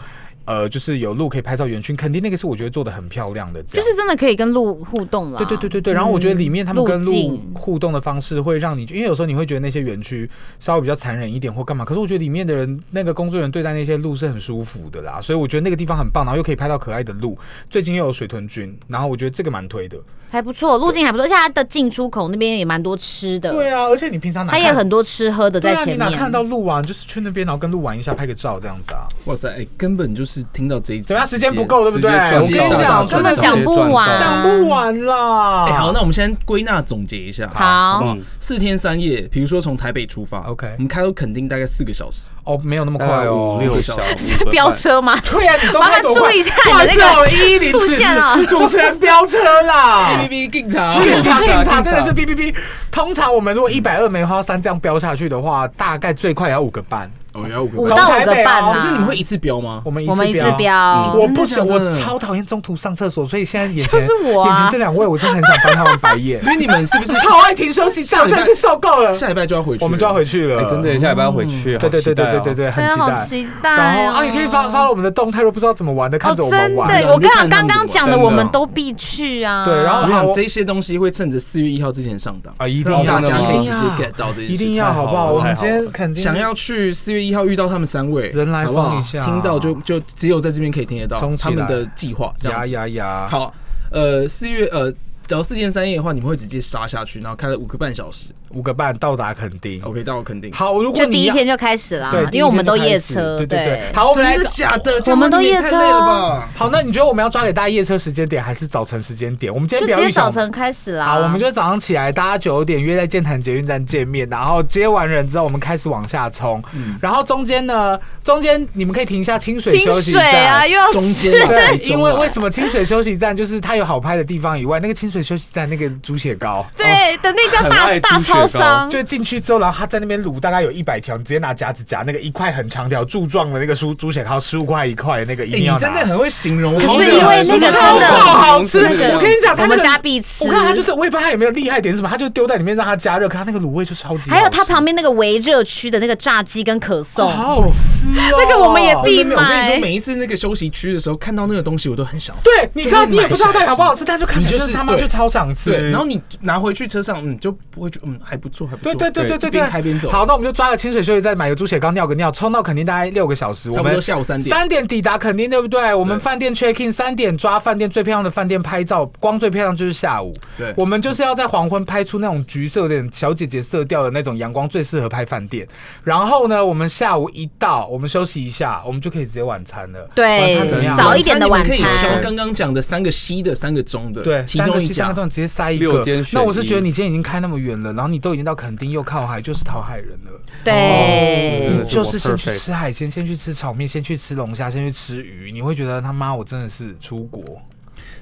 [SPEAKER 10] 呃，就是有路可以拍照园区，垦丁那个是我觉得做的很漂亮的，这
[SPEAKER 9] 就
[SPEAKER 10] 样
[SPEAKER 9] 是真的可以跟鹿互动了。
[SPEAKER 10] 对对对对对，然后我觉得里面他们
[SPEAKER 9] 嗯
[SPEAKER 10] 跟
[SPEAKER 9] 路
[SPEAKER 10] 鹿
[SPEAKER 9] 径
[SPEAKER 10] 互动的方式会让你，因为有时候你会觉得那些园区稍微比较残忍一点或干嘛，可是我觉得里面的人那个工作人员对待那些鹿是很舒服的啦，所以我觉得那个地方很棒，然后又可以拍到可爱的鹿。最近又有水豚菌，然后我觉得这个蛮推的。
[SPEAKER 9] 还不错，路径还不错，而且它的进出口那边也蛮多吃的，
[SPEAKER 10] 对啊，而且你平常哪
[SPEAKER 9] 它也
[SPEAKER 10] 看
[SPEAKER 9] 很多吃喝的
[SPEAKER 10] 对
[SPEAKER 9] 在
[SPEAKER 10] 啊，你
[SPEAKER 9] 前
[SPEAKER 10] 哪
[SPEAKER 9] 面。
[SPEAKER 10] 看到鹿啊？你就是去那边然后跟鹿玩一下，拍个照这样子啊。
[SPEAKER 6] 哇塞，哎，根本就是听到这一集，
[SPEAKER 10] 怎么样时间不够对不对
[SPEAKER 6] 直接
[SPEAKER 10] 我跟你讲
[SPEAKER 6] 直接
[SPEAKER 10] 真的
[SPEAKER 6] 到
[SPEAKER 9] 讲不完，
[SPEAKER 10] 讲不。完啦。
[SPEAKER 6] 哎，好，那我们先归纳总结一下，
[SPEAKER 9] 好
[SPEAKER 6] 好不好？四天三夜，比如说从台北出发
[SPEAKER 10] OK
[SPEAKER 6] 我们开到垦丁大概四个小时，
[SPEAKER 10] 哦，没有那么快
[SPEAKER 7] 大概
[SPEAKER 10] 哦
[SPEAKER 7] 五。六
[SPEAKER 6] 小
[SPEAKER 7] 小
[SPEAKER 6] 时
[SPEAKER 7] 时吧
[SPEAKER 9] 飙车吗？
[SPEAKER 10] 对啊，你都
[SPEAKER 9] 麻
[SPEAKER 10] 开
[SPEAKER 9] 烦
[SPEAKER 10] 多
[SPEAKER 9] 注
[SPEAKER 10] 快
[SPEAKER 9] 意一下
[SPEAKER 10] 不
[SPEAKER 9] 你
[SPEAKER 10] 好意
[SPEAKER 9] 的
[SPEAKER 10] 思
[SPEAKER 9] 那
[SPEAKER 10] 哦
[SPEAKER 9] 个
[SPEAKER 10] 一零
[SPEAKER 9] 速线啊
[SPEAKER 10] 指 主持人飙车 啦。啊
[SPEAKER 6] 哔哔敬茶，
[SPEAKER 10] 警
[SPEAKER 9] 啊
[SPEAKER 10] 察，警察真的是哔哔哔。通常我们如果一百二梅花三这样飙下去的话，大概最快也要五个半。
[SPEAKER 6] 哦，要五个
[SPEAKER 9] 五
[SPEAKER 6] 半，
[SPEAKER 9] 到五个半
[SPEAKER 10] 从台北哦
[SPEAKER 9] 啊！
[SPEAKER 6] 可是你们会一次标吗？
[SPEAKER 10] 我们
[SPEAKER 9] 我们一
[SPEAKER 10] 次嗯
[SPEAKER 9] 次标，
[SPEAKER 10] 我不行，
[SPEAKER 6] 真的假的
[SPEAKER 10] 我超讨厌中途上厕所，所以现在眼
[SPEAKER 9] 就
[SPEAKER 10] 前
[SPEAKER 9] 是我啊
[SPEAKER 10] 眼前这两位，我真的很想翻他们白眼
[SPEAKER 6] 因。为你们是不是
[SPEAKER 10] 超爱停休息站，
[SPEAKER 6] 上礼拜
[SPEAKER 10] 真是受够了。
[SPEAKER 6] 下礼拜就要回去？
[SPEAKER 10] 我们就要。回去了，
[SPEAKER 7] 哎，真的，。下礼拜要回去。
[SPEAKER 10] 嗯对对对对
[SPEAKER 7] 好期待
[SPEAKER 10] 对
[SPEAKER 7] 哦
[SPEAKER 10] 对对，很
[SPEAKER 9] 哎呀，
[SPEAKER 10] 期
[SPEAKER 9] 好
[SPEAKER 10] 待。
[SPEAKER 9] 期
[SPEAKER 10] 然
[SPEAKER 9] 待
[SPEAKER 10] 后
[SPEAKER 9] 哦！
[SPEAKER 10] 啊，你可以发发了我们的动态，若不知道怎么玩的，看
[SPEAKER 9] 哦，
[SPEAKER 10] 着我
[SPEAKER 9] 真
[SPEAKER 10] 们玩。
[SPEAKER 9] 的，我
[SPEAKER 6] 你就
[SPEAKER 9] 跟
[SPEAKER 6] 看
[SPEAKER 9] 你讲，刚
[SPEAKER 6] 他们
[SPEAKER 9] 刚
[SPEAKER 6] 怎么
[SPEAKER 9] 讲的
[SPEAKER 10] 玩
[SPEAKER 9] 我
[SPEAKER 10] 真的
[SPEAKER 9] 们都必去啊。
[SPEAKER 10] 对然后
[SPEAKER 6] 我
[SPEAKER 10] 啊
[SPEAKER 6] 想
[SPEAKER 10] 我
[SPEAKER 6] 这些东西会趁着四月一号之前上档，
[SPEAKER 10] 啊，一定
[SPEAKER 6] 让
[SPEAKER 10] 要
[SPEAKER 6] 大家可以直
[SPEAKER 10] 一定
[SPEAKER 6] 接
[SPEAKER 10] 要
[SPEAKER 6] get 到这件事
[SPEAKER 10] 一
[SPEAKER 6] 情。哎
[SPEAKER 10] 定要，好不
[SPEAKER 7] 太
[SPEAKER 10] 好？
[SPEAKER 7] 好了
[SPEAKER 10] 我们今天肯定
[SPEAKER 6] 想要去四月一号遇到他们三位，
[SPEAKER 10] 人来
[SPEAKER 6] 好不好
[SPEAKER 10] 疯一下
[SPEAKER 6] 听到就就只有在这边可以听得到
[SPEAKER 10] 冲起
[SPEAKER 6] 他
[SPEAKER 10] 来
[SPEAKER 6] 们的计划，这样
[SPEAKER 10] 呀
[SPEAKER 6] 子。
[SPEAKER 10] 呀呀！
[SPEAKER 6] 好，呃，四月呃，只要四天三夜的话，你们会直接杀下去，然后开了五个半小时。
[SPEAKER 10] 五个半到达垦丁。
[SPEAKER 6] OK，到我肯定。
[SPEAKER 10] 好，如果
[SPEAKER 9] 就
[SPEAKER 10] 你
[SPEAKER 9] 第一
[SPEAKER 10] 要
[SPEAKER 9] 天就开始啦
[SPEAKER 10] 对，，
[SPEAKER 9] 因为我们都
[SPEAKER 10] 第一天
[SPEAKER 9] 夜
[SPEAKER 10] 就开始
[SPEAKER 9] 车，
[SPEAKER 10] 对对对。好，我
[SPEAKER 6] 真
[SPEAKER 10] 们来
[SPEAKER 6] 的。假的？这样
[SPEAKER 9] 我们都
[SPEAKER 6] 你也
[SPEAKER 9] 夜
[SPEAKER 6] 太
[SPEAKER 9] 车
[SPEAKER 6] 累了
[SPEAKER 9] 啊
[SPEAKER 6] 吧？
[SPEAKER 10] 好，那你觉得我们要抓给大家夜车时间点，还是早晨时间点？我们今
[SPEAKER 9] 就
[SPEAKER 10] 天
[SPEAKER 9] 直
[SPEAKER 10] 不要
[SPEAKER 9] 接
[SPEAKER 10] 预
[SPEAKER 9] 早。
[SPEAKER 10] 想
[SPEAKER 9] 晨开始啦。
[SPEAKER 10] 好，我们就早上起来，大家九点约在建潭捷运站见面，然后接完人之后，我们开始往下冲。
[SPEAKER 6] 嗯
[SPEAKER 10] 然后中间呢，中间你们可以停一下清水
[SPEAKER 9] 清
[SPEAKER 10] 休息
[SPEAKER 9] 水啊，
[SPEAKER 10] 站。
[SPEAKER 9] 又要
[SPEAKER 6] 中
[SPEAKER 9] 吃
[SPEAKER 6] 间啊中
[SPEAKER 10] 对，
[SPEAKER 6] 啊
[SPEAKER 10] 因为为什么清水休息站就是它有好拍的地方以外，那个清水休息站那个猪血
[SPEAKER 6] 哦
[SPEAKER 10] 糕，
[SPEAKER 9] 对的那家
[SPEAKER 10] 哦
[SPEAKER 7] 很
[SPEAKER 9] 大
[SPEAKER 7] 爱
[SPEAKER 9] 大
[SPEAKER 7] 猪血
[SPEAKER 9] 超
[SPEAKER 7] 糕
[SPEAKER 9] 商，
[SPEAKER 10] 就进去之后，然后他在那边卤大概有一百条，你直接拿夹子夹那个一块很长条柱状的那个猪猪血糕，十五块一块那个一
[SPEAKER 6] 哎
[SPEAKER 10] 定
[SPEAKER 6] 你
[SPEAKER 10] 要拿。
[SPEAKER 6] 真的很会形容。
[SPEAKER 9] 可
[SPEAKER 6] 我
[SPEAKER 9] 是因为那个真的
[SPEAKER 10] 超好吃，
[SPEAKER 9] 那个
[SPEAKER 10] 我跟你讲，他
[SPEAKER 9] 我
[SPEAKER 10] 那
[SPEAKER 9] 们
[SPEAKER 10] 个
[SPEAKER 9] 家必吃。
[SPEAKER 10] 我看他就是，我也不知道他有没有厉害点是什么，他就丢在里面让它加热，可他那个卤味就超级好吃。
[SPEAKER 9] 还有它旁边那个围热区的那个炸鸡跟可颂，
[SPEAKER 10] 好吃哦，
[SPEAKER 9] 那个我们也必
[SPEAKER 6] 没有，我跟你说，
[SPEAKER 9] 买。
[SPEAKER 6] 每一次那个休息区的时候，看到那个东西，我都很想吃。
[SPEAKER 10] 对，你知道你也不知道到底好不好吃，但就看起来
[SPEAKER 6] 你
[SPEAKER 10] 就
[SPEAKER 6] 就是
[SPEAKER 10] 是他妈
[SPEAKER 6] 对
[SPEAKER 10] 就超想吃。嗯
[SPEAKER 6] 对，然后你拿回去车上，嗯，就不会觉得嗯还不错，还不错。
[SPEAKER 10] 对对对对对
[SPEAKER 6] 边
[SPEAKER 10] 对，
[SPEAKER 6] 开边走。
[SPEAKER 10] 好，，那我们就抓个清水休息站，买个猪血糕，尿个尿，冲到垦丁大概六个小时，
[SPEAKER 6] 差不
[SPEAKER 10] 我们
[SPEAKER 6] 多下午三点。
[SPEAKER 10] 三点抵达垦丁，对不对？我们
[SPEAKER 6] 对
[SPEAKER 10] 饭店 check in 三点抓饭店最漂亮的饭店拍照，光最漂亮就是下午。
[SPEAKER 6] 对
[SPEAKER 10] 我们就是要在黄昏拍出那种橘色、有点小姐姐色调的那种阳光，最适合拍饭店。然后呢，我们下午一到，我们休息一下，我们就可以直接晚餐了。晚餐怎
[SPEAKER 9] 对
[SPEAKER 10] 么
[SPEAKER 6] 嗯
[SPEAKER 10] 样，
[SPEAKER 9] 早一点的晚
[SPEAKER 6] 可以挑
[SPEAKER 9] 餐，
[SPEAKER 6] 刚刚讲的三个西的，三个中的，
[SPEAKER 10] 对，
[SPEAKER 6] 其中一
[SPEAKER 10] 三
[SPEAKER 6] 家
[SPEAKER 10] 个。钟直接塞一个。
[SPEAKER 7] 六间选
[SPEAKER 10] 那我是觉得
[SPEAKER 7] 一
[SPEAKER 10] 你今天已经开那么远了，然后你都已经到垦丁又靠海，就是讨海人了。
[SPEAKER 9] 对
[SPEAKER 7] 哦真的
[SPEAKER 10] 你
[SPEAKER 7] 是
[SPEAKER 10] 哎就
[SPEAKER 7] 我
[SPEAKER 10] 是先去
[SPEAKER 7] perfect
[SPEAKER 10] 吃海鲜，先去吃炒面，先去吃龙虾，先去吃鱼，你会觉得他妈我真的是出国。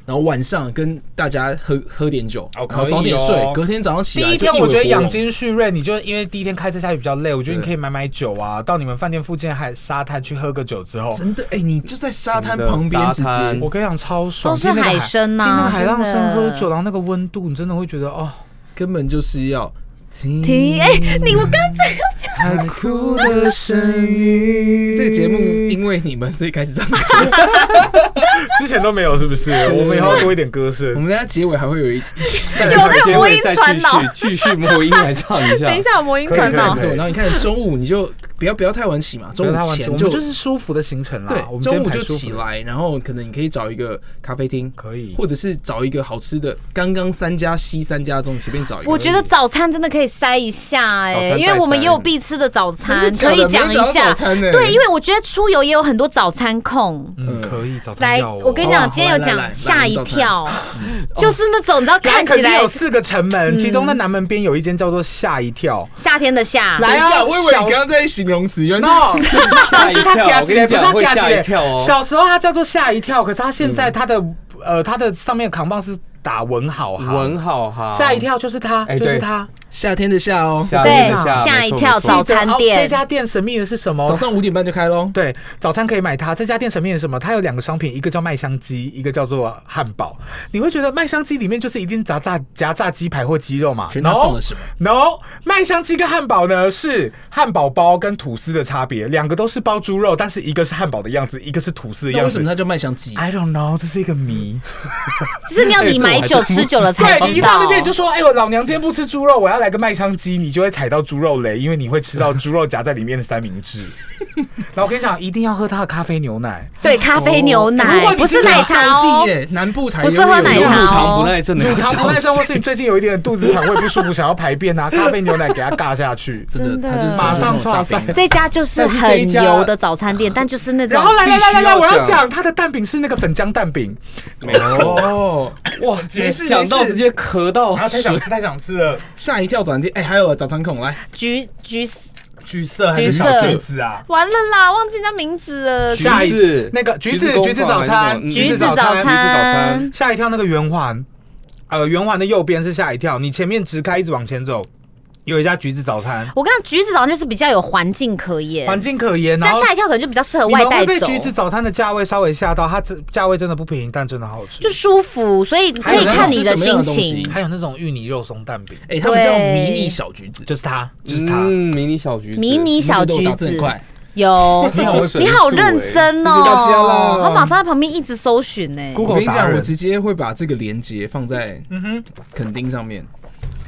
[SPEAKER 6] 然后晚上跟大家喝喝点酒，
[SPEAKER 10] 哦
[SPEAKER 6] 然后早点
[SPEAKER 10] 可以哦
[SPEAKER 6] 睡，隔天早上起
[SPEAKER 10] 第
[SPEAKER 6] 来。
[SPEAKER 10] 一天我觉得养
[SPEAKER 6] 精，
[SPEAKER 10] 精蓄锐，你就因为第一天开车下去比较累，我觉得你
[SPEAKER 6] 对
[SPEAKER 10] 可以买买酒啊，到你们饭店附近海沙滩去喝个酒之后，
[SPEAKER 6] 真的哎，你就在沙滩
[SPEAKER 7] 真的
[SPEAKER 6] 旁边直
[SPEAKER 7] 沙滩
[SPEAKER 6] 接。
[SPEAKER 10] 我跟你讲超爽，
[SPEAKER 9] 都是
[SPEAKER 10] 听那个
[SPEAKER 9] 海声呐
[SPEAKER 10] 听那个海浪声
[SPEAKER 9] 真的
[SPEAKER 10] 喝酒，然后那个温度，你真的会觉得哦，
[SPEAKER 6] 根本就是要停
[SPEAKER 9] 停！哎，你我刚才
[SPEAKER 10] 海哭的声 音。
[SPEAKER 6] 这个节目
[SPEAKER 10] 嗯
[SPEAKER 6] 因为你们所以开始唱歌，
[SPEAKER 10] 之前都没有，是不是？我们以后要多一点歌
[SPEAKER 6] 我
[SPEAKER 10] 声。
[SPEAKER 6] 们等一下结尾还会有一
[SPEAKER 7] 有
[SPEAKER 9] 有那个魔音传脑
[SPEAKER 7] 继续魔音来唱一下
[SPEAKER 9] 等一。下，我魔音
[SPEAKER 10] 可以
[SPEAKER 9] 传
[SPEAKER 10] 可以
[SPEAKER 9] 脑
[SPEAKER 6] 没。错，然后你看中午你就不要不要太晚起嘛，中
[SPEAKER 10] 不要太
[SPEAKER 6] 午
[SPEAKER 10] 晚
[SPEAKER 6] 前
[SPEAKER 10] 我们
[SPEAKER 6] 就
[SPEAKER 10] 就是舒服的行程啦。
[SPEAKER 6] 对，
[SPEAKER 10] 我们今天
[SPEAKER 6] 中午
[SPEAKER 10] 排
[SPEAKER 6] 就
[SPEAKER 10] 舒服
[SPEAKER 6] 起
[SPEAKER 10] 的，
[SPEAKER 6] 来，然后可能你可以找一个咖啡厅，
[SPEAKER 10] 可以
[SPEAKER 6] 或者是找一个好吃的，刚刚三家西三家中随便找一个。
[SPEAKER 9] 我觉得早餐真的可以塞一下
[SPEAKER 10] 早
[SPEAKER 9] 哎、
[SPEAKER 10] 餐再塞
[SPEAKER 9] 因为我们也有必吃的早餐，
[SPEAKER 6] 真的假
[SPEAKER 9] 可
[SPEAKER 6] 的
[SPEAKER 9] 以讲一
[SPEAKER 6] 没有讲到
[SPEAKER 9] 下。
[SPEAKER 6] 早餐欸
[SPEAKER 9] 对，因为我觉得出游也有很多早餐控。
[SPEAKER 10] 嗯，可以早餐
[SPEAKER 9] 来，
[SPEAKER 10] 要哦
[SPEAKER 9] 我跟你
[SPEAKER 6] 好
[SPEAKER 9] 讲
[SPEAKER 6] 啊，
[SPEAKER 9] 今天有
[SPEAKER 6] 好啊来来
[SPEAKER 9] 讲吓一
[SPEAKER 6] 来
[SPEAKER 9] 跳， 就是那种你知道
[SPEAKER 10] 来
[SPEAKER 9] 看起
[SPEAKER 10] 肯定
[SPEAKER 9] 来
[SPEAKER 10] 有四个城门，其中在南门边有一间叫做吓一跳。
[SPEAKER 9] 夏天的夏，
[SPEAKER 10] 来
[SPEAKER 6] 等一下，
[SPEAKER 10] 啊，
[SPEAKER 6] 我以为你
[SPEAKER 10] 小
[SPEAKER 6] 刚刚在形容词，原来
[SPEAKER 10] no，但 是他夹
[SPEAKER 7] 吓一跳
[SPEAKER 10] 起
[SPEAKER 7] 我跟你讲
[SPEAKER 10] 来，不是他
[SPEAKER 7] 会
[SPEAKER 10] 夹起
[SPEAKER 7] 吓
[SPEAKER 10] 来。
[SPEAKER 7] 一跳哦
[SPEAKER 10] 小时候他叫做吓一跳，可是他现在他的呃他的上面的扛棒是打文好哈，
[SPEAKER 7] 文好哈，
[SPEAKER 10] 吓一跳就是他，
[SPEAKER 7] 哎
[SPEAKER 10] 就
[SPEAKER 7] 对
[SPEAKER 10] 是他，
[SPEAKER 6] 夏天的夏哦，
[SPEAKER 7] 吓
[SPEAKER 9] 对
[SPEAKER 7] 一跳，
[SPEAKER 9] 吓
[SPEAKER 7] 没
[SPEAKER 9] 一
[SPEAKER 7] 错
[SPEAKER 9] 跳
[SPEAKER 7] 没错
[SPEAKER 9] 早餐店
[SPEAKER 10] 哦这家店神秘的是什么？
[SPEAKER 6] 早上五点半就开喽。
[SPEAKER 10] 对，早餐可以买它。这家店神秘的是什么？它有两个商品，一个叫麦香鸡，一个叫做汉堡。你会觉得麦香鸡里面就是一定夹炸夹炸鸡排或鸡肉嘛
[SPEAKER 6] 全他放
[SPEAKER 10] ？No
[SPEAKER 6] 了什么？
[SPEAKER 10] No，麦香鸡跟汉堡呢是汉堡包跟吐司的差别，两个都是包猪肉，但是一个是汉堡的样子，一个是吐司的
[SPEAKER 6] 那
[SPEAKER 10] 样
[SPEAKER 6] 为什
[SPEAKER 10] 子
[SPEAKER 6] 么。它叫麦香鸡？
[SPEAKER 9] 哎
[SPEAKER 10] I don't know，这是一个谜。
[SPEAKER 9] 就是你要你买酒吃酒了才
[SPEAKER 10] 对，你
[SPEAKER 9] 知
[SPEAKER 10] 一到
[SPEAKER 9] 道
[SPEAKER 10] 那。边你就说：“哎、我老娘今天不吃猪肉，我要来个麦香鸡。”你就会踩到猪肉雷，因为你会吃到猪肉夹在里面的三明 治。然后我跟你讲，一定要喝它的咖啡牛奶。
[SPEAKER 9] 对，咖啡牛
[SPEAKER 6] 如果
[SPEAKER 9] 奶
[SPEAKER 6] 你
[SPEAKER 9] 不是奶茶
[SPEAKER 6] 在
[SPEAKER 9] 哦
[SPEAKER 6] 地。耶，南部才
[SPEAKER 9] 不是喝奶
[SPEAKER 7] 有
[SPEAKER 9] 茶
[SPEAKER 7] 乳
[SPEAKER 9] 哦
[SPEAKER 7] 糖不
[SPEAKER 6] 哎
[SPEAKER 7] 耐症的
[SPEAKER 10] 乳
[SPEAKER 7] 人
[SPEAKER 10] 糖不耐症，或是你最近有一点肚子、肠胃不舒服，想要排便 啊，咖啡牛奶给它尬下去。
[SPEAKER 6] 真
[SPEAKER 9] 真
[SPEAKER 6] 的，
[SPEAKER 9] 的
[SPEAKER 6] 它就是
[SPEAKER 10] 马上
[SPEAKER 6] 抓
[SPEAKER 10] 抓塞
[SPEAKER 9] 这家就是很油的早餐店，但就是那种
[SPEAKER 10] 然后来来来来来，我要
[SPEAKER 7] 必须
[SPEAKER 6] 啊
[SPEAKER 7] 要
[SPEAKER 10] 讲它的蛋饼是那个粉浆蛋饼，
[SPEAKER 6] 哦，
[SPEAKER 7] 哇，
[SPEAKER 6] 没事
[SPEAKER 7] 想到直接咳到
[SPEAKER 10] 然后太想
[SPEAKER 7] 水，
[SPEAKER 10] 吃，太想吃了，
[SPEAKER 6] 吓一跳转店。哎，还有早餐控来，
[SPEAKER 9] 橘橘
[SPEAKER 10] 橘色还
[SPEAKER 9] 橘
[SPEAKER 10] 是小
[SPEAKER 9] 色
[SPEAKER 10] 橘子啊？
[SPEAKER 12] 完了啦，忘记人家名字了。
[SPEAKER 7] 橘子
[SPEAKER 10] 那个橘
[SPEAKER 7] 橘
[SPEAKER 10] 子
[SPEAKER 7] 子
[SPEAKER 10] 橘子
[SPEAKER 7] 工坊
[SPEAKER 10] 早餐，
[SPEAKER 7] 还是什么嗯
[SPEAKER 9] 橘
[SPEAKER 7] 橘
[SPEAKER 9] 子
[SPEAKER 7] 子
[SPEAKER 9] 早
[SPEAKER 7] 早餐
[SPEAKER 9] 餐，
[SPEAKER 10] 吓一跳那个圆环，呃，圆环的右边是吓一跳，你前面直开一直往前走，有一家橘子早餐，
[SPEAKER 9] 我跟你讲，橘子早餐就是比较有环境可言，
[SPEAKER 10] 环境可言，
[SPEAKER 9] 再
[SPEAKER 10] 然后
[SPEAKER 9] 吓一跳可能就比较适合
[SPEAKER 10] 你
[SPEAKER 9] 外
[SPEAKER 10] 们会
[SPEAKER 9] 带
[SPEAKER 10] 被
[SPEAKER 9] 走，
[SPEAKER 10] 橘子早餐的价位稍微吓到，它这价位真的不便宜，但真的好吃。
[SPEAKER 9] 就舒服，所以可以看你的心情。
[SPEAKER 10] 还有那种芋泥肉松蛋饼，
[SPEAKER 6] 哎，他们叫
[SPEAKER 9] 对
[SPEAKER 6] 迷你小橘子，
[SPEAKER 10] 就是它，就是它。
[SPEAKER 7] 嗯，迷你小橘子，
[SPEAKER 9] 迷你小橘
[SPEAKER 6] 打字
[SPEAKER 9] 子
[SPEAKER 6] 很快，
[SPEAKER 9] 有，
[SPEAKER 7] 你好神
[SPEAKER 9] 你好
[SPEAKER 7] 速
[SPEAKER 9] 认
[SPEAKER 7] 欸
[SPEAKER 9] 真
[SPEAKER 6] 谢谢大家啦
[SPEAKER 9] 哦，他马上在旁边一直搜寻欸呢。
[SPEAKER 6] 我跟
[SPEAKER 10] Google
[SPEAKER 6] 你
[SPEAKER 10] 达
[SPEAKER 6] 讲，我
[SPEAKER 10] 人，
[SPEAKER 6] 直接会把这个链接放在
[SPEAKER 10] 嗯哼，
[SPEAKER 6] 垦丁上面。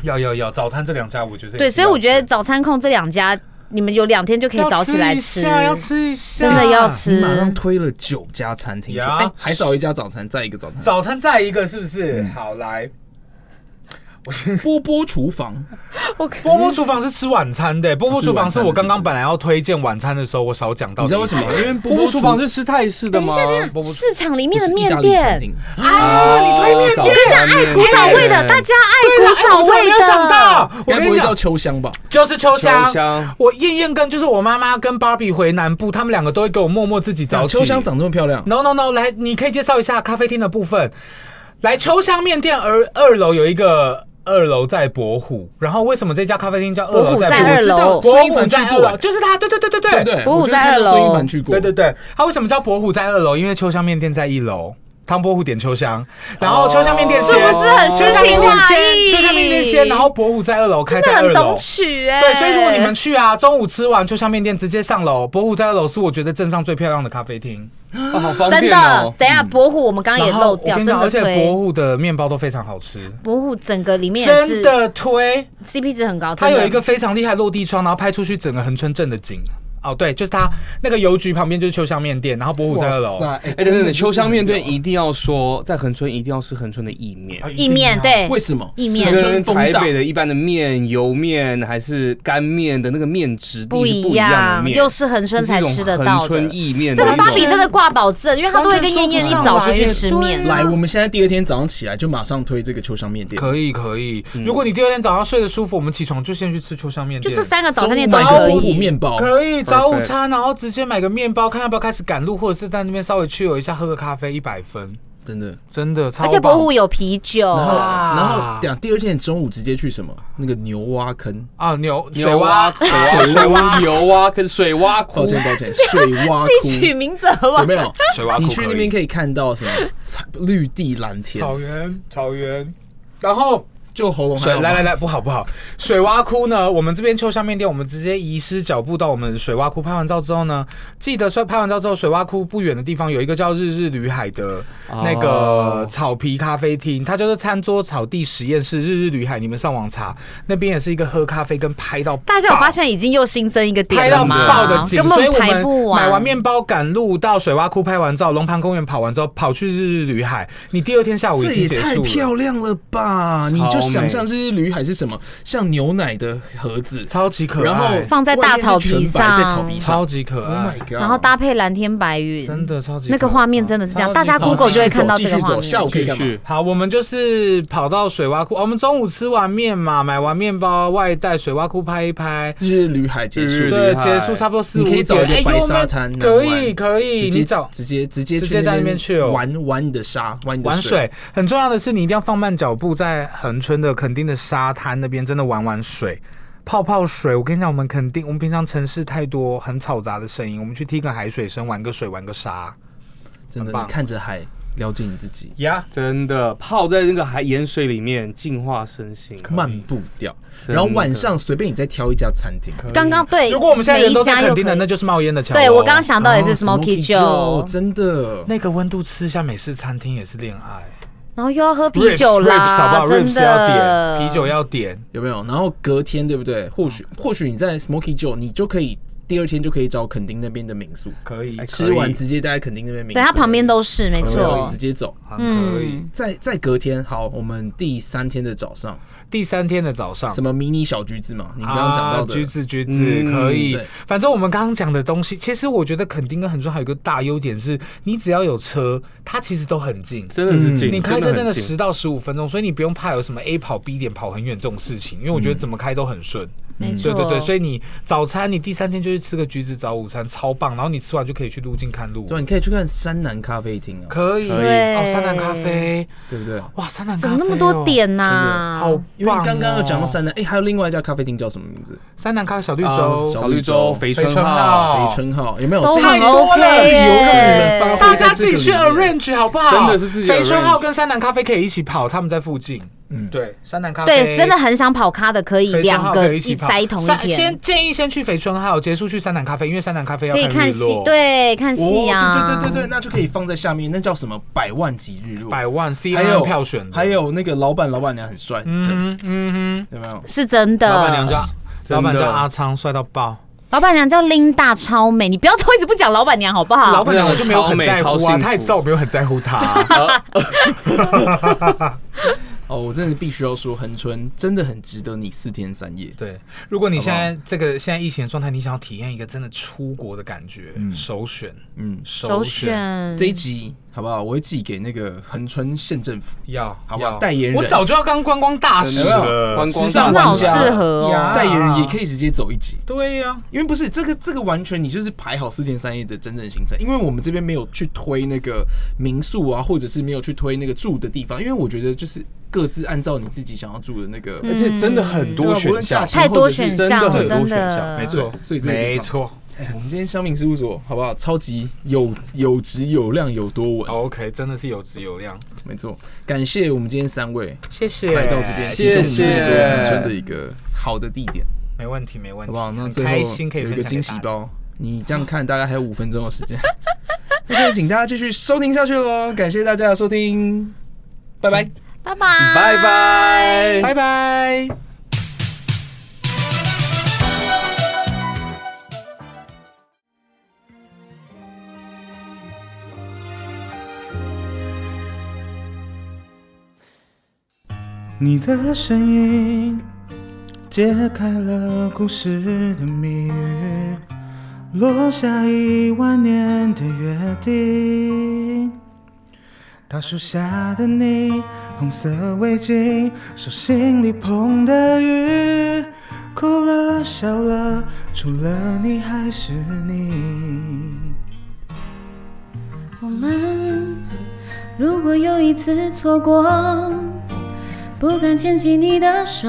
[SPEAKER 10] 要要要，早餐这两家我觉得啊
[SPEAKER 9] 对，所以我觉得早餐控这两家，你们有两天就可以早起来吃，
[SPEAKER 10] 啊要吃一下，
[SPEAKER 9] 真的要。吃
[SPEAKER 6] 你。马上推了九家餐厅，说
[SPEAKER 10] 呀
[SPEAKER 6] 哎，还少一家早餐，再一个 早餐。
[SPEAKER 10] 早餐再一个是不是？好来，
[SPEAKER 6] 波波厨房，
[SPEAKER 10] 波波厨房是吃晚餐的，波波厨房是我刚刚本来要推荐晚餐的时候，我少讲到。
[SPEAKER 6] 你知道为什么？因为波
[SPEAKER 7] 波波
[SPEAKER 6] 波
[SPEAKER 7] 厨房是吃泰式的吗？波波
[SPEAKER 9] 市场里
[SPEAKER 6] 不
[SPEAKER 9] 面
[SPEAKER 6] 是
[SPEAKER 9] 的
[SPEAKER 6] 意
[SPEAKER 9] 面
[SPEAKER 6] 大利餐
[SPEAKER 9] 店，
[SPEAKER 6] 厅哦
[SPEAKER 7] 啊，你推面店，跟着爱
[SPEAKER 9] 古早味的，大家爱古早
[SPEAKER 10] 我没
[SPEAKER 9] 味
[SPEAKER 10] 有想
[SPEAKER 9] 的。
[SPEAKER 10] 到，我
[SPEAKER 6] 该
[SPEAKER 10] 跟
[SPEAKER 6] 不
[SPEAKER 10] 你
[SPEAKER 6] 会
[SPEAKER 10] 讲
[SPEAKER 6] 叫，秋香吧？
[SPEAKER 10] 就是秋香。
[SPEAKER 7] 秋香
[SPEAKER 10] 我燕燕跟就是我妈妈跟芭比回南部，他们两个都会给我默默自己找
[SPEAKER 6] 长秋香长这么漂亮，
[SPEAKER 10] No No No，来，你可以介绍一下咖啡厅的部分。来，秋香面店而二楼有一个二楼在博虎，然后为什么这家咖啡厅叫二
[SPEAKER 9] 伯
[SPEAKER 10] 楼
[SPEAKER 9] 虎
[SPEAKER 10] 在
[SPEAKER 9] 在
[SPEAKER 10] 博
[SPEAKER 9] 二
[SPEAKER 10] 虎？
[SPEAKER 9] 楼，
[SPEAKER 10] 博
[SPEAKER 6] 孙一
[SPEAKER 10] 虎
[SPEAKER 6] 凡去
[SPEAKER 10] 在二
[SPEAKER 6] 过
[SPEAKER 10] 楼，就是它，对对对对
[SPEAKER 6] 对
[SPEAKER 10] 对
[SPEAKER 6] 不对？
[SPEAKER 9] 伯虎
[SPEAKER 6] 我就
[SPEAKER 9] 在
[SPEAKER 6] 看到
[SPEAKER 9] 二楼
[SPEAKER 6] 孙一凡去过，
[SPEAKER 10] 对对对，它为什么叫博虎在二楼？因为秋香面店在一楼。唐伯虎点秋香，然后秋香面店
[SPEAKER 12] 是
[SPEAKER 10] 先，
[SPEAKER 12] 不是很
[SPEAKER 10] 秋
[SPEAKER 12] 诗
[SPEAKER 10] 香面
[SPEAKER 12] 情
[SPEAKER 10] 店
[SPEAKER 12] 画意？
[SPEAKER 10] 先，秋香面店先，然后博虎在二楼开
[SPEAKER 12] 真的
[SPEAKER 10] 在二
[SPEAKER 12] 很懂
[SPEAKER 10] 楼。
[SPEAKER 12] 曲
[SPEAKER 9] 欸
[SPEAKER 12] 哎、
[SPEAKER 10] 对，所以如果你们去啊，中午吃完秋香面店直接上楼，博虎在二楼是我觉得镇上最漂亮的咖啡厅。
[SPEAKER 7] 哦好方
[SPEAKER 9] 真
[SPEAKER 7] 便
[SPEAKER 9] 的
[SPEAKER 7] 哦。。
[SPEAKER 9] 等一下博虎我们刚刚也
[SPEAKER 10] 嗯然后
[SPEAKER 9] 漏掉，
[SPEAKER 10] 我跟
[SPEAKER 9] 真
[SPEAKER 10] 你讲，
[SPEAKER 9] 的
[SPEAKER 10] 而且博
[SPEAKER 9] 推
[SPEAKER 10] 虎的面包都非常好吃，
[SPEAKER 9] 博虎整个里面也
[SPEAKER 10] 真
[SPEAKER 9] 是
[SPEAKER 10] 的推。
[SPEAKER 9] CP 值很高，
[SPEAKER 10] 它
[SPEAKER 9] 真的
[SPEAKER 10] 有一个非常厉害落地窗，然后拍出去整个恒春镇的景。哦，对，就是它那个邮局旁边就是秋香面店，然后博虎在二楼。
[SPEAKER 6] 哇
[SPEAKER 10] 啊
[SPEAKER 6] 塞，哎
[SPEAKER 7] 哎，等等等，秋香面
[SPEAKER 6] 嗯
[SPEAKER 7] 店一定要说，在恒春一定要吃恒春的意面。
[SPEAKER 9] 意面，，对，
[SPEAKER 6] 为什么
[SPEAKER 9] 意面
[SPEAKER 7] 跟台北
[SPEAKER 6] 啊的
[SPEAKER 7] 的一般的面、油面还是干面的那个面质地
[SPEAKER 9] 不
[SPEAKER 7] 是
[SPEAKER 9] 一
[SPEAKER 7] 不样的
[SPEAKER 9] 样，
[SPEAKER 7] 面，
[SPEAKER 9] 又是恒春才
[SPEAKER 7] 这种
[SPEAKER 9] 吃得到
[SPEAKER 7] 恒
[SPEAKER 9] 的
[SPEAKER 7] 春。意面
[SPEAKER 9] 这
[SPEAKER 7] 的
[SPEAKER 9] 个
[SPEAKER 7] 那种。
[SPEAKER 9] 芭比真的挂保证，因为他都会跟燕燕一早出去吃面。
[SPEAKER 6] 来，我们现在第二天早上起来就马上推这个秋香面店，
[SPEAKER 10] 可以可以。如果你第二天早上睡得舒服，我们起床就先去吃秋香面
[SPEAKER 9] 嗯就
[SPEAKER 10] 店。
[SPEAKER 9] 这三个早餐店都
[SPEAKER 6] 买
[SPEAKER 9] 可
[SPEAKER 6] 个五谷
[SPEAKER 9] 以。
[SPEAKER 6] 面包，
[SPEAKER 10] 可以早午
[SPEAKER 7] Perfect
[SPEAKER 10] 餐，然后直接买个面包，看要不要开始赶路，或者是在那边稍微去游一下，喝个咖啡，一百分，
[SPEAKER 6] 真的。
[SPEAKER 10] 真的
[SPEAKER 9] 而
[SPEAKER 10] 超棒。
[SPEAKER 9] 且博虎有啤酒，
[SPEAKER 6] 然后，
[SPEAKER 7] 啊
[SPEAKER 10] 哇
[SPEAKER 6] 然后讲第二天中午直接去什么？那个牛蛙坑，
[SPEAKER 10] 啊牛水
[SPEAKER 7] 牛
[SPEAKER 10] 蛙
[SPEAKER 7] 蛙、水蛙、牛蛙跟水蛙窟
[SPEAKER 6] 抱，歉抱歉，水蛙
[SPEAKER 12] 自己取
[SPEAKER 6] 窟
[SPEAKER 12] 名字好不好
[SPEAKER 6] 有没有？
[SPEAKER 10] 水蛙窟
[SPEAKER 6] 你去那
[SPEAKER 10] 可以
[SPEAKER 6] 边可以看到什么草绿地蓝天，
[SPEAKER 10] 草原草原，然后。
[SPEAKER 6] 就喉咙还
[SPEAKER 10] 水
[SPEAKER 6] 有
[SPEAKER 10] 来来
[SPEAKER 6] 来，
[SPEAKER 10] 来，不好不好，水洼窟呢？我们这边秋香面店，我们直接移师脚步到我们水洼窟。拍完照之后呢，记得说拍完照之后，水洼窟不远的地方有一个叫日日旅海的那个
[SPEAKER 7] 哦
[SPEAKER 10] 草皮咖啡厅，它就是餐桌草地实验室日日旅海。你们上网查，那边也是一个喝咖啡跟拍到
[SPEAKER 9] 大家有
[SPEAKER 10] 爆
[SPEAKER 9] 发现已经又新增一个点
[SPEAKER 10] 拍
[SPEAKER 9] 了
[SPEAKER 10] 到
[SPEAKER 9] 吗？
[SPEAKER 10] 爆的景，
[SPEAKER 9] 根
[SPEAKER 10] 所以
[SPEAKER 9] 本
[SPEAKER 10] 我
[SPEAKER 9] 排
[SPEAKER 10] 们
[SPEAKER 9] 不
[SPEAKER 10] 买
[SPEAKER 9] 完
[SPEAKER 10] 完。面包赶路到水洼窟拍完照，龙盘公园跑完之后，跑去日日旅海。你第二天下午已
[SPEAKER 6] 这
[SPEAKER 10] 经
[SPEAKER 6] 也
[SPEAKER 10] 结束
[SPEAKER 6] 太
[SPEAKER 10] 了。
[SPEAKER 6] 漂亮了吧！你就就想象这些驴还是什么，像牛奶的盒子，
[SPEAKER 10] 超级可爱，
[SPEAKER 6] 然后
[SPEAKER 9] 放在大草皮上
[SPEAKER 6] 外面是全白在草皮上
[SPEAKER 10] 超级可
[SPEAKER 6] ，Oh my
[SPEAKER 10] 爱，
[SPEAKER 6] god！
[SPEAKER 9] 然后搭配蓝天白云，
[SPEAKER 10] 真的超级
[SPEAKER 9] 那个
[SPEAKER 10] 可爱
[SPEAKER 9] 画面真的是这样，大家
[SPEAKER 10] 超级
[SPEAKER 9] Google 就会
[SPEAKER 6] 继续
[SPEAKER 9] 看到
[SPEAKER 6] 走
[SPEAKER 9] 这个
[SPEAKER 6] 继续
[SPEAKER 9] 画
[SPEAKER 6] 走下
[SPEAKER 9] 面。
[SPEAKER 6] 午可以干嘛？
[SPEAKER 10] 好，我们就是跑到水洼库、哦我们中午吃完面嘛，买完面包外带水洼库拍一拍，
[SPEAKER 6] 日旅海结束，
[SPEAKER 7] 日
[SPEAKER 10] 对
[SPEAKER 7] 厉，害
[SPEAKER 10] 结束差不多四
[SPEAKER 6] 你
[SPEAKER 10] 五
[SPEAKER 6] 可以
[SPEAKER 10] 点，
[SPEAKER 6] 找一个
[SPEAKER 10] 哎
[SPEAKER 6] 白
[SPEAKER 10] 呦
[SPEAKER 6] 沙
[SPEAKER 10] 那
[SPEAKER 6] 滩南
[SPEAKER 10] 可以
[SPEAKER 6] 湾
[SPEAKER 10] 可以，
[SPEAKER 6] 直接
[SPEAKER 10] 你找。
[SPEAKER 6] 直接直接
[SPEAKER 10] 直
[SPEAKER 6] 去
[SPEAKER 10] 接在那边去哦
[SPEAKER 6] 玩玩你的沙，玩你的
[SPEAKER 10] 玩水很重要的是，你一定要放慢脚步，在恒春的垦丁的沙滩那边真的玩玩水，泡泡水。我跟你讲，我们垦丁，我们平常城市太多很嘈杂的声音，我们去踢个海水声，玩个水，玩个沙。
[SPEAKER 6] 真的，
[SPEAKER 10] 很
[SPEAKER 6] 你
[SPEAKER 10] 棒
[SPEAKER 6] 看着海，了解你自己，
[SPEAKER 10] 呀、
[SPEAKER 7] 真的泡在那个海盐水里面净化身心，嗯
[SPEAKER 6] 慢步调。
[SPEAKER 7] 真的
[SPEAKER 6] 然后晚上随便你再挑一家餐厅，
[SPEAKER 9] 刚刚对，
[SPEAKER 10] 如果我们现在人都在
[SPEAKER 9] 每一家又
[SPEAKER 10] 垦
[SPEAKER 9] 可以
[SPEAKER 10] 丁的，那就是冒烟的桥、
[SPEAKER 9] 对我刚刚想到也
[SPEAKER 6] 哦
[SPEAKER 9] 是 Smoky Joe，
[SPEAKER 6] 真的。
[SPEAKER 10] 那个温度吃一下美式餐厅也是恋爱。
[SPEAKER 9] 然后又要喝啤酒
[SPEAKER 10] Ribs- ribs 好不
[SPEAKER 9] 啦，
[SPEAKER 10] 好
[SPEAKER 9] 真
[SPEAKER 10] ？Ribs 要
[SPEAKER 9] 的，
[SPEAKER 10] 点，啤酒要点。
[SPEAKER 6] 有没有？然后隔天对不对？或许
[SPEAKER 10] 嗯
[SPEAKER 6] 或许你在 Smoky Joe，你就可以第二天就可以找垦丁那边的民宿，
[SPEAKER 10] 可以，
[SPEAKER 6] 吃完直接待在垦丁那边民宿，
[SPEAKER 9] 对，它旁边都是没
[SPEAKER 6] 对
[SPEAKER 9] 错
[SPEAKER 6] 直。接走。
[SPEAKER 10] 很可以。
[SPEAKER 9] 嗯，
[SPEAKER 6] 再再隔天，好，我们第三天的早上，
[SPEAKER 10] 第三天的早上
[SPEAKER 6] 什，么迷你小橘子嘛，你刚刚讲到的
[SPEAKER 10] 啊橘子，橘子、
[SPEAKER 7] 嗯
[SPEAKER 10] 可以
[SPEAKER 6] 对。
[SPEAKER 10] 反正我们刚刚讲的东西，其实我觉得垦丁跟恒春还有一个大优点是，你只要有车，它其实都很近。
[SPEAKER 7] 真的是近，
[SPEAKER 10] 嗯你开车真
[SPEAKER 7] 很
[SPEAKER 10] 的
[SPEAKER 7] 近
[SPEAKER 10] 十到十五分钟，所以你不用怕有什么 A 跑 B 点跑很远这种事情，因为我觉得怎么开都很顺。嗯
[SPEAKER 9] 没错。
[SPEAKER 10] 对对对，所以你早餐你第三天就去吃个橘子早午餐，超棒。然后你吃完就可以去路径看路
[SPEAKER 6] 对，，你可以去看山南咖啡厅啊，
[SPEAKER 10] 可以
[SPEAKER 7] 可以
[SPEAKER 10] 哦，三南咖啡，
[SPEAKER 6] 对不对？
[SPEAKER 10] 哇，三南咖
[SPEAKER 9] 怎
[SPEAKER 10] 啡
[SPEAKER 9] 么那么
[SPEAKER 10] 哦
[SPEAKER 9] 多啊点呐、
[SPEAKER 10] 好棒哦！
[SPEAKER 6] 因为刚刚有讲到山南，哎，还有另外一家咖啡厅叫什么名字？
[SPEAKER 10] 三南咖啡小绿洲、
[SPEAKER 6] 小
[SPEAKER 7] 小绿洲、肥
[SPEAKER 10] 北
[SPEAKER 7] 春
[SPEAKER 10] 村
[SPEAKER 7] 号，
[SPEAKER 10] 号
[SPEAKER 6] 北，春号有没有？
[SPEAKER 9] 都
[SPEAKER 6] 这个
[SPEAKER 9] 很
[SPEAKER 6] 是
[SPEAKER 9] OK
[SPEAKER 6] 由让你们
[SPEAKER 9] 耶、
[SPEAKER 6] 发挥
[SPEAKER 10] 大家自己去
[SPEAKER 6] 在这个里面
[SPEAKER 10] arrange 好不好？
[SPEAKER 7] 真的是自己
[SPEAKER 10] 肥春
[SPEAKER 7] arrange
[SPEAKER 10] 号跟三南咖啡可以一起跑，他们在附近。
[SPEAKER 6] 嗯
[SPEAKER 10] 对，三南咖啡
[SPEAKER 9] 对，真的很想跑咖的，可以
[SPEAKER 10] 肥春
[SPEAKER 9] 两
[SPEAKER 10] 号
[SPEAKER 9] 个
[SPEAKER 10] 欸可以一起
[SPEAKER 9] 一
[SPEAKER 10] 跑
[SPEAKER 9] 塞同一
[SPEAKER 10] 三
[SPEAKER 9] 天，
[SPEAKER 10] 先建议先去肥春号，结束去三南咖啡，因为三南咖啡要
[SPEAKER 9] 可以看
[SPEAKER 10] 日
[SPEAKER 9] 戏
[SPEAKER 10] 落。，，
[SPEAKER 9] 对，看戏啊呀、
[SPEAKER 6] 哦，对对对对对，那就可以放在下面，那叫什么百万级日落，
[SPEAKER 10] 百万 C
[SPEAKER 6] 还有
[SPEAKER 10] N 票选的，
[SPEAKER 6] 还有那个老板老板娘很帅，很正，
[SPEAKER 10] 嗯嗯
[SPEAKER 6] 有没有？
[SPEAKER 9] 是真的。
[SPEAKER 10] 老板娘叫
[SPEAKER 7] 真的
[SPEAKER 10] 老板叫阿昌，帅到爆。
[SPEAKER 9] 老板娘叫 Linda，超美。你不要都一直不讲老板娘好不好？
[SPEAKER 10] 老板娘我就没有很在
[SPEAKER 7] 超美
[SPEAKER 10] 乎
[SPEAKER 7] 超
[SPEAKER 10] 啊，
[SPEAKER 7] 幸福
[SPEAKER 10] 他也知道我没有很在乎 他。
[SPEAKER 6] 哦，我真的必须要说，恒春真的很值得你四天三夜。
[SPEAKER 10] 对，如果你现在这个现在疫情的状态，你想要体验一个真的出国的感觉，首选
[SPEAKER 6] 嗯，
[SPEAKER 9] 首
[SPEAKER 10] 首
[SPEAKER 9] 选
[SPEAKER 6] 这一集好不好？我会寄给那个恒春县政府，
[SPEAKER 10] 要
[SPEAKER 6] 好不好
[SPEAKER 10] 要
[SPEAKER 6] 代言人
[SPEAKER 10] 我早就要当观光大使
[SPEAKER 6] 有没
[SPEAKER 10] 了。
[SPEAKER 7] 观光
[SPEAKER 6] 时尚
[SPEAKER 9] 真的
[SPEAKER 7] 大
[SPEAKER 9] 好
[SPEAKER 6] 玩
[SPEAKER 9] 适
[SPEAKER 6] 家
[SPEAKER 9] 合哦。
[SPEAKER 10] 呀
[SPEAKER 6] 代言人也可以直接走一集。
[SPEAKER 10] 对呀、
[SPEAKER 6] 因为不是这个这个完全你就是排好四天三夜的真正行程，因为我们这边没有去推那个民宿啊，或者是没有去推那个住的地方，因为我觉得就是各自按照你自己想要住的那个，
[SPEAKER 7] 而且真的很
[SPEAKER 6] 对
[SPEAKER 7] 多
[SPEAKER 6] 啊无
[SPEAKER 7] 选
[SPEAKER 6] 论价
[SPEAKER 7] 项，
[SPEAKER 6] 钱
[SPEAKER 9] 太多选项了，
[SPEAKER 6] 或者是
[SPEAKER 9] 真
[SPEAKER 7] 真的
[SPEAKER 9] 的。
[SPEAKER 10] 没
[SPEAKER 6] 对
[SPEAKER 10] 错，，
[SPEAKER 6] 所以这个地
[SPEAKER 10] 没
[SPEAKER 6] 方。
[SPEAKER 10] 错。
[SPEAKER 6] 哎我们今天商品事务所好不好？超级有有质有量有多稳，
[SPEAKER 10] OK，真的是有质有量，
[SPEAKER 6] 没错。感谢我们今天三位
[SPEAKER 10] 谢谢
[SPEAKER 6] 来到这边，提
[SPEAKER 7] 谢
[SPEAKER 6] 供
[SPEAKER 7] 谢
[SPEAKER 6] 我们这么多恒春的一个好的地点，
[SPEAKER 10] 没问题，没
[SPEAKER 6] 好
[SPEAKER 10] 问题，
[SPEAKER 6] 不好？那
[SPEAKER 10] 很
[SPEAKER 6] 最后
[SPEAKER 10] 开心可以
[SPEAKER 6] 有一
[SPEAKER 10] 分享
[SPEAKER 6] 个
[SPEAKER 10] 给
[SPEAKER 6] 惊喜
[SPEAKER 10] 大家。
[SPEAKER 6] 包，你这样看大概还有五分钟的时 间，那就请大家继续收听下去喽。感谢大家的收听，拜拜。
[SPEAKER 9] 拜拜，
[SPEAKER 7] 拜拜，
[SPEAKER 10] 拜拜。你的声音解开了故事的谜语，落下一万年的约定。大树下的你，红色围巾，手心里捧的雨，哭了笑了，除了你还是你。
[SPEAKER 9] 我们如果又一次错过，不敢牵起你的手，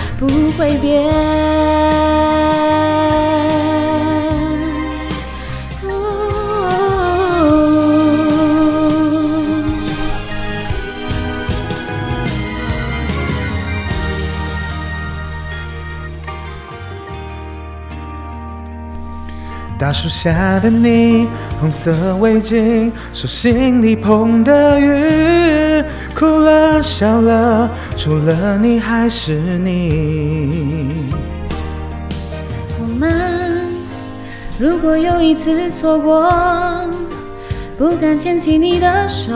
[SPEAKER 9] 不会变。呜
[SPEAKER 10] 大树下的你，红色围巾，手心里捧的雨，哭了笑了，除了你还是你。
[SPEAKER 9] 我们如果又一次错过，不敢牵起你的手。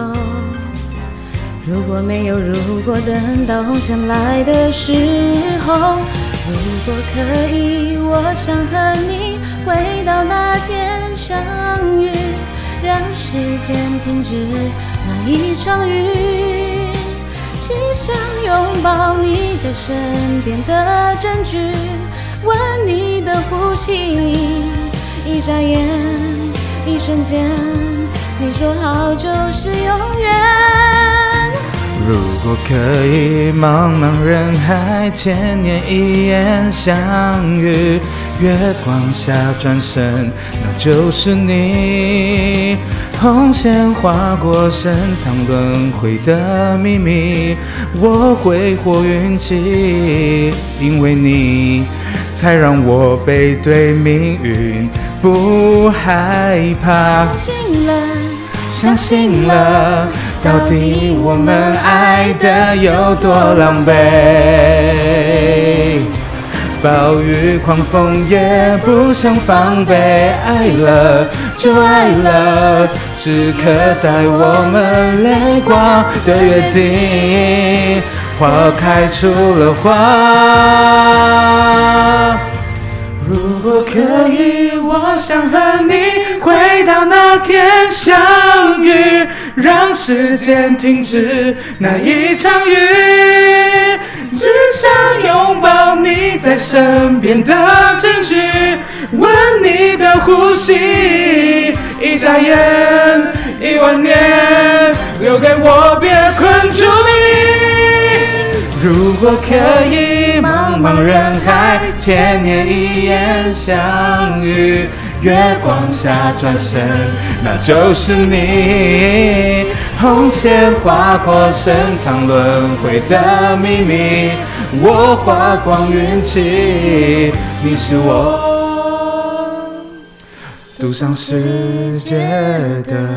[SPEAKER 9] 如果没有如果，等到红线来的时候，如果可以，我想和你回到那天相遇，让时间停止那一场雨。只想拥抱你在身边的证据，闻你的呼吸。一眨眼，一瞬间，你说好就是永远。
[SPEAKER 10] 如果可以，茫茫人海，千年一眼相遇，月光下转身，那就是你。红线划过深藏轮回的秘密，我挥霍运气，因为你，才让我背对命运，不害怕。
[SPEAKER 9] 近了，
[SPEAKER 10] 相信了，到底我们爱的有多狼狈？暴雨狂风也不想防备，爱了就爱了，只刻在我们泪光的约定。花开出了花。如果可以，我想和你回到那天相遇，让时间停止那一场雨，只想拥抱你在身边的证据，闻你的呼吸，一眨眼，一万年，留给我，别困住你。如果可以，茫茫人海，千年一眼相遇，月光下转身，那就是你。红线划过深藏轮回的秘密，我花光运气，你是我赌上世界的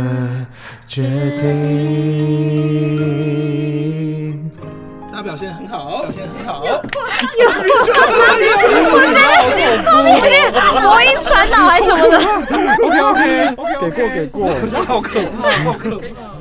[SPEAKER 10] 决定。
[SPEAKER 6] 他表现很好，表现很好。
[SPEAKER 13] 魔音传导还是什么的，
[SPEAKER 14] OK OK OK，给过给过，好可怕，好可怕。